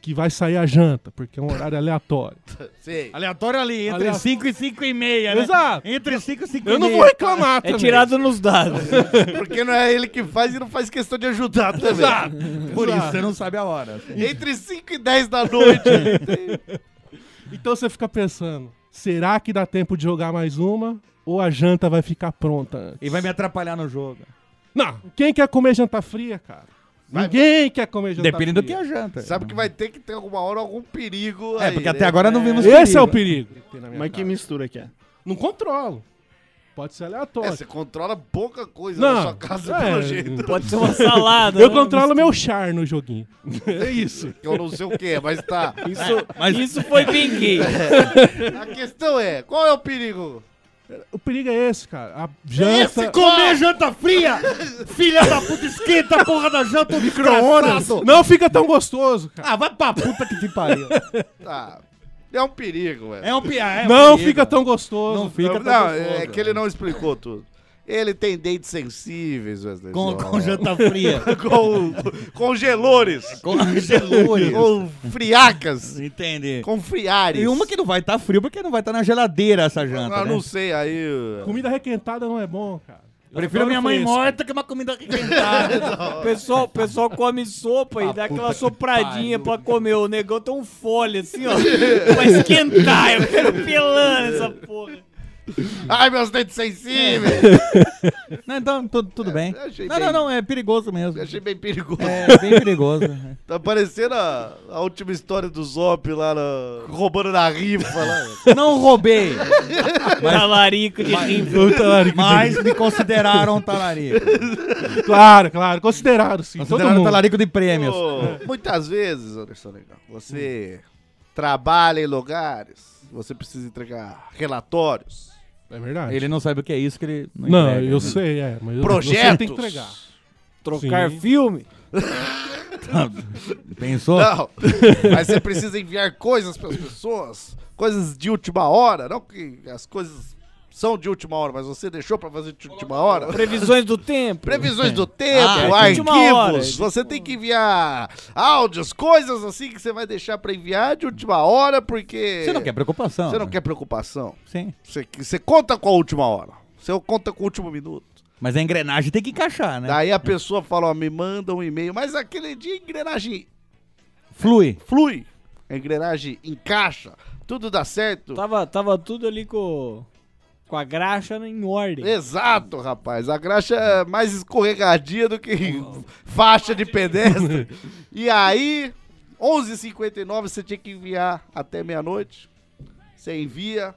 Speaker 9: que vai sair a janta, porque é um horário aleatório.
Speaker 7: Sei.
Speaker 10: Aleatório ali, entre
Speaker 9: Aleatório.
Speaker 10: 5 e 5 e meia, né?
Speaker 9: Exato.
Speaker 10: Entre 5 e 5
Speaker 9: Eu
Speaker 10: e
Speaker 9: não
Speaker 10: meia.
Speaker 9: vou reclamar,
Speaker 4: É
Speaker 9: também.
Speaker 4: tirado nos dados.
Speaker 7: Porque não é ele que faz e não faz questão de ajudar também.
Speaker 10: Por isso, você não sabe a hora. assim.
Speaker 7: Entre 5 e 10 da noite.
Speaker 9: Então você fica pensando, será que dá tempo de jogar mais uma? Ou a janta vai ficar pronta antes?
Speaker 10: E vai me atrapalhar no jogo.
Speaker 9: Não, quem quer comer janta fria, cara? Ninguém quer comer janta
Speaker 10: Depende
Speaker 9: fria.
Speaker 10: do que é a janta.
Speaker 7: Sabe que vai ter que ter alguma hora algum perigo.
Speaker 10: É,
Speaker 7: aí,
Speaker 10: porque
Speaker 7: né?
Speaker 10: até agora não vimos
Speaker 9: Esse é o perigo.
Speaker 11: Mas que mistura que é?
Speaker 9: Não controlo. Pode ser
Speaker 7: É,
Speaker 9: aleatório.
Speaker 7: você controla pouca coisa
Speaker 9: Não,
Speaker 7: na sua casa
Speaker 9: é.
Speaker 7: pelo jeito.
Speaker 4: Pode ser uma salada.
Speaker 9: Eu
Speaker 4: né?
Speaker 9: controlo meu char no joguinho.
Speaker 7: É isso. Que eu não sei o que é, mas tá.
Speaker 4: Isso, isso foi bem gay.
Speaker 7: A questão é, qual é o perigo?
Speaker 9: O perigo é esse, cara. A
Speaker 7: É
Speaker 9: janta...
Speaker 7: esse, comer janta fria! Filha da puta, esquenta a porra da janta, ô
Speaker 9: Micro-ondas.
Speaker 7: desgraçado!
Speaker 9: Não fica tão gostoso, cara.
Speaker 7: Ah, vai pra puta que te pariu. Ah, é um perigo, velho.
Speaker 10: É um pi- ah, é um
Speaker 9: Não
Speaker 7: perigo.
Speaker 9: fica tão gostoso.
Speaker 7: Não fica
Speaker 9: tão
Speaker 7: Não,
Speaker 9: gostoso.
Speaker 7: é que
Speaker 10: né?
Speaker 7: ele não explicou tudo. Ele tem dentes sensíveis, Wesley.
Speaker 9: Com-
Speaker 7: Snipes.
Speaker 9: com janta fria.
Speaker 7: com congelores.
Speaker 10: Congelores.
Speaker 7: com friacas.
Speaker 10: Entende?
Speaker 7: Com friares.
Speaker 10: E uma que não vai estar frio porque não vai estar na geladeira essa janta.
Speaker 7: Eu
Speaker 10: né?
Speaker 7: Ah, não sei, aí... uh,
Speaker 9: Comida requentada não é bom, cara. Eu
Speaker 10: Prefiro
Speaker 9: adoro
Speaker 10: minha mãe
Speaker 9: fresco.
Speaker 10: morta que uma comida requentada.
Speaker 4: O pessoal, o pessoal come sopa
Speaker 9: Ah,
Speaker 4: e dá aquela sopradinha pra comer. O negão tem um folha assim, ó. pra esquentar. Eu quero pelando essa porra.
Speaker 7: Ai, meus dentes sensíveis!
Speaker 10: Não, então, tudo, tudo bem.
Speaker 7: achei
Speaker 10: Não,
Speaker 7: bem-
Speaker 10: não, não, é perigoso mesmo.
Speaker 7: Achei bem perigoso.
Speaker 10: É bem perigoso. né?
Speaker 7: Tá parecendo a, a última história do Zop lá, na- roubando na rifa lá.
Speaker 10: Não roubei,
Speaker 4: Talarico de rim.
Speaker 9: O talarico
Speaker 10: mas me consideraram talarico.
Speaker 9: de- Claro, claro. Considerado, sim. todo
Speaker 10: Consideraram
Speaker 9: mundo.
Speaker 10: talarico de prêmios.
Speaker 7: Ô, muitas vezes, Anderson Negão, você trabalha em lugares, você precisa entregar relatórios,
Speaker 9: É verdade.
Speaker 10: Ele não sabe o que é isso que ele não,
Speaker 9: Não,
Speaker 10: entrega,
Speaker 9: eu
Speaker 10: né?
Speaker 9: sei, é. Mas eu- Você tem que
Speaker 7: projetos.
Speaker 9: entregar.
Speaker 4: Trocar
Speaker 9: Sim.
Speaker 4: filme.
Speaker 10: Pensou?
Speaker 7: Não, mas você precisa enviar coisas para as pessoas, coisas de última hora, não que as coisas são de última hora, mas você deixou para fazer de última hora.
Speaker 4: Previsões do tempo.
Speaker 7: Previsões do tempo,
Speaker 4: Ah, é de última hora.
Speaker 7: arquivos. Você tem que enviar áudios, coisas assim que você vai deixar pra enviar de última hora, porque.
Speaker 10: Você não quer preocupação.
Speaker 7: Você não
Speaker 10: né?
Speaker 7: quer preocupação.
Speaker 10: Sim.
Speaker 7: Você, você conta com a última hora. Você conta com o último minuto.
Speaker 10: Mas a engrenagem tem que encaixar,
Speaker 4: É.
Speaker 10: né?
Speaker 7: Daí a pessoa fala, ó, me manda um e-mail. Mas aquele dia a engrenagem
Speaker 10: Flui.
Speaker 7: flui. A engrenagem encaixa. Tudo dá certo.
Speaker 4: Tava, tava tudo ali com, com a graxa em ordem.
Speaker 7: É, Exato, rapaz. A graxa é mais escorregadia do que faixa de pedestre. E aí, 11h59, você tinha que enviar até meia-noite. Você envia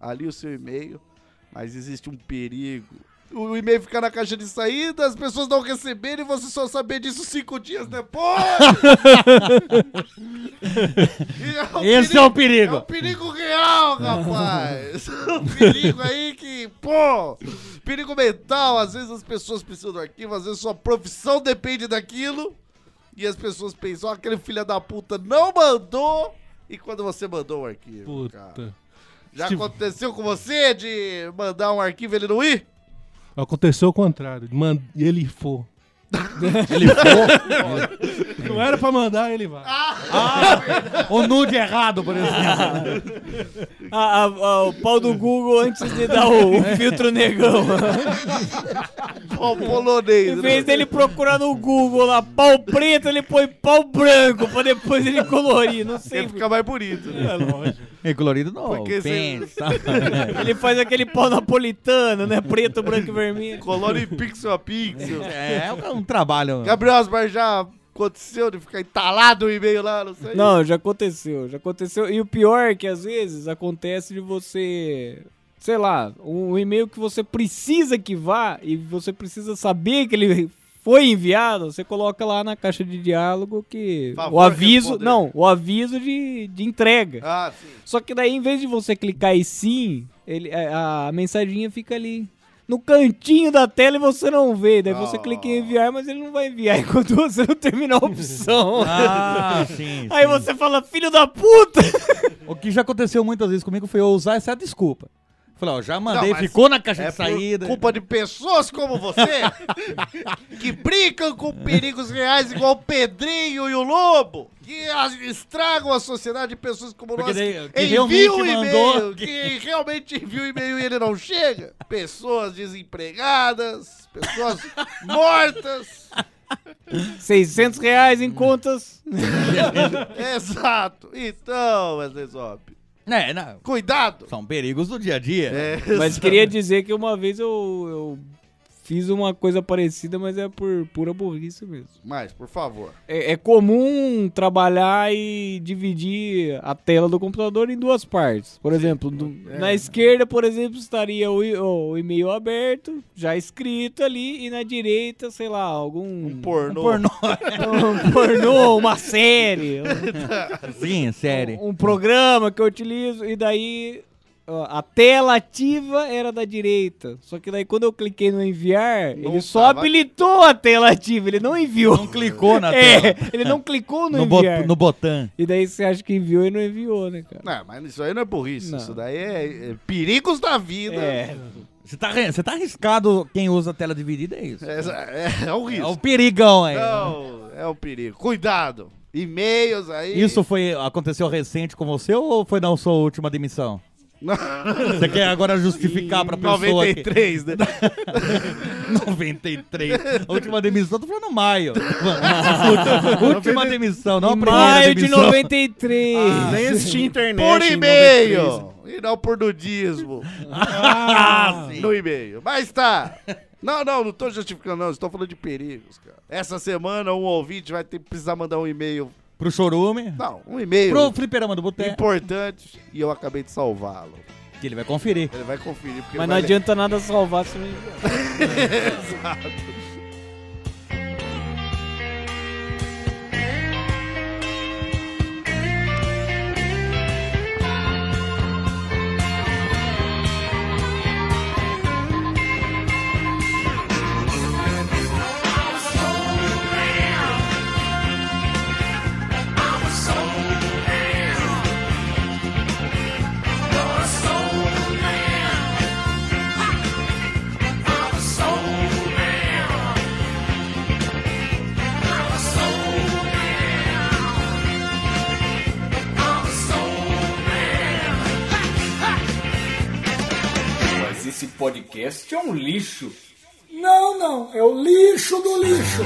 Speaker 7: ali o seu e-mail, mas existe um perigo. O e-mail fica na caixa de saída, as pessoas não receberem e você só saber disso cinco dias depois. E é um
Speaker 10: Esse é o perigo.
Speaker 7: É um perigo real, rapaz. um perigo aí que, pô, perigo mental. Às vezes as pessoas precisam do arquivo, às vezes sua profissão depende daquilo. E as pessoas pensam, ó, aquele filho da puta não mandou. E quando você mandou o arquivo, cara?
Speaker 9: Puta.
Speaker 7: Já
Speaker 9: Se-
Speaker 7: aconteceu com você de mandar um arquivo e ele não ir?
Speaker 9: Aconteceu o contrário. Mand... Ele for. ele for? não era pra mandar, ele vai.
Speaker 10: O nude errado, por exemplo.
Speaker 4: A- a- a- o pau do Google antes de dar o, o filtro negão.
Speaker 7: Pô, polonês.
Speaker 4: Em
Speaker 7: né?
Speaker 4: vez dele procurar no Google lá pau preto, ele põe pau branco pra depois ele colorir. Não sei.
Speaker 7: Porque fica mais bonito, né?
Speaker 10: e colorido não.
Speaker 7: Porque você-
Speaker 10: pensa.
Speaker 4: Ele faz aquele pau napolitano, né? Preto, branco e vermelho.
Speaker 7: Colore pixel a pixel.
Speaker 10: É um trabalho.
Speaker 7: Gabriel Asmar já aconteceu de ficar entalado o e-mail lá, não sei.
Speaker 4: Não, já aconteceu, já aconteceu. E o pior é que às vezes acontece de você, sei lá, um e-mail que você precisa que vá e você precisa saber que ele foi enviado, você coloca lá na caixa de diálogo que
Speaker 7: Favor
Speaker 4: o aviso,
Speaker 7: responder.
Speaker 4: não, o aviso de, de entrega.
Speaker 7: Ah, sim.
Speaker 4: Só que daí em vez de você clicar em sim, ele é, a, a mensaginha fica ali no cantinho da tela e você não vê. Daí você
Speaker 7: Ah.
Speaker 4: clica em enviar, mas ele não vai enviar enquanto você não terminar a opção.
Speaker 10: Ah, sim.
Speaker 4: Aí
Speaker 10: sim.
Speaker 4: você fala, filho da puta!
Speaker 10: O que já aconteceu muitas vezes comigo foi eu usar essa desculpa. Falei, ó, já mandei,
Speaker 7: Não, mas
Speaker 10: ficou na caixa
Speaker 7: É
Speaker 10: de saída.
Speaker 7: por culpa de pessoas como você que brincam com perigos reais igual o Pedrinho e o Lobo, que as- estragam a sociedade de pessoas como
Speaker 10: Porque
Speaker 7: nós
Speaker 10: daí, que
Speaker 7: que
Speaker 10: realmente
Speaker 7: enviam o
Speaker 10: mandou-
Speaker 7: e-mail, que realmente enviam o e-mail e ele não chega. Pessoas desempregadas, pessoas mortas.
Speaker 4: 600 reais em contas.
Speaker 7: Exato. Então, Wesley Zop,
Speaker 10: É, não.
Speaker 7: cuidado.
Speaker 10: São perigos do dia a dia.
Speaker 7: É,
Speaker 4: Mas
Speaker 7: exato.
Speaker 4: queria dizer que uma vez eu, eu fiz uma coisa parecida, mas é por pura burrice mesmo.
Speaker 7: Mas, por favor.
Speaker 4: É, é comum trabalhar e dividir a tela do computador em duas partes. Por exemplo, do- na esquerda, por exemplo, estaria o, e- o e-mail aberto, já escrito ali, e na direita, sei lá, algum
Speaker 7: Um pornô.
Speaker 10: Pornô.
Speaker 4: um pornô, uma série.
Speaker 10: Sim, sério.
Speaker 4: um programa que eu utilizo e daí ó, a tela ativa era da direita. Só que daí quando eu cliquei no enviar, ele só
Speaker 10: tava-
Speaker 4: habilitou a tela ativa, ele não enviou.
Speaker 10: Não clicou na
Speaker 4: É,
Speaker 10: tela.
Speaker 4: ele não clicou no,
Speaker 10: No bot-
Speaker 4: enviar.
Speaker 10: no botão.
Speaker 4: E daí você acha que enviou e não enviou, né, cara?
Speaker 7: Não, mas isso aí não é burrice.
Speaker 4: Não.
Speaker 7: Isso daí é, é perigos da vida.
Speaker 4: É.
Speaker 10: Você tá, arran- você tá arriscado quem usa a tela dividida, é isso.
Speaker 7: Essa- É, é o risco.
Speaker 10: É o perigão aí.
Speaker 7: Não, é o perigo. Cuidado. E-mails aí.
Speaker 10: Isso foi aconteceu recente com você ou foi na sua última demissão? Você quer agora justificar pra pessoa
Speaker 7: 93,
Speaker 10: que...
Speaker 7: né?
Speaker 10: 93. A última demissão, tô falando maio. última demissão, não a primeira demissão.
Speaker 4: 93.
Speaker 10: Ah,
Speaker 11: nem
Speaker 10: existia
Speaker 11: internet
Speaker 7: Por
Speaker 11: em
Speaker 7: e-mail. E não por nudismo.
Speaker 10: Ah, sim.
Speaker 7: no e-mail. Mas tá. Não, não, não tô justificando, não. Estou falando de perigos, cara. Essa semana um ouvinte vai ter que precisar mandar um e-mail.
Speaker 10: Pro Chorume?
Speaker 7: Não, um e-mail.
Speaker 10: Pro é. Fliperama do Boteco.
Speaker 7: Importante. E eu acabei de salvá-lo.
Speaker 10: Que ele vai conferir.
Speaker 7: Ele vai conferir. Porque
Speaker 4: Mas não
Speaker 7: ele vai ler.
Speaker 4: adianta nada salvar se não enviar.
Speaker 7: Exato.
Speaker 2: Mas esse podcast é um lixo.
Speaker 5: Não, não, é o lixo do lixo.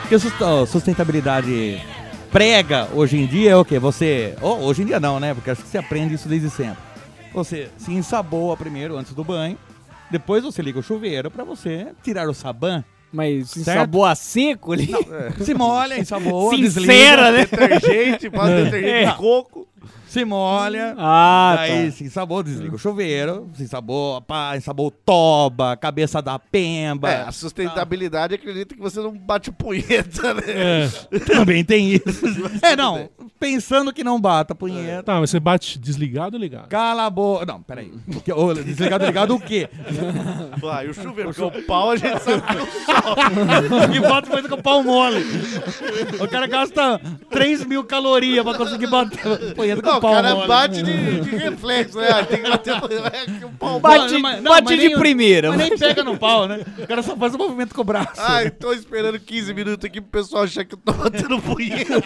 Speaker 10: Porque sust- ó, sustentabilidade prega hoje em dia é o quê? Você. ó, hoje em dia não, né? Porque acho que você aprende isso desde sempre. Você se ensaboa primeiro antes do banho. Depois você liga o chuveiro pra você tirar o sabão.
Speaker 4: Mas se
Speaker 10: é
Speaker 4: ensaboa seco ali?
Speaker 10: Se molha, ensaboa,
Speaker 4: Sincera, né?
Speaker 10: desliga.
Speaker 7: Detergente, faz detergente
Speaker 10: É.
Speaker 7: de coco.
Speaker 10: Se molha.
Speaker 4: Ah,
Speaker 10: aí
Speaker 4: tá.
Speaker 10: se ensabou, desliga o chuveiro. Se ensabou, pá, ensabou toba, cabeça da pemba.
Speaker 7: É, a sustentabilidade acredita que você não bate punheta,
Speaker 9: É.
Speaker 7: né?
Speaker 10: Também tem isso. É, não. Pensando que não bata, punheta.
Speaker 7: É.
Speaker 9: Tá, mas você bate desligado ou ligado?
Speaker 10: Cala a boca. Não, peraí. Que- ô, Desligado, ligado o quê?
Speaker 7: Vai, Ah, o chuveiro com o pau a gente sabe que não
Speaker 10: que bota coisa com o pau mole. O cara gasta 3 mil calorias pra conseguir bater. Põe ele com
Speaker 7: Não,
Speaker 10: o
Speaker 7: o
Speaker 10: pau
Speaker 7: cara
Speaker 10: mole.
Speaker 7: bate de, de reflexo, né? Ah, Tem que bater é que o pau
Speaker 4: Bate,
Speaker 10: mas- não,
Speaker 4: bate
Speaker 10: mas
Speaker 4: de
Speaker 10: nem-
Speaker 4: primeira.
Speaker 10: Mas nem pega no pau, né? O cara só faz o movimento com o braço.
Speaker 7: Ai, tô esperando 15 minutos aqui pro pessoal achar que eu tô batendo punheta.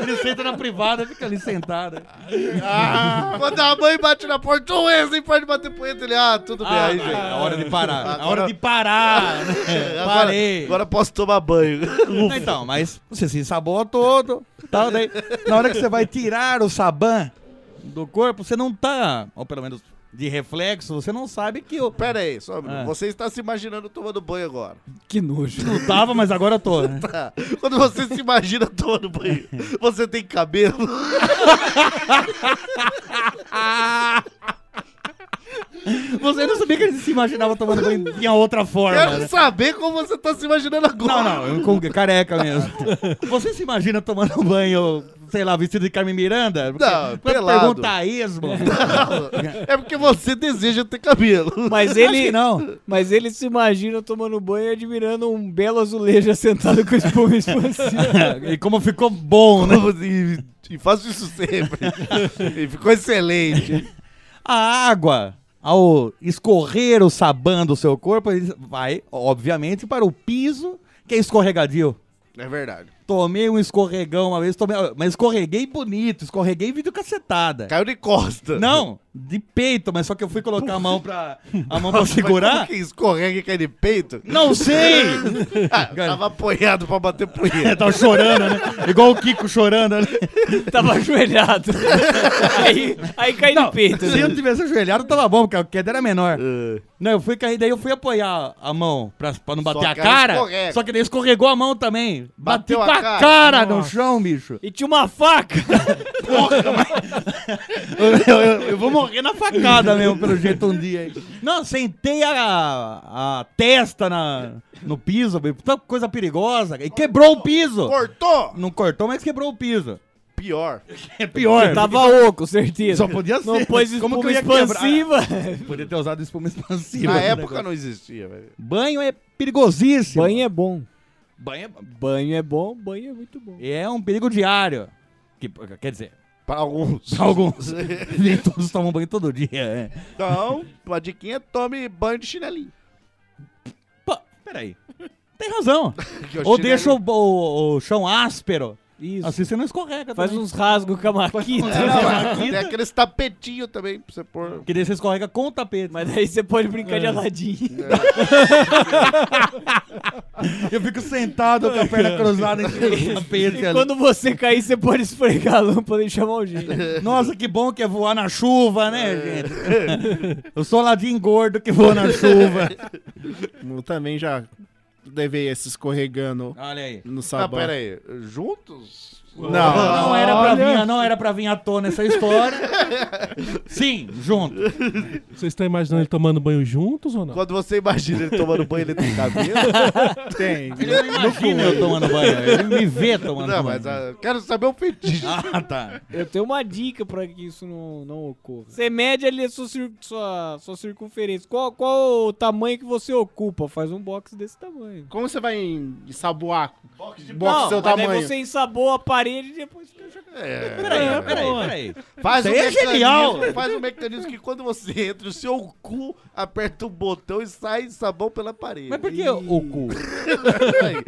Speaker 10: Ele senta na privada, fica ali sentado.
Speaker 7: É, Quando a mãe bate na porta, ô Wesley, pode bater punheta. Ele, ah, tudo bem. aí, gente.
Speaker 10: É hora de parar.
Speaker 7: Agora-
Speaker 10: A hora de parar. né?
Speaker 7: Agora-
Speaker 10: Parei.
Speaker 7: Agora posso tomar banho.
Speaker 10: Não, Então, mas você se ensaboa todo. Tal, daí, na hora que você vai tirar o sabão do corpo, você não tá, ou pelo menos de reflexo, você não sabe que eu
Speaker 7: Pera aí, só um minuto.
Speaker 10: Ah.
Speaker 7: Você está se imaginando tomando banho agora.
Speaker 4: Que nojo.
Speaker 10: não tava, mas agora eu tô. né?
Speaker 7: Tá. Quando você se imagina tomando banho, você tem cabelo?
Speaker 10: Você não sabia que ele se imaginava tomando banho de uma outra forma.
Speaker 7: Quero
Speaker 10: né?
Speaker 7: saber como você tá se imaginando agora.
Speaker 10: Não, não, eu com careca mesmo. Você se imagina tomando um banho, sei lá, vestido de Carmen Miranda? Porque
Speaker 7: Não,
Speaker 10: quando
Speaker 7: pelado.
Speaker 10: pergunta a esmo.
Speaker 7: É porque você deseja ter cabelo.
Speaker 4: Mas
Speaker 10: Acho que
Speaker 4: ele,
Speaker 10: não.
Speaker 4: mas ele se imagina tomando banho e admirando um belo azulejo assentado com espuma expansiva.
Speaker 10: e como ficou bom, né?
Speaker 7: E, e faço isso sempre. e ficou excelente.
Speaker 10: A água ao escorrer o sabão do seu corpo, ele vai, obviamente, para o piso que é escorregadio.
Speaker 7: É verdade.
Speaker 10: Tomei um escorregão uma vez, tomei, mas escorreguei bonito, escorreguei vídeo cacetada.
Speaker 7: Caiu de costa.
Speaker 10: Não, de peito, mas só que eu fui colocar a mão pra, a mão pra
Speaker 7: Nossa, mas como
Speaker 10: segurar.
Speaker 7: que escorrega e cai de peito?
Speaker 10: Não sei!
Speaker 7: Ah, tava apoiado pra bater punheta.
Speaker 10: Tava chorando, né? Igual o Kiko chorando ali.
Speaker 3: Tava ajoelhado. Aí, aí cai no peito.
Speaker 10: Se eu
Speaker 3: Né?
Speaker 10: tivesse ajoelhado, tava bom, porque a queda era menor.
Speaker 7: É.
Speaker 10: Não, eu fui cair, daí eu fui apoiar a mão pra, pra não bater
Speaker 7: que
Speaker 10: a
Speaker 7: aí
Speaker 10: cara.
Speaker 7: escorrega.
Speaker 10: Só que daí escorregou a mão também. Bati
Speaker 7: Bateu
Speaker 10: com
Speaker 7: a
Speaker 10: a
Speaker 7: cara.
Speaker 10: cara no
Speaker 9: Nossa.
Speaker 10: chão, bicho.
Speaker 3: E tinha uma faca.
Speaker 10: Eu, eu- eu vou morrer na facada mesmo, pelo jeito, um dia. aí. Não, sentei a, a testa na, no piso, bicho. Puta coisa perigosa. E quebrou o piso.
Speaker 7: Cortou!
Speaker 10: Não cortou, mas quebrou o piso.
Speaker 7: Pior.
Speaker 10: É pior.
Speaker 3: Você tava oco, certeza.
Speaker 10: Só podia ser.
Speaker 3: Não pôs
Speaker 10: Como que
Speaker 3: espuma
Speaker 10: eu ia quebrar?
Speaker 3: expansiva.
Speaker 10: Podia ter usado espuma expansiva.
Speaker 7: Na
Speaker 10: no
Speaker 7: época
Speaker 10: negócio.
Speaker 7: não existia, velho.
Speaker 10: Banho é perigosíssimo.
Speaker 4: Banho é bom.
Speaker 10: Banho é
Speaker 4: Banho é bom, banho é muito bom.
Speaker 10: É um perigo diário. Que, quer dizer,
Speaker 7: Pra alguns.
Speaker 10: alguns. Nem todos tomam banho todo dia. É.
Speaker 7: Então, a diquinha é tome banho de chinelinho.
Speaker 10: Pô, peraí. Tem razão.
Speaker 7: Porque o
Speaker 10: Ou
Speaker 7: chinelo-
Speaker 10: deixa o, o- o chão áspero.
Speaker 4: Isso.
Speaker 10: Assim você não escorrega.
Speaker 4: Faz
Speaker 10: também.
Speaker 4: uns rasgos com a maquita.
Speaker 7: Não, mas tem aqueles tapetinhos também pra você pôr.
Speaker 10: Que daí você escorrega com o tapete. É.
Speaker 4: Mas daí você pode brincar de Aladim.
Speaker 10: Eu fico sentado com a perna cruzada em cima do tapete ali.
Speaker 4: Quando você cair, você pode esfregar a lâmpada e chamar o gênio.
Speaker 10: Nossa, que bom que é voar na chuva, né,
Speaker 7: É.
Speaker 10: gente? Eu sou ladinho gordo que voa na chuva.
Speaker 11: Eu também já levei esse escorregando
Speaker 10: Olha aí.
Speaker 11: no
Speaker 7: Ah,
Speaker 11: sabão.
Speaker 7: pera aí. Juntos?
Speaker 11: Não,
Speaker 10: Não era, pra vir, não era pra vir à tona essa história. Sim, junto.
Speaker 9: Vocês estão imaginando ele tomando banho juntos ou não?
Speaker 7: Quando você imagina ele tomando banho, ele tem cabelo.
Speaker 11: tem.
Speaker 10: Ele não imagina eu tomando banho. Ele me vê tomando
Speaker 7: Não,
Speaker 10: banho.
Speaker 7: mas ah, quero saber o fetiche.
Speaker 10: Ah, tá.
Speaker 4: Eu tenho uma dica pra que isso não, não ocorra. Você mede ali a sua, cir- sua, sua circunferência. Qual, qual o tamanho que você ocupa? Faz um box desse tamanho.
Speaker 11: Como você vai em ensaboar box do
Speaker 4: não,
Speaker 11: seu
Speaker 4: mas daí
Speaker 11: tamanho?
Speaker 4: você ensabou a parede e depois fica jogando.
Speaker 7: É.
Speaker 10: Peraí, peraí, peraí.
Speaker 7: Faz um
Speaker 10: Isso aí é
Speaker 7: mecanismo-
Speaker 10: genial.
Speaker 7: Faz um mecanismo que quando você entra, o seu cu aperta um botão e sai sabão pela parede.
Speaker 10: Mas por que o cu?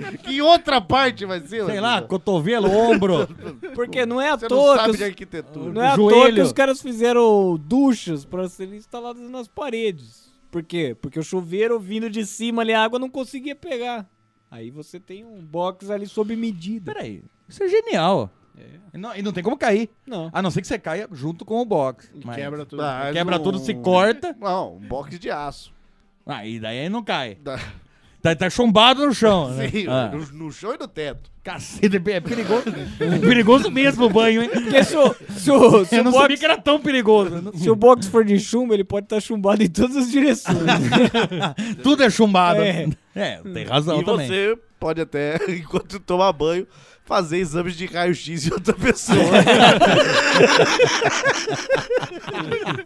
Speaker 7: Aí, que outra parte vai ser?
Speaker 10: Sei
Speaker 7: Rodrigo?
Speaker 10: lá, cotovelo, ombro.
Speaker 4: Porque não é à
Speaker 7: Você não
Speaker 4: toa que
Speaker 7: sabe
Speaker 4: os,
Speaker 7: de arquitetura.
Speaker 4: não é à
Speaker 10: joelho.
Speaker 4: toa que os caras fizeram duchas pra serem instaladas nas paredes. Por quê? Porque o chuveiro vindo de cima ali, a água não conseguia pegar. Aí você tem um box ali sob medida.
Speaker 10: Peraí. Isso é genial. E não, e não tem como cair.
Speaker 4: Não.
Speaker 10: A não ser que você caia junto com o box. Mas
Speaker 11: Quebra tudo.
Speaker 7: Mas
Speaker 10: quebra
Speaker 7: um-
Speaker 10: tudo, se corta.
Speaker 7: Não, um box de aço.
Speaker 10: Aí daí não cai.
Speaker 7: Da-
Speaker 10: Tá, tá chumbado no chão, né?
Speaker 7: Sim,
Speaker 10: Ah.
Speaker 7: no, no chão e no teto.
Speaker 10: Cacete, é perigoso. É perigoso mesmo o banho, hein?
Speaker 4: Porque se o, se o, se
Speaker 10: Eu
Speaker 4: o
Speaker 10: não
Speaker 4: box
Speaker 10: sabia que era tão perigoso.
Speaker 4: Se o box for de chumbo, ele pode estar chumbado em todas as direções.
Speaker 10: Tudo é chumbado.
Speaker 4: É.
Speaker 10: É, tem razão
Speaker 7: e
Speaker 10: também.
Speaker 7: você pode até, enquanto toma banho, fazer exames de raio-x em outra pessoa.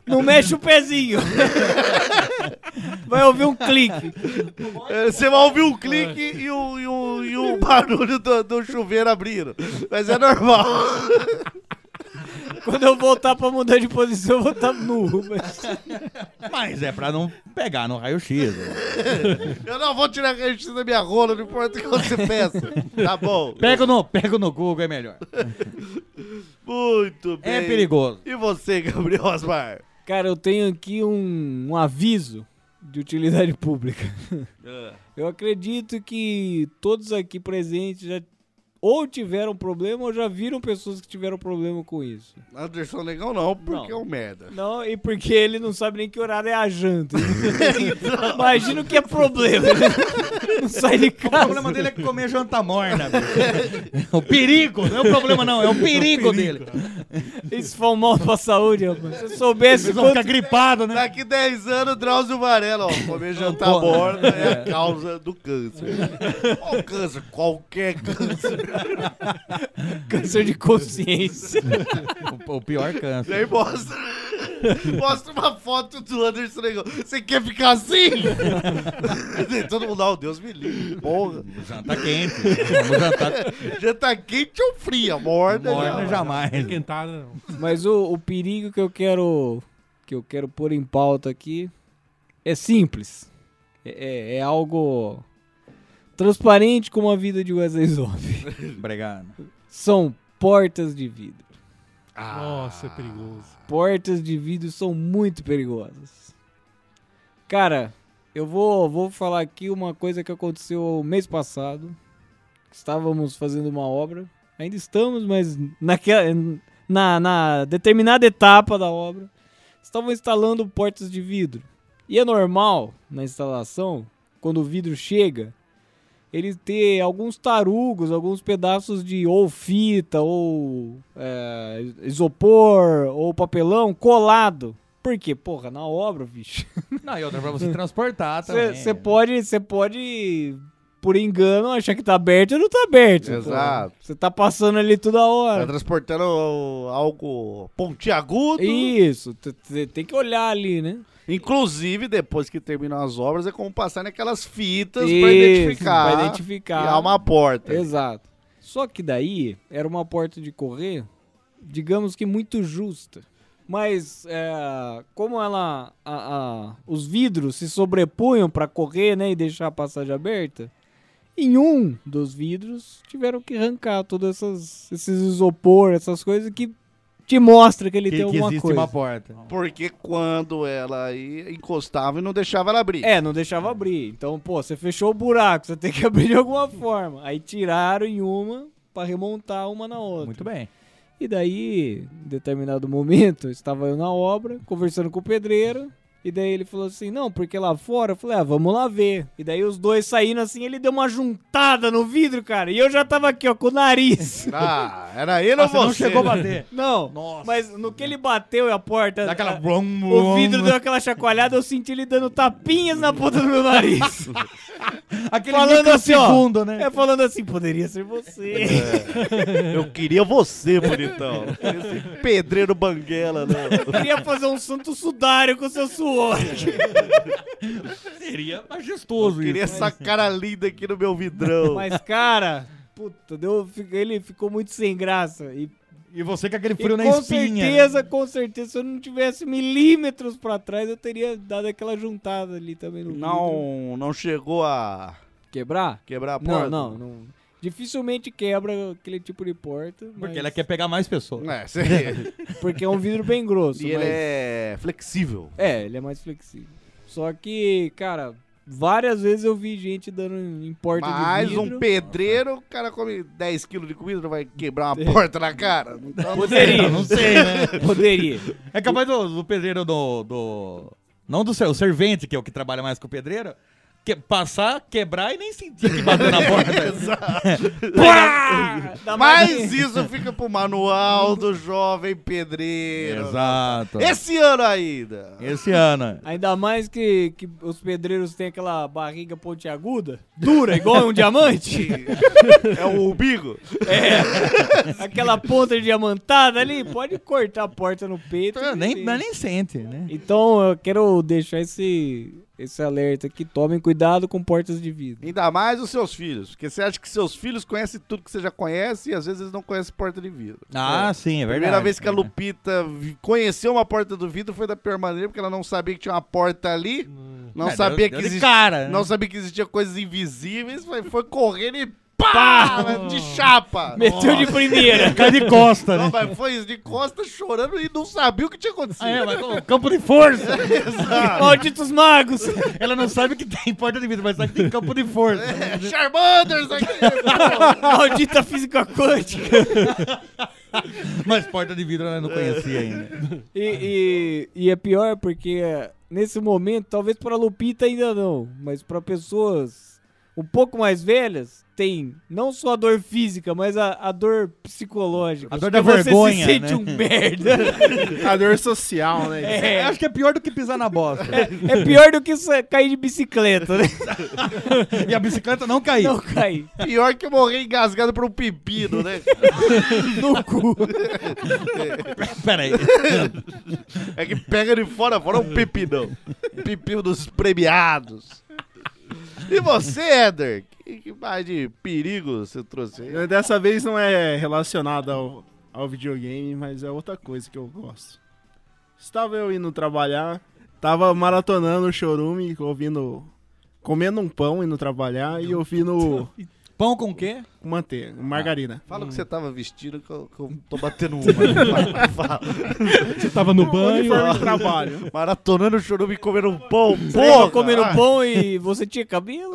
Speaker 4: não mexe o pezinho. Vai ouvir um clique.
Speaker 7: É, Você vai ouvir um clique e o, e o, e o barulho do, do chuveiro abrindo. Mas é normal.
Speaker 4: Quando eu voltar pra mudar de posição, eu vou estar nu. Mas...
Speaker 10: Mas é pra não pegar no raio-x. né?
Speaker 7: Eu não vou tirar raio-x da minha rola, não importa o que você peça. Tá bom.
Speaker 10: Pega no, pega no Google, é melhor.
Speaker 7: Muito bem.
Speaker 10: É perigoso.
Speaker 7: E você, Gabriel Osmar?
Speaker 4: Cara, eu tenho aqui um, um aviso de utilidade pública. Eu acredito que todos aqui presentes já ou tiveram problema ou já viram pessoas que tiveram problema com isso.
Speaker 7: Anderson Legal não, porque é um merda.
Speaker 4: Não, e porque ele não sabe nem que horário é a janta. Imagina o que é problema. Ele não sai de
Speaker 10: O
Speaker 4: casa.
Speaker 10: problema dele é que comer janta morna. bicho. o perigo, não é o problema não, é o perigo dele. um
Speaker 4: Isso foi mal pra saúde, rapaz. Se eu soubesse
Speaker 10: Vocês vão ficar
Speaker 4: quanto...
Speaker 10: gripados, né?
Speaker 7: Daqui 10 anos, Drauzio Varela, ó, comer jantar
Speaker 10: Pô.
Speaker 7: borda é a causa do câncer. Qual câncer? Qualquer câncer.
Speaker 4: câncer de consciência.
Speaker 10: O, o pior
Speaker 7: E
Speaker 10: câncer.
Speaker 7: aí mostra, mostra uma foto do Anderson Negão. Você quer ficar assim? Todo mundo, não, Deus me livre, porra.
Speaker 10: Janta quente. Vamos jantar
Speaker 7: Janta quente ou fria? Morna, né?
Speaker 10: morna
Speaker 7: já.
Speaker 10: jamais.
Speaker 9: Esquentada não.
Speaker 4: Mas o, o perigo que eu quero que eu quero pôr em pauta aqui é simples. É, é- é algo transparente como a vida de Wesley Zop.
Speaker 10: Obrigado.
Speaker 4: São portas de vidro.
Speaker 9: Nossa, é perigoso.
Speaker 4: Portas de vidro são muito perigosas. Cara, eu vou, vou falar aqui uma coisa que aconteceu mês passado. Estávamos fazendo uma obra. Ainda estamos, mas naquela, na, na determinada etapa da obra. Estavam instalando portas de vidro. E é normal, na instalação, quando o vidro chega, ele ter alguns tarugos, alguns pedaços de ou fita, ou é, isopor, ou papelão colado. Por quê? Porra, na obra, bicho.
Speaker 10: Não, e outra pra você transportar também.
Speaker 4: Você
Speaker 7: né?
Speaker 4: pode, você pode, por engano, achar que tá aberto e não tá aberto.
Speaker 7: Exato.
Speaker 4: Você tá passando ali toda
Speaker 7: Tá
Speaker 4: hora.
Speaker 7: transportando algo pontiagudo.
Speaker 4: Isso, você tem que olhar ali, né?
Speaker 7: Inclusive, depois que terminam as obras, é como passar naquelas fitas
Speaker 4: Isso,
Speaker 7: Então, pra identificar.
Speaker 4: pra identificar.
Speaker 7: E há
Speaker 10: Tá
Speaker 7: uma porta.
Speaker 4: Exato. Só que daí era uma porta de correr, digamos que muito justa. Mas é, como ela, a- a- os vidros se sobrepunham para correr, né, e deixar a passagem aberta, em um dos vidros tiveram que arrancar todos essas, esses isopor, essas coisas que te mostra que ele
Speaker 10: Que,
Speaker 4: tem
Speaker 10: que
Speaker 4: alguma
Speaker 10: existe
Speaker 4: coisa.
Speaker 10: uma porta.
Speaker 7: Porque quando ela ia, encostava e não deixava ela abrir.
Speaker 4: É, não deixava abrir. Então, pô, você fechou o buraco, você tem que abrir de alguma forma. Aí tiraram em uma pra remontar uma na outra.
Speaker 10: Muito bem.
Speaker 4: E daí, em determinado momento, eu estava eu na obra, conversando com o pedreiro. E daí ele falou assim: não, porque lá fora. Eu falei: ah, vamos lá ver. E daí os dois saindo assim, ele deu uma juntada no vidro, cara. E eu já tava aqui, ó, com o nariz.
Speaker 7: Ah, era ele ou
Speaker 10: Ah, você não
Speaker 7: você?
Speaker 10: chegou a bater.
Speaker 4: Não,
Speaker 10: Nossa.
Speaker 4: mas no que ele bateu e a porta.
Speaker 10: Dá aquela
Speaker 4: a-
Speaker 10: brum, brum.
Speaker 4: o vidro deu aquela chacoalhada, eu senti ele dando tapinhas na ponta do meu nariz.
Speaker 10: Aquele
Speaker 4: falando assim, ó.
Speaker 10: microsegundo, né?
Speaker 4: É falando assim, poderia ser você.
Speaker 7: Eu queria você, bonitão. Esse pedreiro banguela, né?
Speaker 4: Queria fazer um santo sudário com seu suor.
Speaker 10: Seria é majestoso
Speaker 7: Queria
Speaker 10: isso. né?
Speaker 7: essa cara linda aqui no meu vidrão.
Speaker 4: Mas, cara, puta, deu, ele ficou muito sem graça. E,
Speaker 10: E você com aquele
Speaker 4: e
Speaker 10: frio na
Speaker 4: com
Speaker 10: espinha. né?
Speaker 4: certeza, com certeza, se eu não tivesse milímetros pra trás, eu teria dado aquela juntada ali também no vidro.
Speaker 7: Não, não chegou a
Speaker 4: Quebrar?
Speaker 7: quebrar a porta.
Speaker 4: Não, não, não. Dificilmente quebra aquele tipo de porta.
Speaker 10: Porque
Speaker 4: mas-
Speaker 10: ela é quer pegar mais pessoas.
Speaker 7: É, você-
Speaker 4: porque é um vidro bem grosso.
Speaker 7: e ele
Speaker 4: mas-
Speaker 7: é flexível.
Speaker 4: É, ele é mais flexível. Só que, cara, várias vezes eu vi gente dando em porta
Speaker 7: Mais
Speaker 4: de vidro.
Speaker 7: um pedreiro, o cara come 10 quilos de comida, não vai quebrar uma porta na cara. Então,
Speaker 4: Poderia.
Speaker 10: Não sei, né?
Speaker 4: Poderia.
Speaker 10: É capaz do, do pedreiro do, do. Não do seu, o servente, que é o que trabalha mais com o pedreiro. Que, passar, quebrar e nem sentir que bateu na porta.
Speaker 4: Dá mais-
Speaker 7: Mas isso fica pro manual do jovem pedreiro.
Speaker 10: Exato.
Speaker 7: Esse ano ainda.
Speaker 10: Esse ano.
Speaker 4: Ainda mais que, que os pedreiros têm aquela barriga pontiaguda, dura, igual um diamante.
Speaker 7: É o umbigo.
Speaker 4: aquela ponta diamantada ali, pode cortar a porta no peito.
Speaker 10: Então,
Speaker 4: que
Speaker 10: Nem,
Speaker 4: tem.
Speaker 7: é
Speaker 10: mas nem sente, né?
Speaker 4: Então eu quero deixar esse, esse alerta aqui. Tomem cuidado com portas de vidro.
Speaker 7: Ainda mais os seus filhos. Porque você acha que seus filhos conhecem tudo que você já conhece e às vezes eles não conhecem porta de vidro.
Speaker 10: Ah, sim, é
Speaker 7: A
Speaker 10: verdade.
Speaker 7: primeira vez que a Lupita vi- conheceu uma porta do vidro foi da pior maneira, porque ela não sabia que tinha uma porta ali, não
Speaker 11: Hum.
Speaker 10: É, deu-
Speaker 7: sabia
Speaker 10: deu
Speaker 7: que
Speaker 10: de
Speaker 7: existia.
Speaker 10: cara, né?
Speaker 7: Não sabia que existia coisas invisíveis, foi, foi correndo e pá! né, De chapa!
Speaker 4: Meteu Então, de primeira.
Speaker 10: É, Cai de costa,
Speaker 7: Não,
Speaker 10: né?
Speaker 7: mas foi de costas chorando e não sabia o que tinha
Speaker 10: Ah, é,
Speaker 7: acontecido.
Speaker 10: mas com- campo de força.
Speaker 7: Exato.
Speaker 4: Malditos magos!
Speaker 10: Ela não sabe que tem porta de vidro, mas sabe que tem campo de força.
Speaker 7: É, Charmanders aqui!
Speaker 4: Maldita física quântica!
Speaker 10: Mas porta de vidro ela não conhecia ainda.
Speaker 4: E, e- e é pior porque é, nesse momento, talvez pra Lupita ainda não, mas pra pessoas um pouco mais velhas, tem não só a dor física, mas a, a dor psicológica.
Speaker 10: A dor da
Speaker 4: Porque
Speaker 10: vergonha,
Speaker 4: Você se sente
Speaker 10: né?
Speaker 4: um merda.
Speaker 11: A dor social, né?
Speaker 10: É, acho que é pior do que pisar na bosta.
Speaker 4: É pior do que sa- cair de bicicleta, né?
Speaker 10: E a bicicleta não caiu.
Speaker 4: Não cair.
Speaker 7: Pior que morrer engasgado por um pepino, né?
Speaker 4: No cu.
Speaker 10: Pera aí.
Speaker 7: É que pega de fora, fora é um pepinão. Pepino dos premiados. E você, Éder? Que, que mais de perigo você trouxe aí?
Speaker 11: Dessa vez não é relacionado ao, ao videogame, mas é outra coisa que eu gosto. Estava eu indo trabalhar, tava maratonando o chorume, ouvindo. comendo um pão indo trabalhar e ouvindo.
Speaker 10: Pão com o quê?
Speaker 11: Com manteiga, margarina.
Speaker 7: Fala o que você tava vestindo que eu, que eu tô batendo uma. Fala.
Speaker 9: Você tava no banho.
Speaker 7: Uniforme de trabalho. Maratonando o chorume e comendo um pão.
Speaker 4: Pô,
Speaker 7: Porra!
Speaker 4: comendo
Speaker 7: Ah,
Speaker 4: pão e você tinha cabelo?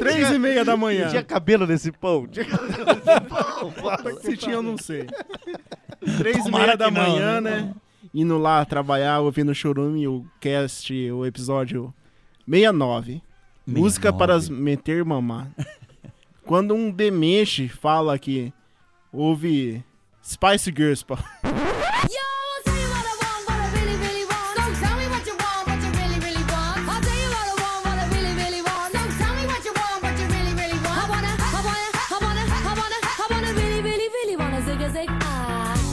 Speaker 11: Três e meia da manhã.
Speaker 7: Tinha cabelo nesse pão? Tinha cabelo nesse pão?
Speaker 10: é
Speaker 7: Fala.
Speaker 11: Se tinha, eu não sei. Três e
Speaker 10: Tomara
Speaker 11: meia da
Speaker 10: que não,
Speaker 11: manhã, né? Indo lá trabalhar, ouvindo o chorume, o cast, o episódio 69. Música para as meter mamar. Quando um demente fala que houve Spice Girls, pô.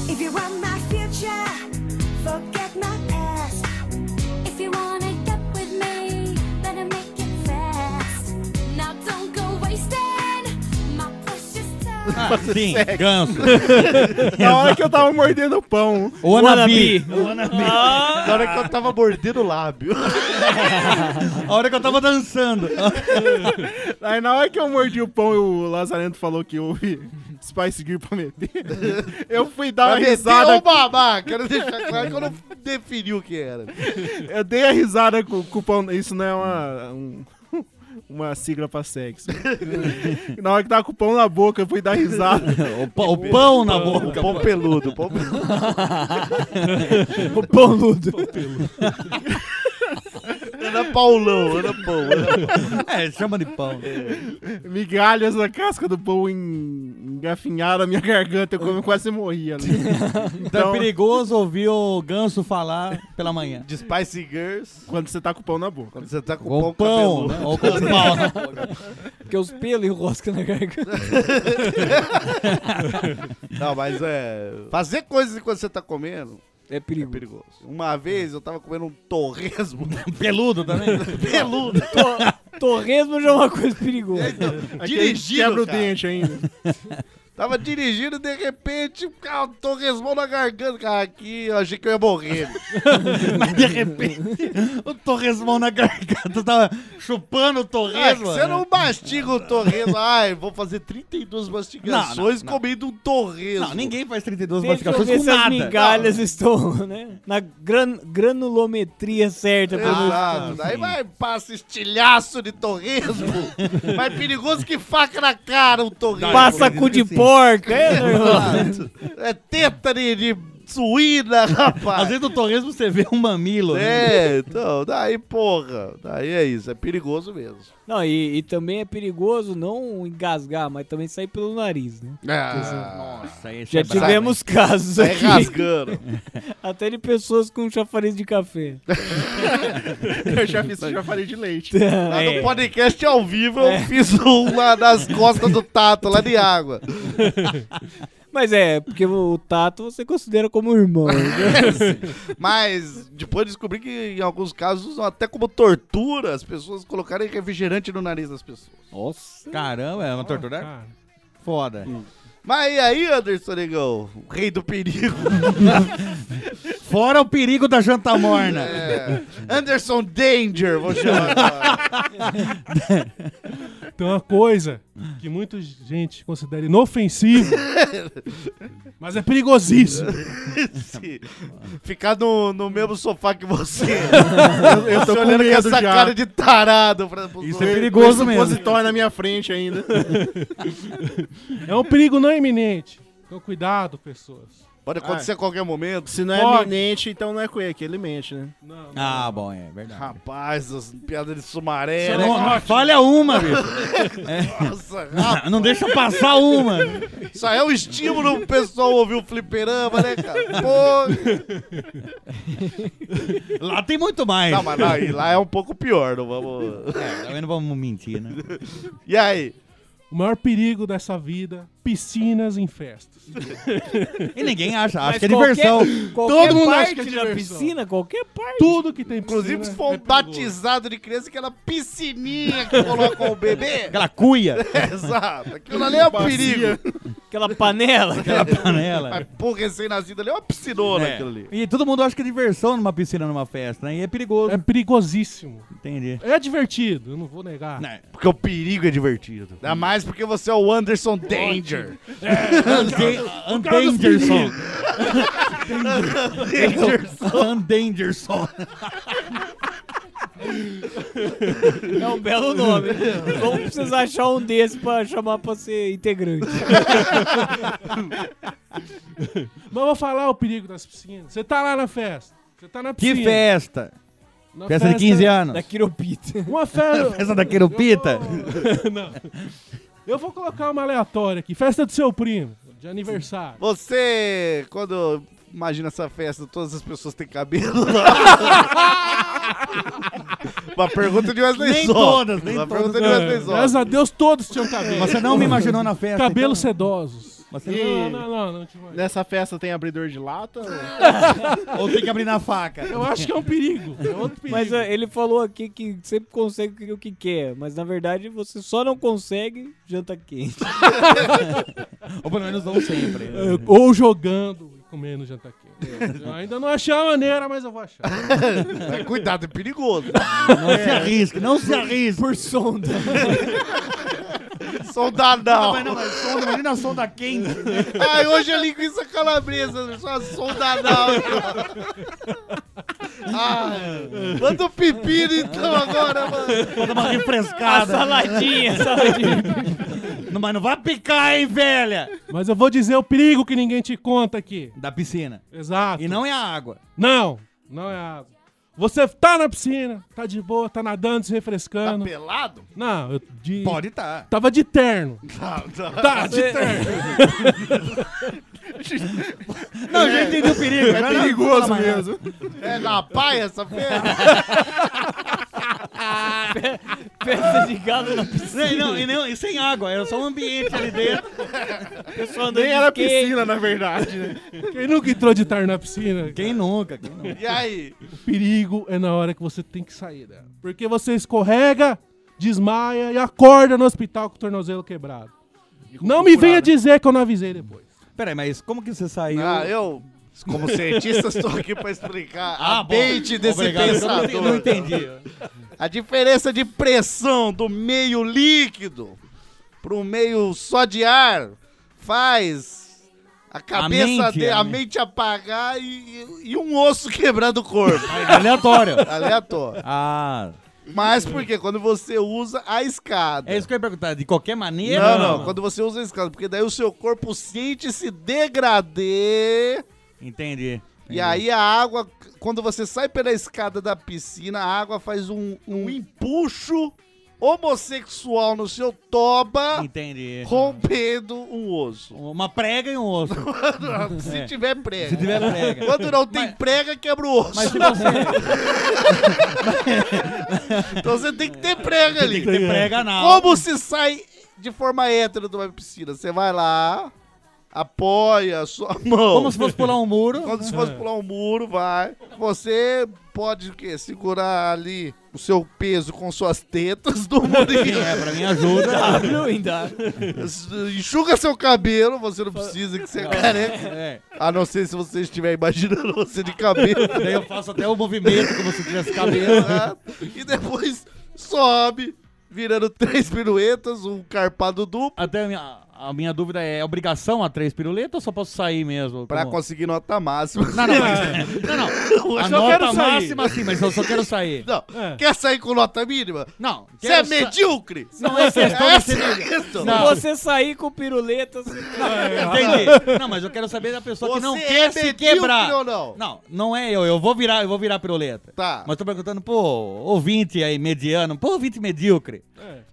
Speaker 12: If you want my future, forget my past. If you wanna get with me, better make it fast. Now don't go wasting my precious time.
Speaker 10: Ah, sim, ganso.
Speaker 11: Na hora que eu tava mordendo o pão.
Speaker 10: O Anabi.
Speaker 7: Na hora que eu tava mordendo o lábio.
Speaker 10: A hora que eu tava dançando.
Speaker 11: Aí na hora que eu mordi o pão e o Lazarento falou que houve Spice Girl pra meter, eu fui dar uma
Speaker 7: Mas
Speaker 11: risada.
Speaker 7: meteu o babá. Quero deixar claro que eu não defini o que era.
Speaker 11: Eu dei a risada com, com o pão. Isso não é uma. um- uma sigla pra sexo. na hora que tava com o pão na boca, eu fui dar risada.
Speaker 10: O, pa- o pão na boca.
Speaker 7: Pão peludo, pão peludo.
Speaker 4: o pão ludo.
Speaker 7: Era Paulão, era pão. Era...
Speaker 10: É, chama de pão.
Speaker 11: Migalhas da casca do pão en- engafinharam a minha garganta. Eu come- quase morria. ali.
Speaker 10: Então é
Speaker 11: Então,
Speaker 10: perigoso ouvir o ganso falar pela manhã.
Speaker 7: De Spice Girls.
Speaker 11: quando você tá com o pão na boca.
Speaker 7: Quando você tá com
Speaker 10: Com
Speaker 7: pão,
Speaker 10: o pão,
Speaker 7: pão
Speaker 10: né? Ou com o pau na boca.
Speaker 4: Porque os pelos enroscam na garganta.
Speaker 7: Não, mas é. Fazer coisas enquanto você tá comendo
Speaker 4: É
Speaker 7: é
Speaker 4: perigo.
Speaker 7: perigoso. Uma vez eu tava comendo um torresmo
Speaker 10: Peludo também.
Speaker 7: peludo.
Speaker 4: Torresmo já é uma coisa perigosa.
Speaker 11: Dirigindo, Quebra o
Speaker 7: cara.
Speaker 11: dente ainda.
Speaker 7: Tava dirigindo de repente, cara, um torresmão na garganta. Cara, aqui eu achei que eu ia morrer.
Speaker 10: Mas de repente, o torresmão na garganta tava chupando o
Speaker 7: Ai,
Speaker 10: torresmo.
Speaker 7: "Ah,
Speaker 10: né?
Speaker 7: você não mastiga o torresmo. Ai, vou fazer 32 mastigações
Speaker 10: Não, não, não.
Speaker 7: comendo um torresmo.
Speaker 10: Não, ninguém faz 32
Speaker 4: Tem que
Speaker 10: mastigações
Speaker 4: ver
Speaker 10: com
Speaker 4: se as
Speaker 10: nada.
Speaker 4: migalhas estão, né? Na gran- granulometria certa. pra ver-
Speaker 7: Exato. Daí vai, passa estilhaço de torresmo. Mais perigoso que faca na cara um torresmo.
Speaker 4: Passa cu de
Speaker 9: assim.
Speaker 4: porca. É, meu irmão?
Speaker 7: Exato. É teta de, de suína, rapaz.
Speaker 10: Às vezes no torresmo você vê um mamilo. né?
Speaker 7: É, então, daí, porra. Daí é isso, é perigoso mesmo.
Speaker 4: Não, e, e também é perigoso não engasgar, mas também sair pelo nariz, né?
Speaker 7: Ah,
Speaker 10: Nossa, esse
Speaker 4: Já
Speaker 10: é brabo,
Speaker 4: tivemos casos
Speaker 7: sai
Speaker 4: aqui,
Speaker 7: rasgando.
Speaker 4: até de pessoas com chafariz de café.
Speaker 11: Eu já fiz, já falei de leite.
Speaker 7: Lá
Speaker 4: É.
Speaker 7: no podcast ao vivo eu fiz um lá nas costas do Tato, lá de água.
Speaker 4: Mas é, porque o tato você considera como irmão. né?
Speaker 7: Mas depois descobri que em alguns casos usam até como tortura as pessoas colocarem refrigerante no nariz das pessoas.
Speaker 4: Nossa.
Speaker 10: hein? Caramba, é uma tortura
Speaker 9: Cara,
Speaker 10: foda.
Speaker 7: Mas e aí, Anderson Negão? O rei do perigo.
Speaker 10: Fora o perigo da janta morna.
Speaker 7: É. Anderson Danger, vou chamar. agora.
Speaker 9: Tem uma coisa que muita gente considera inofensiva, mas é perigosíssimo.
Speaker 7: Sim. Ficar no, no mesmo sofá que você.
Speaker 11: Eu, eu tô
Speaker 7: Você
Speaker 11: com
Speaker 7: olhando com
Speaker 11: medo
Speaker 7: essa
Speaker 11: já.
Speaker 7: cara de tarado. Pra, pros
Speaker 10: Isso é
Speaker 7: dois.
Speaker 10: perigoso mesmo.
Speaker 11: Supositório na minha frente ainda.
Speaker 9: É um perigo não iminente. Então cuidado, pessoas.
Speaker 7: Pode acontecer a qualquer momento.
Speaker 11: Ah. Se não é
Speaker 9: Pode.
Speaker 11: iminente, então não é com ele, que ele mente, né?
Speaker 10: Ah, bom, é verdade.
Speaker 7: Rapaz, as piadas de Sumaré,
Speaker 10: Só
Speaker 7: né?
Speaker 10: não, não falha uma, bicho.
Speaker 7: Nossa, rapaz,
Speaker 10: Ah, Não deixa passar uma.
Speaker 7: isso aí é um estímulo pro pessoal ouvir o fliperama, né, cara? Pô,
Speaker 10: Lá tem muito mais.
Speaker 7: não, mas não, e lá é um pouco pior, não vamos...
Speaker 10: É, também não vamos mentir, né?
Speaker 7: E aí?
Speaker 9: O maior perigo dessa vida, piscinas em festas.
Speaker 10: E ninguém acha, acha
Speaker 4: Mas
Speaker 10: que é
Speaker 4: qualquer-
Speaker 10: diversão.
Speaker 4: Qualquer
Speaker 9: Todo mundo acha
Speaker 4: parte
Speaker 9: que é
Speaker 4: da
Speaker 9: diversão.
Speaker 4: piscina, qualquer parte.
Speaker 9: Tudo que tem piscina.
Speaker 7: Inclusive,
Speaker 11: né?
Speaker 7: se for
Speaker 9: é
Speaker 7: um
Speaker 9: perigoso.
Speaker 7: batizado de criança, aquela piscininha que colocou o bebê...
Speaker 10: Aquela cuia.
Speaker 7: Exato, aquilo ali é um perigo.
Speaker 4: Aquela panela.
Speaker 10: Aquela panela.
Speaker 7: Mas, Porra, recém-nascido ali é uma piscinona
Speaker 10: É.
Speaker 7: aquilo ali.
Speaker 10: E todo mundo acha que é diversão numa piscina, numa festa, né? E é perigoso. É
Speaker 9: perigosíssimo.
Speaker 10: Entendi.
Speaker 9: É divertido, eu não vou negar.
Speaker 10: Né?
Speaker 7: Porque o perigo é divertido. Ainda mais porque você é o Anderson Danger.
Speaker 10: É, Dangerson. Dangerson. Dangerson.
Speaker 4: É um belo nome. Vamos precisar Né? achar um desse pra chamar pra ser integrante.
Speaker 9: Mas eu vou falar o perigo das piscinas. Você tá lá na festa. Você tá na
Speaker 10: Que
Speaker 9: piscina.
Speaker 10: festa!
Speaker 9: Na
Speaker 10: Festa de 15 anos.
Speaker 9: Da
Speaker 4: quiropita.
Speaker 9: Uma festa.
Speaker 10: Festa da quiropita.
Speaker 9: Eu vou- Não. Eu vou colocar uma aleatória aqui. Festa do seu primo, de aniversário.
Speaker 7: Você, quando imagina essa festa, todas as pessoas têm cabelo. Uma pergunta de Wesley
Speaker 9: Nem
Speaker 7: Só.
Speaker 9: todas,
Speaker 10: nem
Speaker 7: Uma
Speaker 10: todas.
Speaker 7: pergunta de Wesley
Speaker 9: É,
Speaker 7: Só.
Speaker 9: graças a Deus todos tinham cabelo.
Speaker 10: Você não me imaginou na festa,
Speaker 9: Cabelos
Speaker 10: então?
Speaker 9: sedosos.
Speaker 10: Você-
Speaker 11: E
Speaker 9: Não, não, não, não tipo, te imagino.
Speaker 11: Nessa festa tem abridor de lata?
Speaker 10: então? Ou tem que abrir na faca?
Speaker 9: Eu acho que é um perigo. É outro perigo.
Speaker 4: Mas ó, ele falou aqui que sempre consegue o que quer, mas na verdade você só não consegue janta quente.
Speaker 10: Ou pelo menos não sempre.
Speaker 9: É, Ou jogando e comendo jantar quente. Eu ainda não achei a maneira, mas eu vou achar.
Speaker 7: Mas cuidado, é perigoso.
Speaker 10: Não se arrisque, não se arrisque.
Speaker 4: Por sonda.
Speaker 7: Solda
Speaker 10: Não,
Speaker 7: não.
Speaker 10: mas não, mas sonda, imagina a sonda quente.
Speaker 7: Ai, hoje é linguiça calabresa, só solda não. Ai, manda o pepino então agora, mano.
Speaker 10: Pra dar uma refrescada.
Speaker 4: A saladinha, a saladinha.
Speaker 10: Não, mas não vai picar, hein, velha?
Speaker 9: Mas eu vou dizer o perigo que ninguém te conta aqui.
Speaker 10: Da piscina.
Speaker 9: Exato.
Speaker 10: E não é a água.
Speaker 9: Não, não é água. Você tá na piscina, tá de boa, tá nadando, se
Speaker 7: Tá
Speaker 9: refrescando.
Speaker 7: pelado?
Speaker 9: Não, eu de...
Speaker 10: Pode estar.
Speaker 9: Tava de terno.
Speaker 7: Tá, tá.
Speaker 9: Tá, de terno.
Speaker 10: Não, já entendi o perigo. É perigoso mesmo.
Speaker 7: É na paia essa festa?
Speaker 4: Festa de galo na piscina.
Speaker 10: Não, não, e, não, e sem água, era só um ambiente ali dentro.
Speaker 4: Pessoa andando
Speaker 11: Nem
Speaker 4: de
Speaker 11: era
Speaker 4: skate.
Speaker 11: piscina, na verdade, né?
Speaker 9: Quem nunca entrou de terno na piscina?
Speaker 10: Quem nunca, quem nunca.
Speaker 7: E aí?
Speaker 9: O perigo é na hora que você tem que sair dela. Porque você escorrega, desmaia e acorda no hospital com o tornozelo quebrado. Não me venha dizer que eu não avisei depois.
Speaker 10: Peraí, mas como que você saiu?
Speaker 7: Ah, eu, como cientista, estou aqui para explicar a
Speaker 10: Ah, bom.
Speaker 7: mente desse
Speaker 10: Obrigado, eu não
Speaker 7: pensador.
Speaker 10: entendi- Não entendi.
Speaker 7: A diferença de pressão do meio líquido para um meio só de ar faz a cabeça, de- a
Speaker 10: mente,
Speaker 7: mente,
Speaker 10: a
Speaker 7: apagar e, e- e um osso quebrar do corpo.
Speaker 10: Aleatório.
Speaker 7: Aleatório.
Speaker 10: Ah.
Speaker 7: Mas porque quando você usa a escada.
Speaker 10: É isso que eu ia perguntar. De qualquer maneira.
Speaker 7: Não, não, quando você usa a escada, porque daí o seu corpo sente se degradê
Speaker 10: Entendi.
Speaker 7: E aí a água, quando você sai pela escada da piscina, a água faz um, um empuxo homossexual no seu toba,
Speaker 10: Entendi.
Speaker 7: rompendo um osso.
Speaker 10: Uma prega e um osso.
Speaker 7: Se tiver prega.
Speaker 10: É. Se tiver prega.
Speaker 7: Quando não tem prega, quebra o osso.
Speaker 10: Mas se você
Speaker 7: Então você tem que ter prega ali.
Speaker 10: tem que ter prega na água.
Speaker 7: Como se sai de forma hétero de uma piscina? Você vai lá, apoia a sua mão.
Speaker 10: Como se fosse pular um muro.
Speaker 7: Quando se fosse pular um muro, vai. Você pode o quê? Segurar ali o seu peso com suas tetas do
Speaker 10: Sim,
Speaker 7: murinho.
Speaker 10: é, pra mim ajuda.
Speaker 4: W em W.
Speaker 7: Enxuga seu cabelo, você não precisa que você é careca.
Speaker 10: É.
Speaker 7: A não ser se você estiver imaginando você de cabelo. né?
Speaker 10: Daí eu faço até o movimento como se tivesse cabelo.
Speaker 7: Exato. e depois sobe, virando três piruetas, um carpado duplo,
Speaker 10: Até a minha, a minha dúvida é, é obrigação a três piruletas ou só posso sair mesmo?
Speaker 7: pra
Speaker 10: Como-
Speaker 7: conseguir nota máxima.
Speaker 10: Não, não, mas, não, não. A
Speaker 9: só
Speaker 10: nota
Speaker 9: quero sair.
Speaker 10: máxima sim, mas eu só quero sair.
Speaker 7: Não,
Speaker 9: É.
Speaker 7: quer sair com nota mínima?
Speaker 10: Não.
Speaker 7: Você é
Speaker 10: quero sa-
Speaker 7: medíocre!
Speaker 10: Não é questão de
Speaker 7: Essa
Speaker 10: ser
Speaker 7: é a
Speaker 10: medíocre.
Speaker 7: questão.
Speaker 10: Não.
Speaker 4: Você sair com piruleta, você
Speaker 10: Entendi. Não, mas eu quero saber da pessoa que não
Speaker 7: Você
Speaker 10: quer
Speaker 7: é
Speaker 10: se
Speaker 7: medíocre
Speaker 10: quebrar.
Speaker 7: ou não?
Speaker 10: Não, não é eu. Eu vou virar, eu vou virar piruleta.
Speaker 7: Tá.
Speaker 10: Mas tô perguntando, pô, ouvinte aí, mediano, pô, ouvinte medíocre.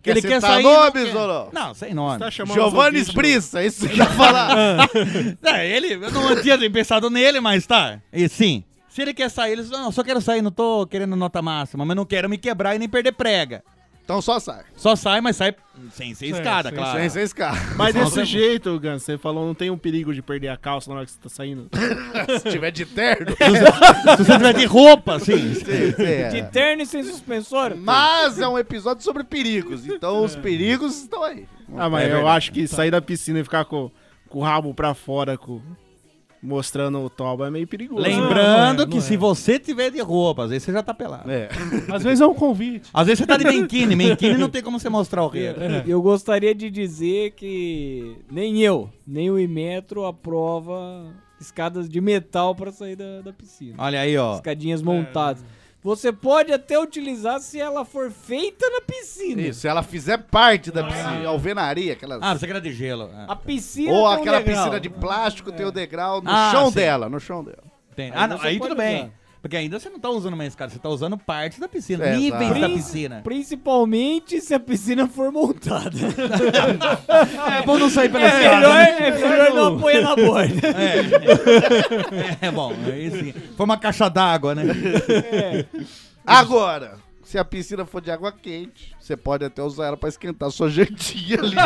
Speaker 10: Que
Speaker 7: Quer citar
Speaker 10: e não
Speaker 7: nomes
Speaker 10: quer.
Speaker 7: ou não?
Speaker 10: Não, sem nome.
Speaker 11: Tá
Speaker 7: Giovanni
Speaker 4: né?
Speaker 7: Esbriça, isso que eu ia
Speaker 4: Ah.
Speaker 7: falar.
Speaker 10: É, ele, eu não tinha pensado nele, mas tá. E sim. Se ele quer sair, ele diz, não, só quero sair, não tô querendo nota máxima, mas não quero me quebrar e nem perder prega.
Speaker 7: então só sai.
Speaker 10: Só sai, mas sai sem ser escada,
Speaker 4: Ah.
Speaker 10: claro.
Speaker 7: Sem seis carros.
Speaker 11: Mas
Speaker 10: Nossa,
Speaker 11: desse
Speaker 10: é-
Speaker 11: jeito, Gans, você falou não tem um perigo de perder a calça na hora que você tá saindo.
Speaker 7: Se tiver de terno.
Speaker 10: Se você tiver de roupa, sim.
Speaker 7: sim, sim, é.
Speaker 4: de terno e sem suspensório.
Speaker 7: Mas é um episódio
Speaker 4: É.
Speaker 7: sobre perigos, então os perigos estão aí.
Speaker 11: Ah, mas eu acho que sair da piscina e ficar com com o rabo pra fora, com- mostrando o toba, é meio perigoso.
Speaker 10: Lembrando que se você tiver de roupa, às vezes você já tá pelado.
Speaker 11: É.
Speaker 9: Às vezes é um convite.
Speaker 10: Às vezes você tá de biquíni, biquíni não tem como você mostrar o reino.
Speaker 4: Eu- Eu gostaria de dizer que nem eu, nem o Imetro aprova escadas de metal para sair da, da piscina.
Speaker 10: Olha aí, ó.
Speaker 4: Escadinhas montadas. Você pode até utilizar se ela for feita na piscina.
Speaker 7: Isso, se ela fizer parte
Speaker 4: Ah.
Speaker 7: da piscina, alvenaria, aquelas...
Speaker 10: Ah, você quer de gelo. é.
Speaker 4: A piscina
Speaker 7: Ou
Speaker 4: tem um
Speaker 7: aquela
Speaker 4: degrau. É.
Speaker 7: piscina de plástico tem o degrau no
Speaker 10: Ah,
Speaker 7: chão
Speaker 10: sim.
Speaker 7: dela, no chão dela.
Speaker 10: Tem.
Speaker 7: Aí
Speaker 10: Ah, não,
Speaker 7: você
Speaker 10: aí
Speaker 7: pode
Speaker 10: tudo bem.
Speaker 7: usar.
Speaker 10: Porque ainda você não tá usando uma escada, você tá usando parte da piscina,
Speaker 7: É,
Speaker 10: níveis da
Speaker 7: exato. Prin-
Speaker 10: piscina.
Speaker 4: Principalmente se a piscina for montada.
Speaker 10: É bom não sair pela
Speaker 4: É
Speaker 10: escada,
Speaker 4: melhor-
Speaker 10: né?
Speaker 4: é melhor não apoiar na borda.
Speaker 10: É, é bom, aí sim. Foi uma caixa d'água, né?
Speaker 7: Agora, se a piscina for de água quente, você pode até usar ela pra esquentar sua jantinha ali.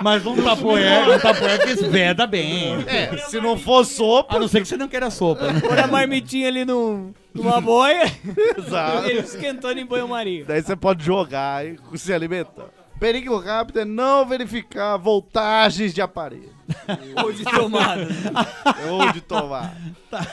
Speaker 10: Mas um tapoé, um tapoé que esveda bem.
Speaker 7: É, se não for sopa...
Speaker 10: A não ser que você não queira sopa. né?
Speaker 4: Pôr a marmitinha ali num, numa boia.
Speaker 7: Exato.
Speaker 4: Ele esquentando em banho-maria.
Speaker 7: Daí você pode jogar e se alimentar. Perigo rápido é não verificar voltagens de aparelho.
Speaker 4: Ou de tomada.
Speaker 7: Ou de tomar.
Speaker 10: Tá.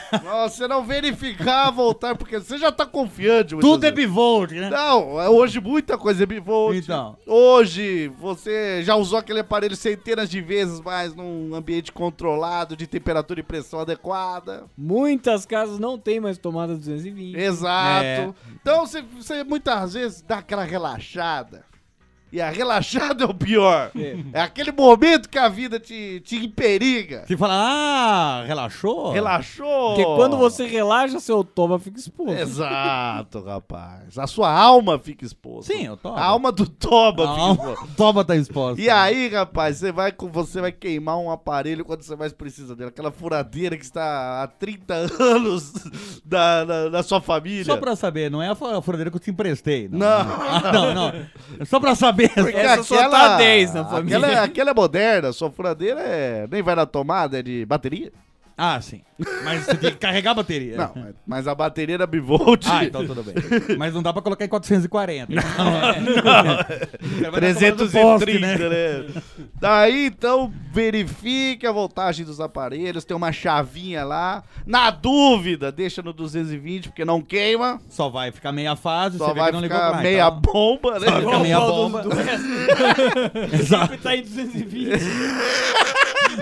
Speaker 7: Você não verificar voltar, porque você já tá confiante. muitas
Speaker 10: Tudo é
Speaker 7: vezes.
Speaker 10: bivolt, né?
Speaker 7: Não, é hoje muita coisa é bivolt.
Speaker 10: Então.
Speaker 7: Hoje você já usou aquele aparelho centenas de vezes, mas num ambiente controlado, de temperatura e pressão adequada.
Speaker 4: Muitas casas não tem mais tomada 220.
Speaker 7: Exato.
Speaker 4: É.
Speaker 7: Então você, você muitas vezes dá aquela relaxada. E a relaxada é o pior. É, aquele momento que a vida te, te imperiga.
Speaker 10: Você fala, ah, relaxou?
Speaker 7: Relaxou.
Speaker 4: Porque quando você relaxa, seu toba fica exposto.
Speaker 7: Exato, rapaz. A sua alma fica exposta.
Speaker 10: Sim, eu topo.
Speaker 7: A alma do Toba
Speaker 10: A
Speaker 7: fica
Speaker 10: alma-
Speaker 7: exposta.
Speaker 10: Toba tá exposta.
Speaker 7: E aí, rapaz, você vai, com- você vai queimar um aparelho quando você mais precisa dele. Aquela furadeira que está há 30 anos da, na, na sua família.
Speaker 10: Só pra saber, não é a fu- a furadeira que eu te emprestei. Não.
Speaker 7: Não.
Speaker 10: Ah, não, não. Só pra saber.
Speaker 7: Porque
Speaker 4: Essa só tá 10 na família.
Speaker 7: Aquela, aquela é moderna, sua furadeira é, nem vai na tomada, é de bateria.
Speaker 10: Ah, sim. Mas você tem que carregar a bateria.
Speaker 7: Não, mas- mas a bateria era bivolt.
Speaker 10: É. Ah, então tudo bem. Mas não dá pra colocar em 440. Não, Então, não.
Speaker 7: 330,
Speaker 10: né?
Speaker 7: né? Daí, então, verifique a voltagem dos aparelhos, tem uma chavinha lá. Na dúvida, deixa no 220, porque não queima.
Speaker 10: Só vai ficar meia fase,
Speaker 7: Só
Speaker 10: você vê
Speaker 7: vai
Speaker 10: que não ligou
Speaker 7: ficar
Speaker 10: pra então.
Speaker 7: meia bomba, né?
Speaker 10: Só vai ficar meia bomba. Exato.
Speaker 4: Sempre tá em 220.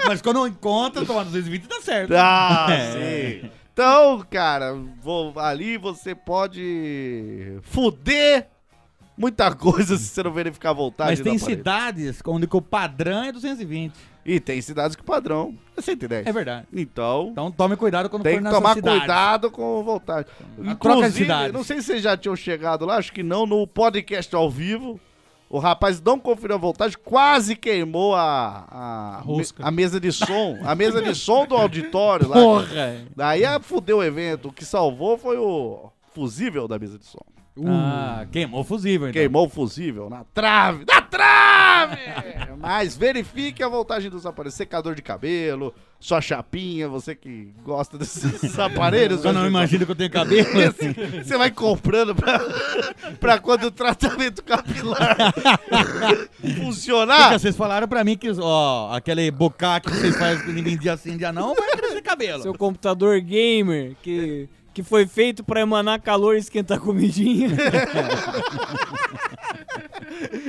Speaker 10: Mas quando encontra, tomar 220 dá certo.
Speaker 7: Ah,
Speaker 10: É.
Speaker 7: sim. Então, cara, vou- ali você pode fuder muita coisa se você não verificar a voltagem
Speaker 10: Mas
Speaker 7: do
Speaker 10: tem
Speaker 7: aparelho.
Speaker 10: cidades onde que o padrão é 220.
Speaker 7: E tem cidades que o padrão é 110.
Speaker 10: É verdade.
Speaker 7: Então,
Speaker 10: Então tome cuidado quando
Speaker 7: tem
Speaker 10: for
Speaker 7: que
Speaker 10: nessa
Speaker 7: tomar
Speaker 10: cidade.
Speaker 7: cuidado com voltagem.
Speaker 10: troca de
Speaker 7: Inclusive,
Speaker 10: cidades.
Speaker 7: não sei se vocês já tinham chegado lá, acho que não, no podcast ao vivo. O rapaz não conferiu a voltagem, quase queimou a, a,
Speaker 9: rosca.
Speaker 7: a mesa de som. A mesa de som do auditório lá.
Speaker 10: Porra!
Speaker 7: Daí ah, fudeu o evento. O que salvou foi o fusível da mesa de som.
Speaker 10: Ah, queimou o fusível, então.
Speaker 7: Hum. Queimou o fusível na trave. Na trave! Mas verifique a voltagem dos aparelhos. Secador de cabelo, sua chapinha, você que gosta desses aparelhos.
Speaker 10: Eu não imagino que eu tenho cabelo. assim.
Speaker 7: Você vai comprando pra, pra quando o tratamento capilar
Speaker 10: Porque
Speaker 7: funcionar.
Speaker 10: vocês falaram pra mim que, ó, aquele bocaque que vocês fazem ninguém dia sim, dia não, vai crescer cabelo.
Speaker 4: Seu computador gamer que, que foi feito pra emanar calor e esquentar comidinha.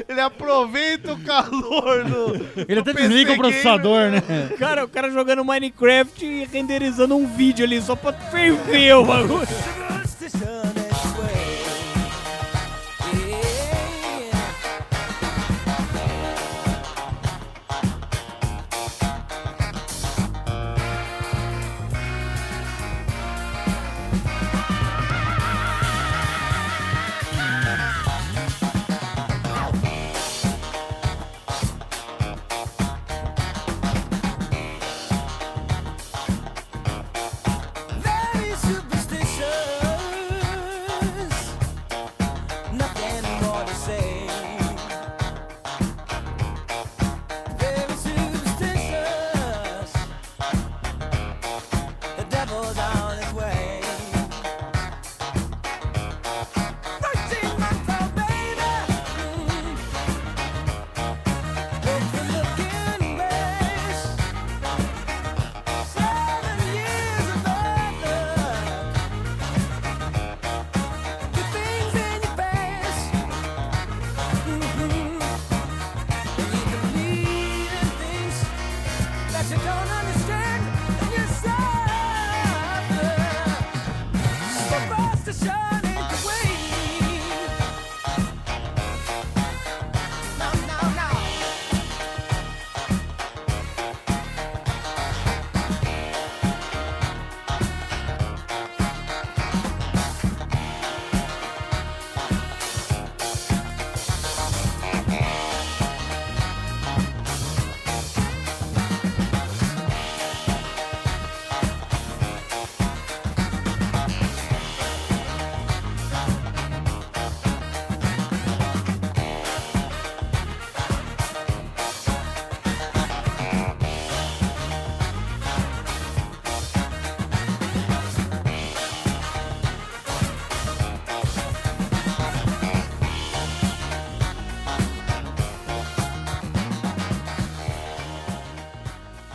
Speaker 7: Ele aproveita o calor do.
Speaker 10: assim. Ele
Speaker 7: do
Speaker 10: até desliga
Speaker 7: PC
Speaker 10: o processador, né?
Speaker 4: Cara, o cara jogando Minecraft e renderizando um vídeo ali só pra ferver o bagulho.
Speaker 6: Very superstitious.
Speaker 13: Mm-hmm. you don't understand, and you're sad. So fast to shine it away. No, no, no.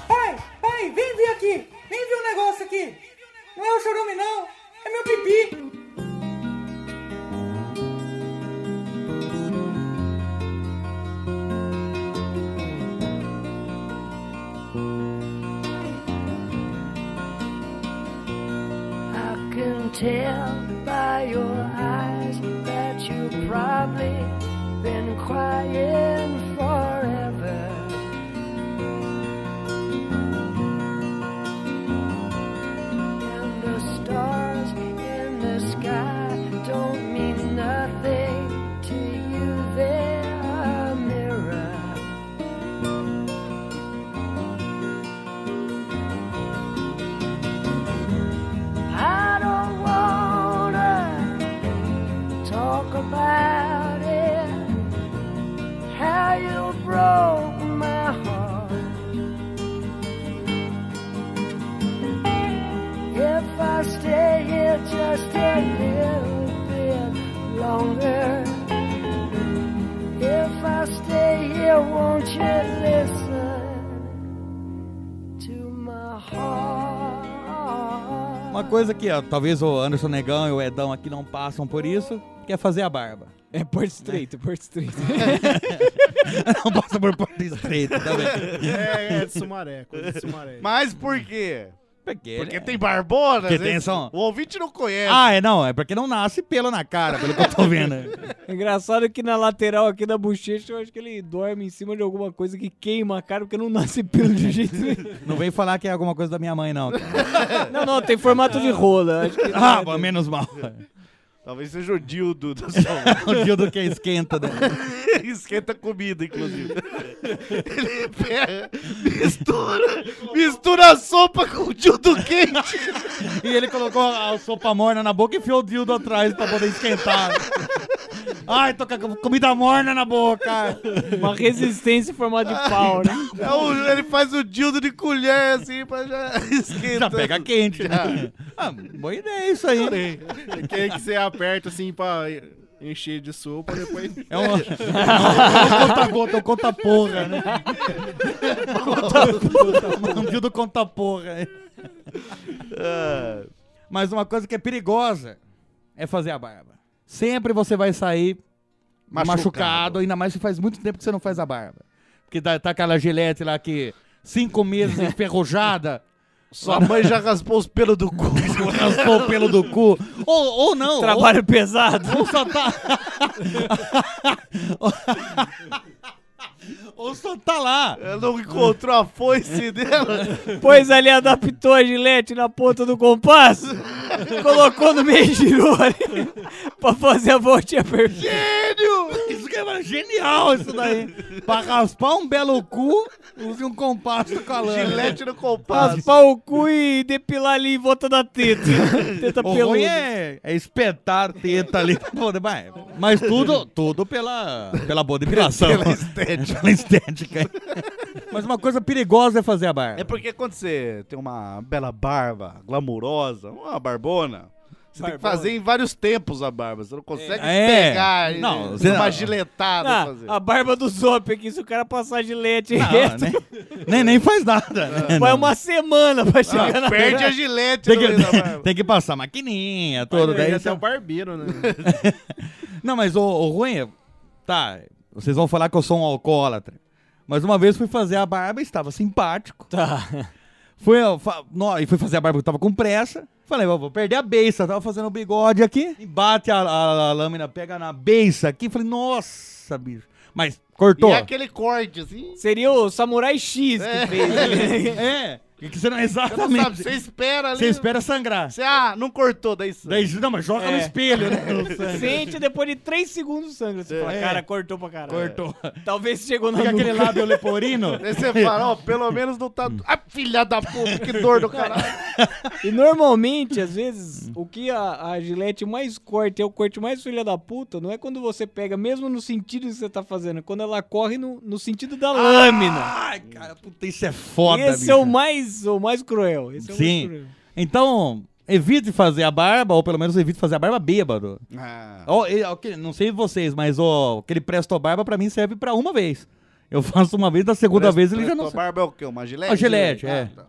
Speaker 2: Pai, pai, vem ver aqui. Vem ver um negócio aqui. Não é o chorume, não. É meu pipi.
Speaker 13: I can tell by your eyes that you've probably been crying forever. And the stars in the sky don't mean nothing to you, they're a mirror. I don't wanna talk about it. How you broke my heart. If I stay here just a little bit longer, if I stay here, won't you listen to my heart?
Speaker 10: Uma coisa que ó, talvez o Anderson Negão e o Edão aqui não passam por isso, que é fazer a barba.
Speaker 4: É Port Street, Port Street.
Speaker 10: não passa por Port Street também.
Speaker 11: É, é de Sumaré, coisa de
Speaker 10: né?
Speaker 11: Sumaré.
Speaker 7: Mas por quê?
Speaker 10: Porque,
Speaker 7: tem barbona,
Speaker 10: Porque
Speaker 7: às
Speaker 10: tem
Speaker 7: vezes
Speaker 10: som.
Speaker 7: O ouvinte não conhece.
Speaker 10: né? Ah, é não, é porque não nasce pelo na cara, pelo que eu tô vendo.
Speaker 4: Engraçado que na lateral aqui da bochecha eu acho que ele dorme em cima de alguma coisa que queima a cara porque não nasce pelo de jeito nenhum.
Speaker 10: Não vem falar que é alguma coisa da minha mãe, não. cara.
Speaker 4: Não, não, tem formato de rola. Acho que não
Speaker 10: ah,
Speaker 4: é
Speaker 10: bom, menos mal.
Speaker 7: Talvez seja o dildo da sua
Speaker 10: o dildo que esquenta, né?
Speaker 7: Esquenta comida, inclusive. Ele pega, mistura, mistura a sopa com o dildo quente.
Speaker 10: E ele colocou a a Ah, sopa morna na boca e enfiou o dildo atrás pra poder esquentar. Ai, tô com a comida morna na boca.
Speaker 4: Uma resistência em formato de pau, né?
Speaker 7: É o- ele faz o dildo de colher, assim, pra já
Speaker 10: Já
Speaker 7: esquentar.
Speaker 10: pega quente, né? Ah, boa ideia isso aí.
Speaker 11: Quem é que você aperta assim pra encher de sopa, depois.
Speaker 10: É um, é um conta-gota, um conta-porra, né? Conta-porra. Um dildo conta-porra. É. Mas uma coisa que é perigosa é fazer a barba. Sempre você vai sair machucado,
Speaker 7: Machucado.
Speaker 10: ainda mais se faz muito tempo que você não faz a barba. Porque dá, tá aquela gilete lá que cinco meses enferrujada.
Speaker 7: Sua mãe já raspou os pelos do cu.
Speaker 10: raspou o pelo do cu. Ou, ou não.
Speaker 4: Trabalho
Speaker 10: ou-
Speaker 4: pesado.
Speaker 10: Ou só tá. ou só tá lá.
Speaker 7: Ela não encontrou a foice dela.
Speaker 4: Pois ali adaptou a gilete na ponta do compasso, colocou no meio e girou ali pra fazer a voltinha perfeita.
Speaker 7: Gênio!
Speaker 10: Isso que é genial, isso daí. pra raspar um belo cu, use um compasso com a lâmina.
Speaker 7: Gilete no
Speaker 10: Ah.
Speaker 7: compasso.
Speaker 4: Raspar o cu e depilar ali em volta da teta. Teta
Speaker 10: O ruim
Speaker 4: peluda.
Speaker 10: é, é espetar teta ali. Pô, Mas, mas tudo, tudo pela, pela boa depilação.
Speaker 7: Pela é estética.
Speaker 10: Pela estética. Mas uma coisa perigosa é fazer a barba.
Speaker 7: É porque quando você tem uma bela barba, glamurosa, uma barbona, você tem que
Speaker 4: Barbona.
Speaker 7: fazer em vários tempos a barba. Você não consegue
Speaker 10: É.
Speaker 7: pegar
Speaker 10: Não,
Speaker 7: não,
Speaker 10: você
Speaker 7: uma
Speaker 10: não.
Speaker 7: giletada
Speaker 4: Ah,
Speaker 7: fazer.
Speaker 4: a barba do Zop aqui, se o cara passar gilete
Speaker 10: Não,
Speaker 4: reto,
Speaker 10: nem, Ah, né? nem, nem faz nada. né?
Speaker 4: vai
Speaker 10: Não.
Speaker 4: é uma semana
Speaker 10: Ah,
Speaker 4: pra chegar na
Speaker 7: Perde a gilete
Speaker 10: Tem
Speaker 7: no meio da
Speaker 10: que,
Speaker 7: barba.
Speaker 10: tem que passar maquininha, tudo.
Speaker 11: Daí
Speaker 10: Daí
Speaker 11: até
Speaker 10: você-
Speaker 11: o barbeiro, né?
Speaker 10: Não, mas o, o ruim é. Tá, vocês vão falar que eu sou um alcoólatra. Mas uma vez fui fazer a barba, estava simpático. Tá. Fui, ó, fa- nó, e fui fazer a barba, eu tava com pressa. Falei, "Eu vou perder a beiça. Tava fazendo o bigode aqui. E bate a, a- a lâmina, pega na beiça aqui. Falei, nossa, bicho. Mas cortou.
Speaker 7: E aquele corte, assim.
Speaker 4: Seria o Samurai X que fez. né? ali.
Speaker 10: É. Que que você não
Speaker 7: Você não sabe,
Speaker 10: exatamente.
Speaker 7: você espera ali.
Speaker 10: Você espera sangrar.
Speaker 7: Você, ah, não cortou, daí sangra.
Speaker 10: Daí, não, mas joga no
Speaker 7: É.
Speaker 10: espelho, né?
Speaker 4: Sente depois de 3 segundos sangue. Você fala,
Speaker 10: É.
Speaker 4: cara, cortou pra caralho.
Speaker 10: Cortou.
Speaker 4: Talvez chegou na
Speaker 10: Fica
Speaker 4: nuca.
Speaker 10: aquele lábio leporino.
Speaker 7: Daí você fala, ó, pelo menos não
Speaker 10: Hum.
Speaker 7: tá. Ah, filha da puta, que dor do caralho.
Speaker 4: E normalmente, às vezes, o que a, a gilete mais corta é o corte mais filha da puta, não é quando você pega, mesmo no sentido que você tá fazendo, é quando ela corre no, no sentido da lâmina.
Speaker 10: Ai, cara, puta, isso é Ah! foda,
Speaker 4: Esse
Speaker 10: bicho.
Speaker 4: é o mais, o mais cruel. Esse é o mais
Speaker 10: Sim.
Speaker 4: cruel.
Speaker 10: Então, evite fazer a barba, ou pelo menos evite fazer a barba bêbado.
Speaker 11: Ah.
Speaker 10: Ó, e- ó, que- não sei vocês, mas ó, aquele presto barba pra mim serve pra uma vez. Eu faço uma vez, da segunda vez ele já não
Speaker 7: Presto barba é o quê? Uma gilete?
Speaker 10: A gilete, é.
Speaker 7: Ah, tá.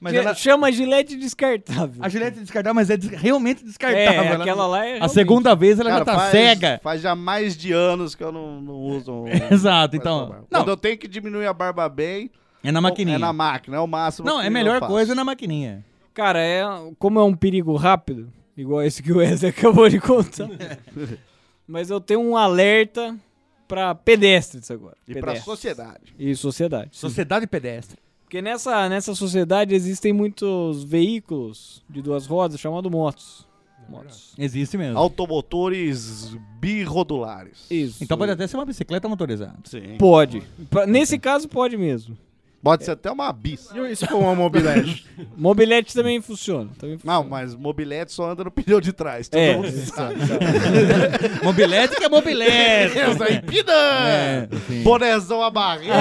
Speaker 10: Mas
Speaker 4: Ge-
Speaker 10: ela-
Speaker 4: Chama gilete descartável.
Speaker 10: A gilete descartável, mas é des- realmente descartável.
Speaker 4: É,
Speaker 10: ela
Speaker 4: aquela
Speaker 10: não-
Speaker 4: lá é
Speaker 10: A
Speaker 4: realmente.
Speaker 10: segunda vez ela
Speaker 7: Cara,
Speaker 10: já tá
Speaker 7: faz-
Speaker 10: cega.
Speaker 7: Faz já mais de anos que eu não, não uso. um
Speaker 10: Exato,
Speaker 7: É, presto
Speaker 10: então-
Speaker 7: barba.
Speaker 10: não.
Speaker 7: Quando eu tenho que diminuir a barba bem.
Speaker 10: É na maquininha.
Speaker 7: É na máquina, é o máximo.
Speaker 10: Não,
Speaker 7: que
Speaker 10: é
Speaker 7: eu
Speaker 10: melhor
Speaker 7: faço.
Speaker 10: coisa na maquininha.
Speaker 4: Cara, é, como é um perigo rápido, igual esse que o Wesley acabou de contar, mas eu tenho um alerta pra pedestres agora.
Speaker 7: E pra
Speaker 4: Pedestres.
Speaker 7: sociedade.
Speaker 4: E sociedade. sim.
Speaker 10: Sociedade pedestre.
Speaker 4: Porque nessa, nessa sociedade existem muitos veículos de duas rodas chamados motos.
Speaker 7: É
Speaker 4: Motos.
Speaker 10: Existe mesmo.
Speaker 7: Automotores birrodulares.
Speaker 4: Isso.
Speaker 10: Então pode até ser uma bicicleta motorizada.
Speaker 7: Sim.
Speaker 4: Pode. Pra- nesse caso, pode mesmo.
Speaker 7: Pode ser até uma bis.
Speaker 11: E se for uma mobilete?
Speaker 4: mobilete também funciona. Também
Speaker 7: Não, mas mobilete só anda no pneu de trás. Todo
Speaker 4: É,
Speaker 7: mundo
Speaker 4: isso,
Speaker 7: sabe.
Speaker 10: mobilete que é mobilete.
Speaker 7: Essa empina!
Speaker 10: É, sim.
Speaker 7: Bonézão a barreira,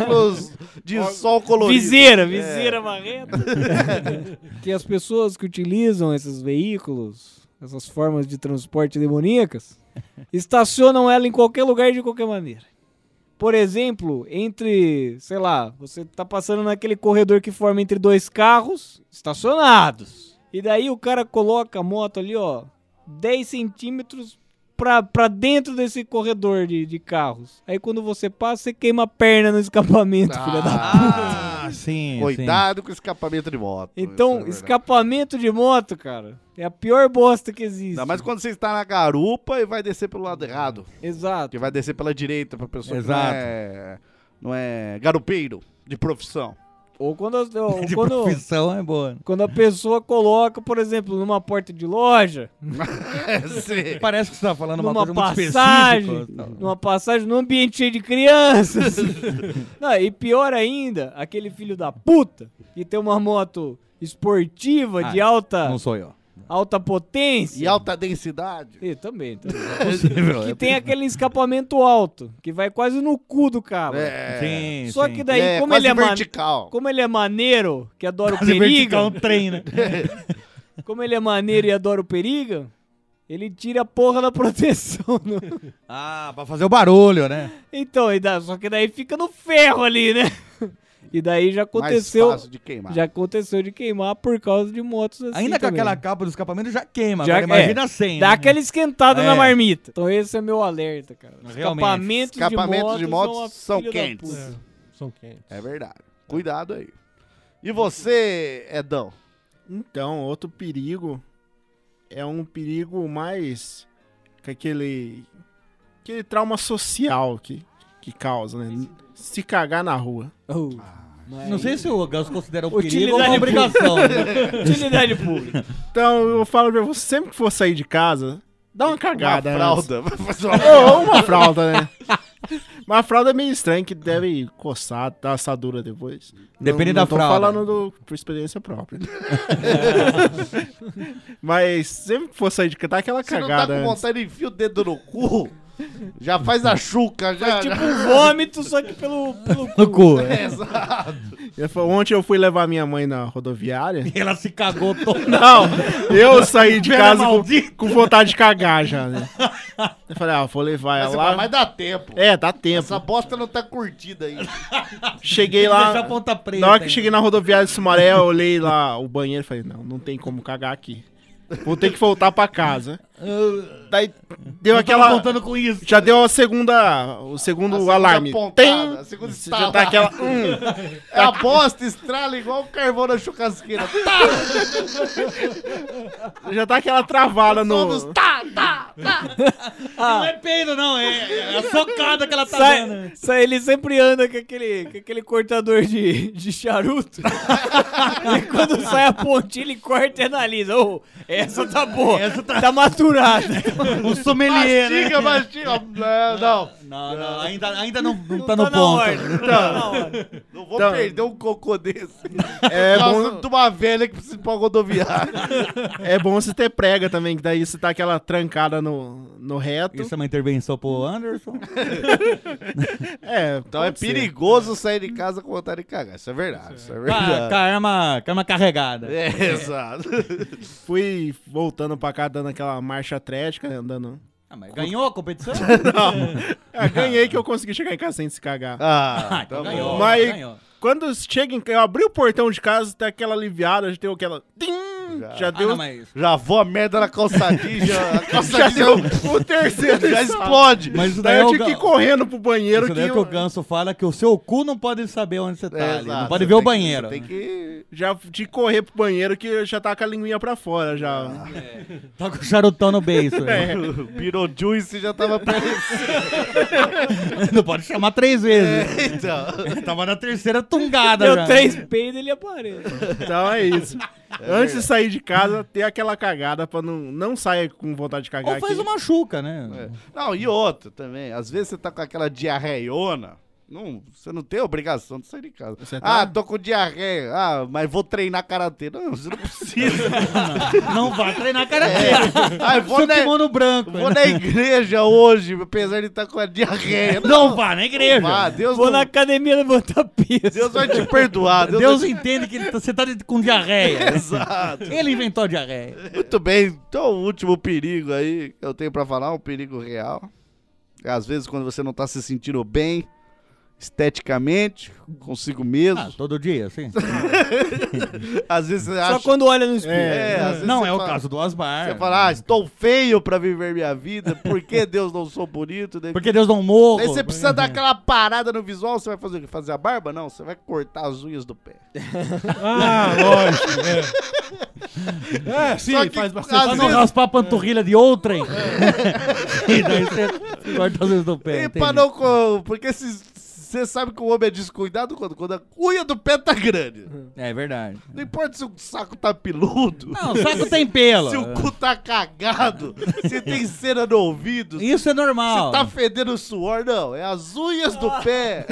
Speaker 7: óculos de sol colorido.
Speaker 4: Viseira,
Speaker 7: É.
Speaker 4: viseira marreta. que as pessoas que utilizam esses veículos, essas formas de transporte demoníacas, estacionam ela em qualquer lugar de qualquer maneira. Por exemplo, entre, sei lá, você tá passando naquele corredor que forma entre dois carros estacionados. E daí o cara coloca a moto ali, ó, 10 centímetros pra, pra dentro desse corredor de, de carros. Aí quando você passa, você queima a perna no escapamento, filha da
Speaker 10: Ah, sim.
Speaker 7: Cuidado com o escapamento de moto.
Speaker 4: Então,
Speaker 7: isso é verdade.
Speaker 4: escapamento de moto, cara, é a pior bosta que existe.
Speaker 7: Ainda mais quando você está na garupa e vai descer pelo lado errado.
Speaker 4: Exato.
Speaker 7: Que vai descer pela direita pra pessoa
Speaker 10: Exato.
Speaker 7: que não é, não é garupeiro de profissão.
Speaker 4: Ou quando, ou
Speaker 10: De Tipo,
Speaker 4: quando,
Speaker 10: profissão é boa. né?
Speaker 4: quando a pessoa coloca, por exemplo, numa porta de loja,
Speaker 7: Sim.
Speaker 10: Parece que você tá falando uma
Speaker 4: numa
Speaker 10: coisa muito
Speaker 4: passagem,
Speaker 10: específica. assim,
Speaker 4: numa passagem, num ambiente cheio de crianças. Não, e pior ainda, aquele filho da puta que tem uma moto esportiva de
Speaker 10: Ah,
Speaker 4: alta,
Speaker 10: Não sou eu.
Speaker 4: alta potência.
Speaker 7: E alta densidade.
Speaker 4: Ih, também, também.
Speaker 10: Possível,
Speaker 4: que
Speaker 10: é
Speaker 4: tem aquele escapamento alto, que vai quase no cu do cabo.
Speaker 10: É, Sim,
Speaker 4: Só
Speaker 10: sim.
Speaker 4: que daí,
Speaker 7: É,
Speaker 4: como,
Speaker 7: quase
Speaker 4: ele é ma-
Speaker 7: vertical.
Speaker 4: como ele é maneiro, que adora o
Speaker 10: Quase
Speaker 4: perigo,
Speaker 10: vertical um trem, né?
Speaker 4: como ele é maneiro e adora o perigo, ele tira a porra da proteção. no-
Speaker 10: ah, pra fazer o barulho, né?
Speaker 4: Então, e dá- só que daí fica no ferro ali, né? E daí já aconteceu,
Speaker 7: Mais fácil de queimar.
Speaker 4: já aconteceu de queimar por causa de motos assim
Speaker 10: Ainda com
Speaker 4: também.
Speaker 10: aquela capa do escapamento já queima.
Speaker 4: Já-
Speaker 10: agora imagina né?
Speaker 4: é,
Speaker 10: sem.
Speaker 4: Dá aquela esquentada
Speaker 10: É.
Speaker 4: na marmita. Então esse é meu alerta, cara.
Speaker 10: Realmente.
Speaker 4: Escapamentos,
Speaker 7: Escapamentos
Speaker 4: de
Speaker 7: de
Speaker 4: motos,
Speaker 7: motos
Speaker 4: são,
Speaker 7: são
Speaker 4: uma filha da
Speaker 7: quentes.
Speaker 4: puta.
Speaker 9: São quentes.
Speaker 7: É verdade. Cuidado aí. E você, Edão?
Speaker 11: Então, outro perigo é um perigo mais que aquele aquele trauma social que que causa, né? Se cagar na rua.
Speaker 4: Oh,
Speaker 10: Não sei se o Gus considera o perigo ou
Speaker 4: Utilidade
Speaker 10: uma obrigação. né?
Speaker 4: utilidade pública.
Speaker 11: Então, eu falo pra você, sempre que for sair de casa, dá uma
Speaker 4: É.
Speaker 11: cagada.
Speaker 7: Uma
Speaker 11: né?
Speaker 7: fralda. Vai fazer uma
Speaker 11: Ou uma fralda, né? Uma fralda é meio estranha, que deve coçar, dar assadura depois.
Speaker 10: Depende
Speaker 11: não,
Speaker 10: da
Speaker 11: não tô
Speaker 10: fralda.
Speaker 11: falando do, por experiência própria. Mas sempre que for sair de casa, dá aquela
Speaker 7: Você não tá
Speaker 11: cagada.
Speaker 7: com
Speaker 11: antes.
Speaker 7: vontade, enfia o dedo no cu. Já faz a chuca, já.
Speaker 4: tipo
Speaker 7: já-
Speaker 4: um vômito, só que pelo, pelo
Speaker 10: No cu. né?
Speaker 7: Exato.
Speaker 11: Eu fa- Ontem eu fui levar minha mãe na rodoviária.
Speaker 10: Ela se cagou toda.
Speaker 11: Não, é eu saí de
Speaker 10: Velha
Speaker 11: casa com,
Speaker 10: maldita.
Speaker 11: com vontade de cagar já, né? Eu falei, ah, vou levar
Speaker 7: Mas,
Speaker 11: ela
Speaker 7: você fala,
Speaker 11: lá.
Speaker 7: mas dá tempo.
Speaker 11: É, dá tempo.
Speaker 7: Essa bosta não tá curtida ainda.
Speaker 11: Cheguei
Speaker 10: Deixa
Speaker 11: lá.
Speaker 10: a ponta preta.
Speaker 11: Na hora que
Speaker 10: ainda.
Speaker 11: cheguei na rodoviária de Sumaré, eu olhei lá o banheiro e falei, não, não tem como cagar aqui. Vou ter que voltar pra casa. Daí deu
Speaker 7: eu tava
Speaker 11: aquela.
Speaker 7: contando com isso.
Speaker 11: Já deu a segunda. O segundo alarme.
Speaker 7: pontada,
Speaker 11: Tem!
Speaker 7: a segunda
Speaker 11: Você
Speaker 7: estala.
Speaker 11: já tá aquela. hum.
Speaker 7: É a bosta estrala igual o carvão na churrasqueira.
Speaker 11: Já tá aquela travada no.
Speaker 7: Tá, tá, tá.
Speaker 10: Não é peido, não, é, é a socada que ela tá
Speaker 3: Sai-
Speaker 10: dando.
Speaker 3: sai- ele sempre anda com aquele, com aquele cortador de, de charuto. e quando sai a pontinha, ele corta e analisa. Ô, essa tá boa. Essa tá... maturada.
Speaker 10: O
Speaker 7: tá,
Speaker 10: sommelier, né?
Speaker 7: Mastiga, mastiga. ó, Não, não.
Speaker 10: Não, não, ainda, ainda não, não tá
Speaker 7: tá
Speaker 10: no
Speaker 7: na
Speaker 10: ponto.
Speaker 7: ordem, não tá na ordem. Não vou
Speaker 10: Então-
Speaker 7: perder um cocô desse.
Speaker 11: É
Speaker 7: Por causa
Speaker 11: bom-
Speaker 7: de uma velha que precisa ir pra rodoviária.
Speaker 11: É bom você ter prega também, que daí você tá aquela trancada no, no reto.
Speaker 10: Isso é uma intervenção pro Anderson?
Speaker 11: é,
Speaker 7: Então é perigoso sair de casa com vontade de cagar. Isso é verdade. Isso é
Speaker 10: Ca-
Speaker 7: verdade.
Speaker 10: com a arma, com a arma carregada.
Speaker 7: É, exato.
Speaker 11: Fui voltando pra cá, dando aquela marcha atlética, né, andando.
Speaker 10: Ah, mas ganhou a competição?
Speaker 11: Não. Ah, ganhei que eu consegui chegar em casa sem se cagar.
Speaker 10: Ah, Ah, então tá ganhou, bom.
Speaker 11: Mas
Speaker 10: ganhou.
Speaker 11: quando chega em casa, eu abri o portão de casa, tá aquela aliviada, já deu aquela. Tim! já.
Speaker 7: Ah,
Speaker 11: deu.
Speaker 7: não, mas- Já vou a merda na calçadinha. A
Speaker 11: já
Speaker 7: calçadinha
Speaker 11: deu o terceiro.
Speaker 7: um já
Speaker 11: salto.
Speaker 7: explode.
Speaker 10: Mas isso daí
Speaker 11: daí
Speaker 10: é
Speaker 11: eu
Speaker 10: o
Speaker 11: tive que ir
Speaker 10: ga-
Speaker 11: correndo pro banheiro
Speaker 10: Isso
Speaker 11: que.
Speaker 10: daí é que o Ganso fala que o seu cu não pode saber onde você tá
Speaker 11: É,
Speaker 10: ali. Não
Speaker 11: exato,
Speaker 10: pode
Speaker 11: você
Speaker 10: ver o
Speaker 11: tem que-
Speaker 10: banheiro. né?
Speaker 11: você tem Já de correr pro banheiro que eu já tá com a linguinha pra fora já.
Speaker 10: Tá com o charutão no beiço. né?
Speaker 11: É.
Speaker 7: O Beetlejuice já tava
Speaker 10: Não pode chamar três vezes.
Speaker 7: É, então.
Speaker 10: Ele tava na terceira tungada
Speaker 3: Deu
Speaker 10: já.
Speaker 3: três peidos, ele aparece.
Speaker 11: Então é isso. Antes de sair de casa, ter aquela cagada pra não, não sair com vontade de cagar
Speaker 10: Ou faz um
Speaker 11: aqui.
Speaker 10: uma chuca, né?
Speaker 7: Não, e outra também. Às vezes você tá com aquela diarreiona. Não, você não tem obrigação de sair de casa.
Speaker 11: tá-
Speaker 7: Ah, tô com diarreia. Ah, mas vou treinar karatê. Não, você não precisa.
Speaker 10: Não vai treinar karatê.
Speaker 7: Ah, eu
Speaker 10: É.
Speaker 7: vou
Speaker 10: Seu
Speaker 7: na-
Speaker 10: kimono branco.
Speaker 7: Vou na igreja hoje, apesar de estar com a diarreia.
Speaker 10: Não vá na igreja.
Speaker 7: Não vá, Deus
Speaker 10: Vou
Speaker 7: não-
Speaker 10: na academia levantar peso.
Speaker 7: Deus vai te perdoar.
Speaker 10: Deus,
Speaker 7: vai te-
Speaker 10: entende que ele tá- você tá com diarreia.
Speaker 7: Exato.
Speaker 10: Ele inventou a diarreia.
Speaker 7: Muito bem, então o último perigo aí que eu tenho pra falar, um perigo real. É, Às vezes quando você não tá se sentindo bem, esteticamente, consigo mesmo.
Speaker 10: Ah, todo dia,
Speaker 7: É,
Speaker 10: sim.
Speaker 7: às vezes você
Speaker 10: Só
Speaker 7: acha...
Speaker 10: quando olha no espelho.
Speaker 7: É, às vezes
Speaker 10: Não,
Speaker 7: você
Speaker 10: é o
Speaker 7: fala-
Speaker 10: caso do Osmar.
Speaker 7: Você fala, ah, estou feio pra viver minha vida, por que Deus não sou bonito? Daí-
Speaker 10: Porque é né? Deus não morro.
Speaker 7: Aí você precisa dar aquela parada no visual, você vai fazer o quê? Fazer a barba? Não, você vai cortar as unhas do pé.
Speaker 9: Ah, lógico,
Speaker 10: né?
Speaker 9: é. É, sim,
Speaker 7: Só que,
Speaker 9: faz
Speaker 7: às
Speaker 9: bastante.
Speaker 10: Pra não raspar a panturrilha de outrem. e daí você corta os dedos do pé.
Speaker 7: É. E
Speaker 10: entendi.
Speaker 7: pra não. co- Porque se- você sabe que o homem é descuidado quando, quando a unha do pé tá grande.
Speaker 10: É verdade.
Speaker 7: Não importa se o saco tá peludo.
Speaker 10: Não, o saco tem pelo.
Speaker 7: Se o cu tá cagado. se tem cera no ouvido.
Speaker 10: Isso é normal.
Speaker 7: Se tá fedendo suor, não. É as unhas do pé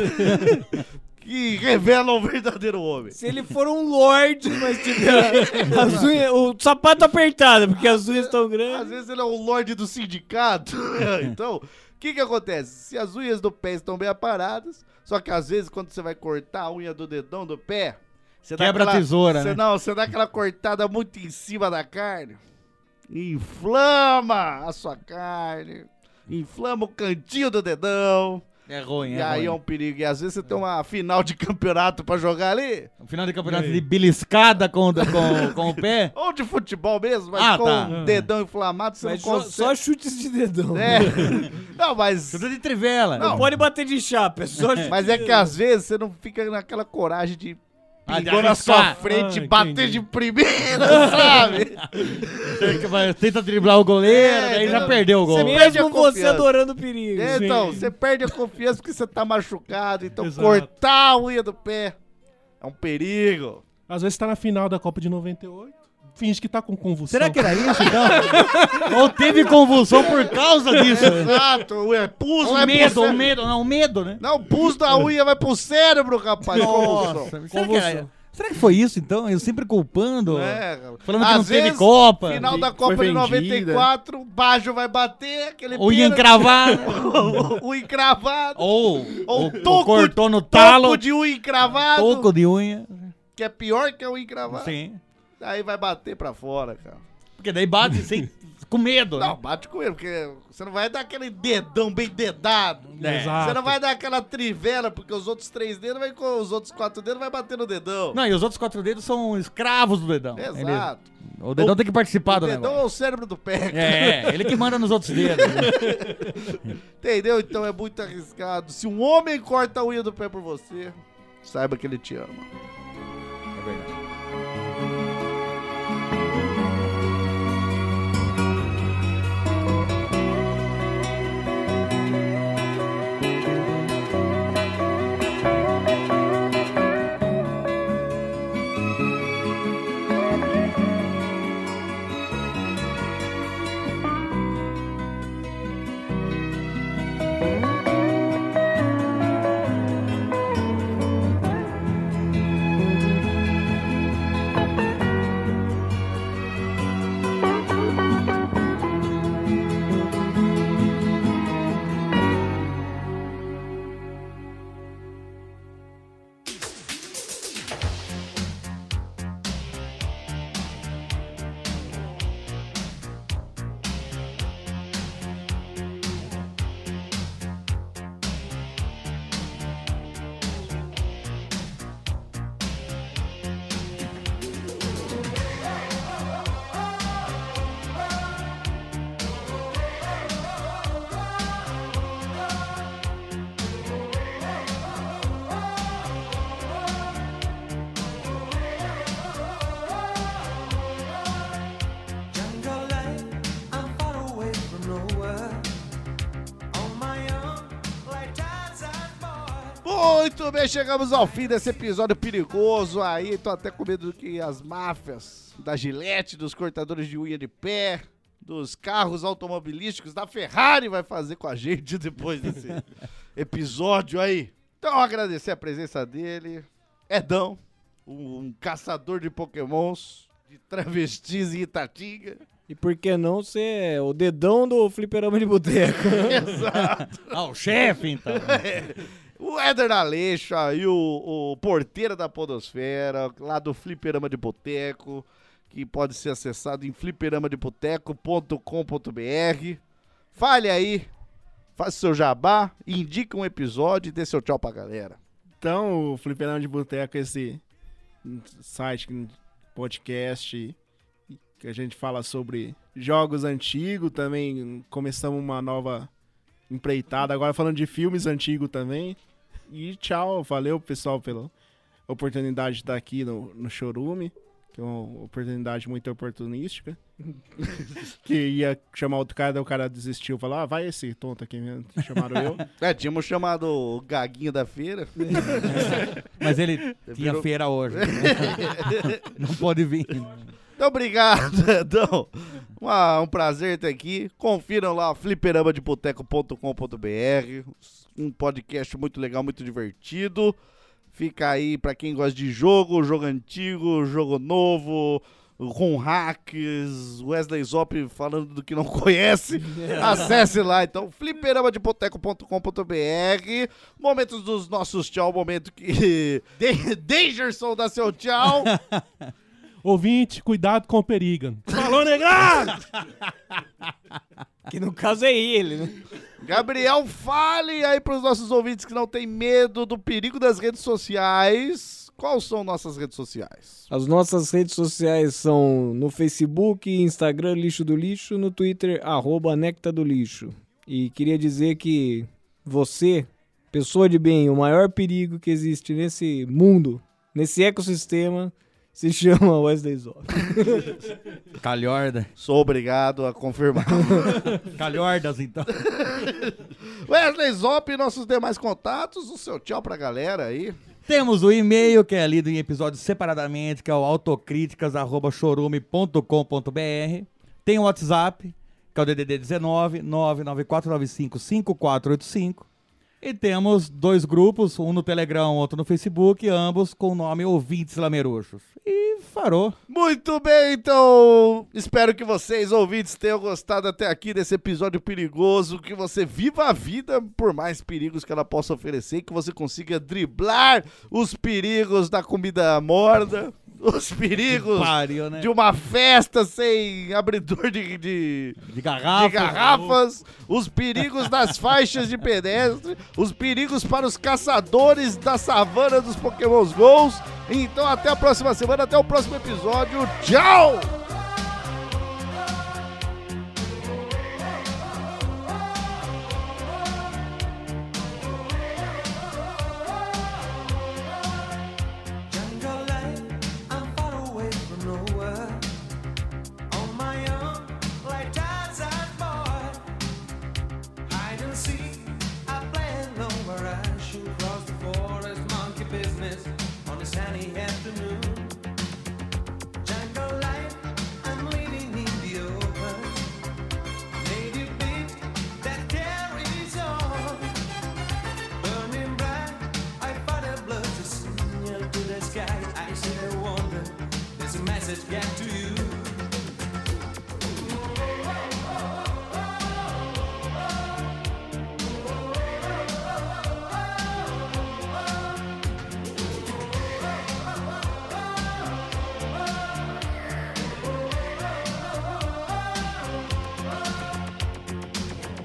Speaker 7: que revelam o verdadeiro homem.
Speaker 3: Se ele for um lorde, mas tiver as unhas- o sapato apertado, porque as unhas estão
Speaker 7: Às
Speaker 3: grandes.
Speaker 7: vezes ele é o lorde do sindicato. então, o que que acontece? Se as unhas do pé estão bem aparadas, só que às vezes quando você vai cortar a unha do dedão do pé, você dá
Speaker 10: Quebra a
Speaker 7: aquela-
Speaker 10: tesoura,
Speaker 7: você
Speaker 10: né?
Speaker 7: Não, você dá aquela cortada muito em cima da carne, inflama a sua carne, inflama o cantinho do dedão.
Speaker 10: É ruim,
Speaker 7: E
Speaker 10: é
Speaker 7: aí é
Speaker 10: ruim.
Speaker 7: um perigo. E às vezes você tem uma final de campeonato pra jogar ali.
Speaker 10: O Final de campeonato de beliscada com, com, com o pé.
Speaker 7: Ou de futebol mesmo, mas
Speaker 10: Ah,
Speaker 7: com
Speaker 10: tá.
Speaker 7: o dedão inflamado, você
Speaker 3: Mas
Speaker 7: não
Speaker 3: só,
Speaker 7: consegue.
Speaker 3: só chutes de dedão.
Speaker 7: É. Não, mas. Chuta
Speaker 10: de trivela.
Speaker 3: Não pode bater de chapa, é só chute
Speaker 7: Mas é que às vezes você não fica naquela coragem de.
Speaker 10: Ah, de
Speaker 7: Pingou na sua
Speaker 10: arriscar.
Speaker 7: frente,
Speaker 10: Ah,
Speaker 7: bater
Speaker 10: entendi.
Speaker 7: de primeira, sabe?
Speaker 10: Você que vai- Tenta driblar o goleiro,
Speaker 7: É,
Speaker 10: daí já
Speaker 7: não.
Speaker 10: perdeu o gol.
Speaker 7: Você perde a
Speaker 3: Mesmo você
Speaker 7: confiança.
Speaker 3: adorando o perigo.
Speaker 7: É, então, você perde a confiança porque você tá machucado. Então, cortar a unha do pé é um perigo.
Speaker 9: Às vezes tá na final da Copa de 98, finge que tá com convulsão.
Speaker 10: Será que era isso, então? Ou teve convulsão por causa disso?
Speaker 7: Exato, o é pus,
Speaker 10: O
Speaker 7: vai pro
Speaker 10: medo, o
Speaker 7: cérebro.
Speaker 10: medo, não, o medo, né?
Speaker 7: Não, o pus da unha vai pro cérebro, rapaz.
Speaker 10: Nossa,
Speaker 7: convulsão.
Speaker 10: será que, era- será que foi isso, então? Eu sempre culpando,
Speaker 7: É, cara.
Speaker 10: falando que
Speaker 7: Às
Speaker 10: não teve
Speaker 7: vezes,
Speaker 10: Copa.
Speaker 7: Final da
Speaker 10: que
Speaker 7: Copa
Speaker 10: foi
Speaker 7: de
Speaker 10: vendida.
Speaker 7: 94, o Bajo vai bater, aquele
Speaker 10: Ou ia
Speaker 7: pênalti.
Speaker 10: encravar.
Speaker 7: o encravado.
Speaker 10: Ou,
Speaker 7: Ou
Speaker 10: ou,
Speaker 7: toco-
Speaker 10: cortou no talo.
Speaker 7: Toco de unha encravado.
Speaker 10: Toco de unha.
Speaker 7: Que é pior que o encravado.
Speaker 10: Sim.
Speaker 7: Aí vai bater pra fora, cara.
Speaker 10: Porque daí bate sem com medo. né?
Speaker 7: Não, bate com ele, porque você não vai dar aquele dedão bem dedado. né?
Speaker 10: É.
Speaker 7: Você
Speaker 10: Exato.
Speaker 7: não vai dar aquela trivela, porque os outros três dedos vai com os outros quatro dedos vai bater no dedão.
Speaker 10: Não, e os outros quatro dedos são escravos do dedão.
Speaker 7: Exato.
Speaker 10: Ele- é o dedão tem que participar do
Speaker 7: o dedão
Speaker 10: negócio.
Speaker 7: é o cérebro do pé. cara.
Speaker 10: É, ele que manda nos outros dedos. né?
Speaker 7: Entendeu? Então é muito arriscado. Se um homem corta a unha do pé por você, saiba que ele te ama.
Speaker 10: É verdade.
Speaker 14: Jungle life, I'm far away from nowhere. On my own, like Tarzan boy.
Speaker 7: Muito bem, chegamos ao fim desse episódio perigoso aí. Tô até com medo que as máfias da Gillette, dos cortadores de unha de pé, dos carros automobilísticos, da Ferrari vai fazer com a gente depois desse episódio aí. Então, agradecer a presença dele. Edão, um caçador de pokémons, de travestis e Itatinga.
Speaker 4: E por que não ser o dedão do fliperama de boteco?
Speaker 7: Exato.
Speaker 10: Ah, o chefe, então.
Speaker 7: É. O Éder Aleixo aí, o, o porteiro da podosfera, lá do Fliperama de Boteco, que pode ser acessado em fliperamadeboteco.com.br. Fale aí, faça seu jabá, indique um episódio e dê seu tchau pra galera.
Speaker 11: Então, o Fliperama de Boteco, é esse site, podcast, que a gente fala sobre jogos antigos, também começamos uma nova empreitada, agora falando de filmes antigos também. E tchau, valeu pessoal pela oportunidade de estar aqui no, no Chorume, que é uma oportunidade muito oportunística. que ia chamar outro cara, daí o cara desistiu, falou, ah, vai esse tonto aqui mesmo, chamaram eu.
Speaker 7: É, tínhamos chamado o Gaguinho da Feira.
Speaker 10: Mas ele tinha
Speaker 7: Virou-
Speaker 10: feira hoje. né? Não pode vir. né?
Speaker 7: Então, obrigado, Edão. Uma- um prazer ter aqui. Confiram lá fliperamadeboteco.com.br. Um podcast muito legal, muito divertido. Fica aí pra quem gosta de jogo, jogo antigo, jogo novo, com hacks, Wesley Zop falando do que não conhece. Acesse lá então, fliperamadeboteco.com.br. Momentos dos nossos tchau, momento que Dan- Dangerson dá seu tchau.
Speaker 9: Ouvinte, cuidado com o Perigan. Falou, negado!
Speaker 4: que no caso é ele, né?
Speaker 7: Gabriel, fale aí pros nossos ouvintes que não tem medo do perigo das redes sociais. Quais são nossas redes sociais?
Speaker 4: As nossas redes sociais são no Facebook, Instagram Lixo do Lixo, no Twitter arroba Necta do Lixo. E queria dizer que você, pessoa de bem, o maior perigo que existe nesse mundo, nesse ecossistema, se chama Wesley Zop.
Speaker 10: Calhorda.
Speaker 7: Sou obrigado a confirmar.
Speaker 10: Calhordas, então.
Speaker 7: Wesley Zop e nossos demais contatos. O seu tchau pra galera aí.
Speaker 10: Temos o e-mail que é lido em episódios separadamente, que é o autocríticas.chorume.com.br. Tem o WhatsApp, que é o DDD 19 994955485. E temos dois grupos, um no Telegram, outro no Facebook, ambos com o nome Ouvintes Lameruxos. E farou.
Speaker 7: Muito bem, então espero que vocês, ouvintes, tenham gostado até aqui desse episódio perigoso. Que você viva a vida por mais perigos que ela possa oferecer, que você consiga driblar os perigos da comida morda. os perigos
Speaker 10: Que pariu, né?
Speaker 7: de um uma festa sem abridor de, de,
Speaker 10: garrafas.
Speaker 7: de garrafas, os perigos das faixas de pedestre, os perigos para os caçadores da savana dos Pokémons Gols. Então até a próxima semana, até o próximo episódio. Tchau!
Speaker 14: Jungle life, I'm far away from nowhere. On my own, like Tarzan boy. Hide and seek, I play alone where I shoot across the forest. Monkey business on a sunny afternoon. Jungle life, I'm living in the open. Native beat that carries on. Burning bright. I fight a blood to signal to the sky. I see a wonder. There's a message get to you.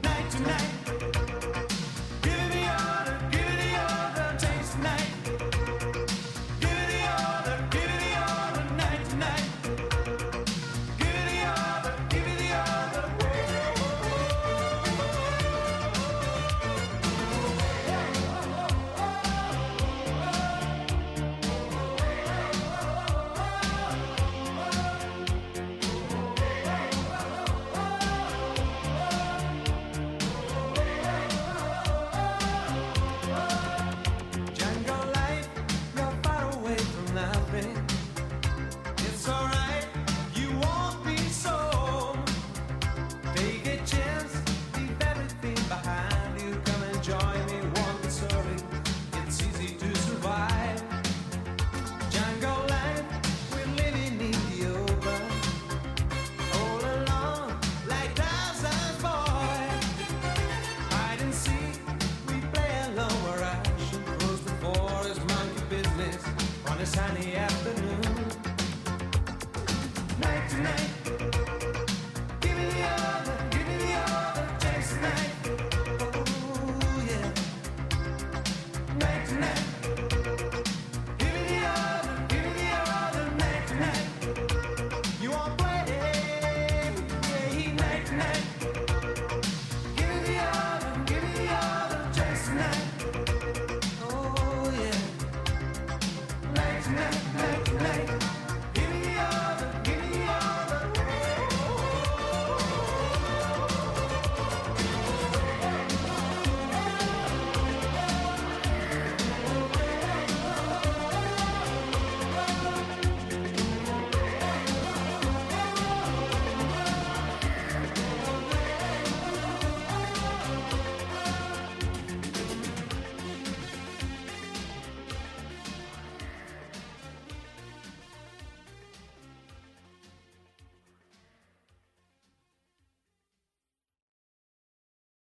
Speaker 14: Night to night. Give it the order, give it the order, taste night. Give it the order, give it the order, night to night. Give it the order, give it the order. Jungle life, you're far away from nothing. It's alright, you won't be sold. Take a chance, leave everything behind you. Come and join me, won't be sorry. It's easy to survive. Jungle life, we're living in the open. All alone, like Tarzan's boy. Hide and seek, we play alone where I shoot across the forest, monkey business on a sunny afternoon. Oh,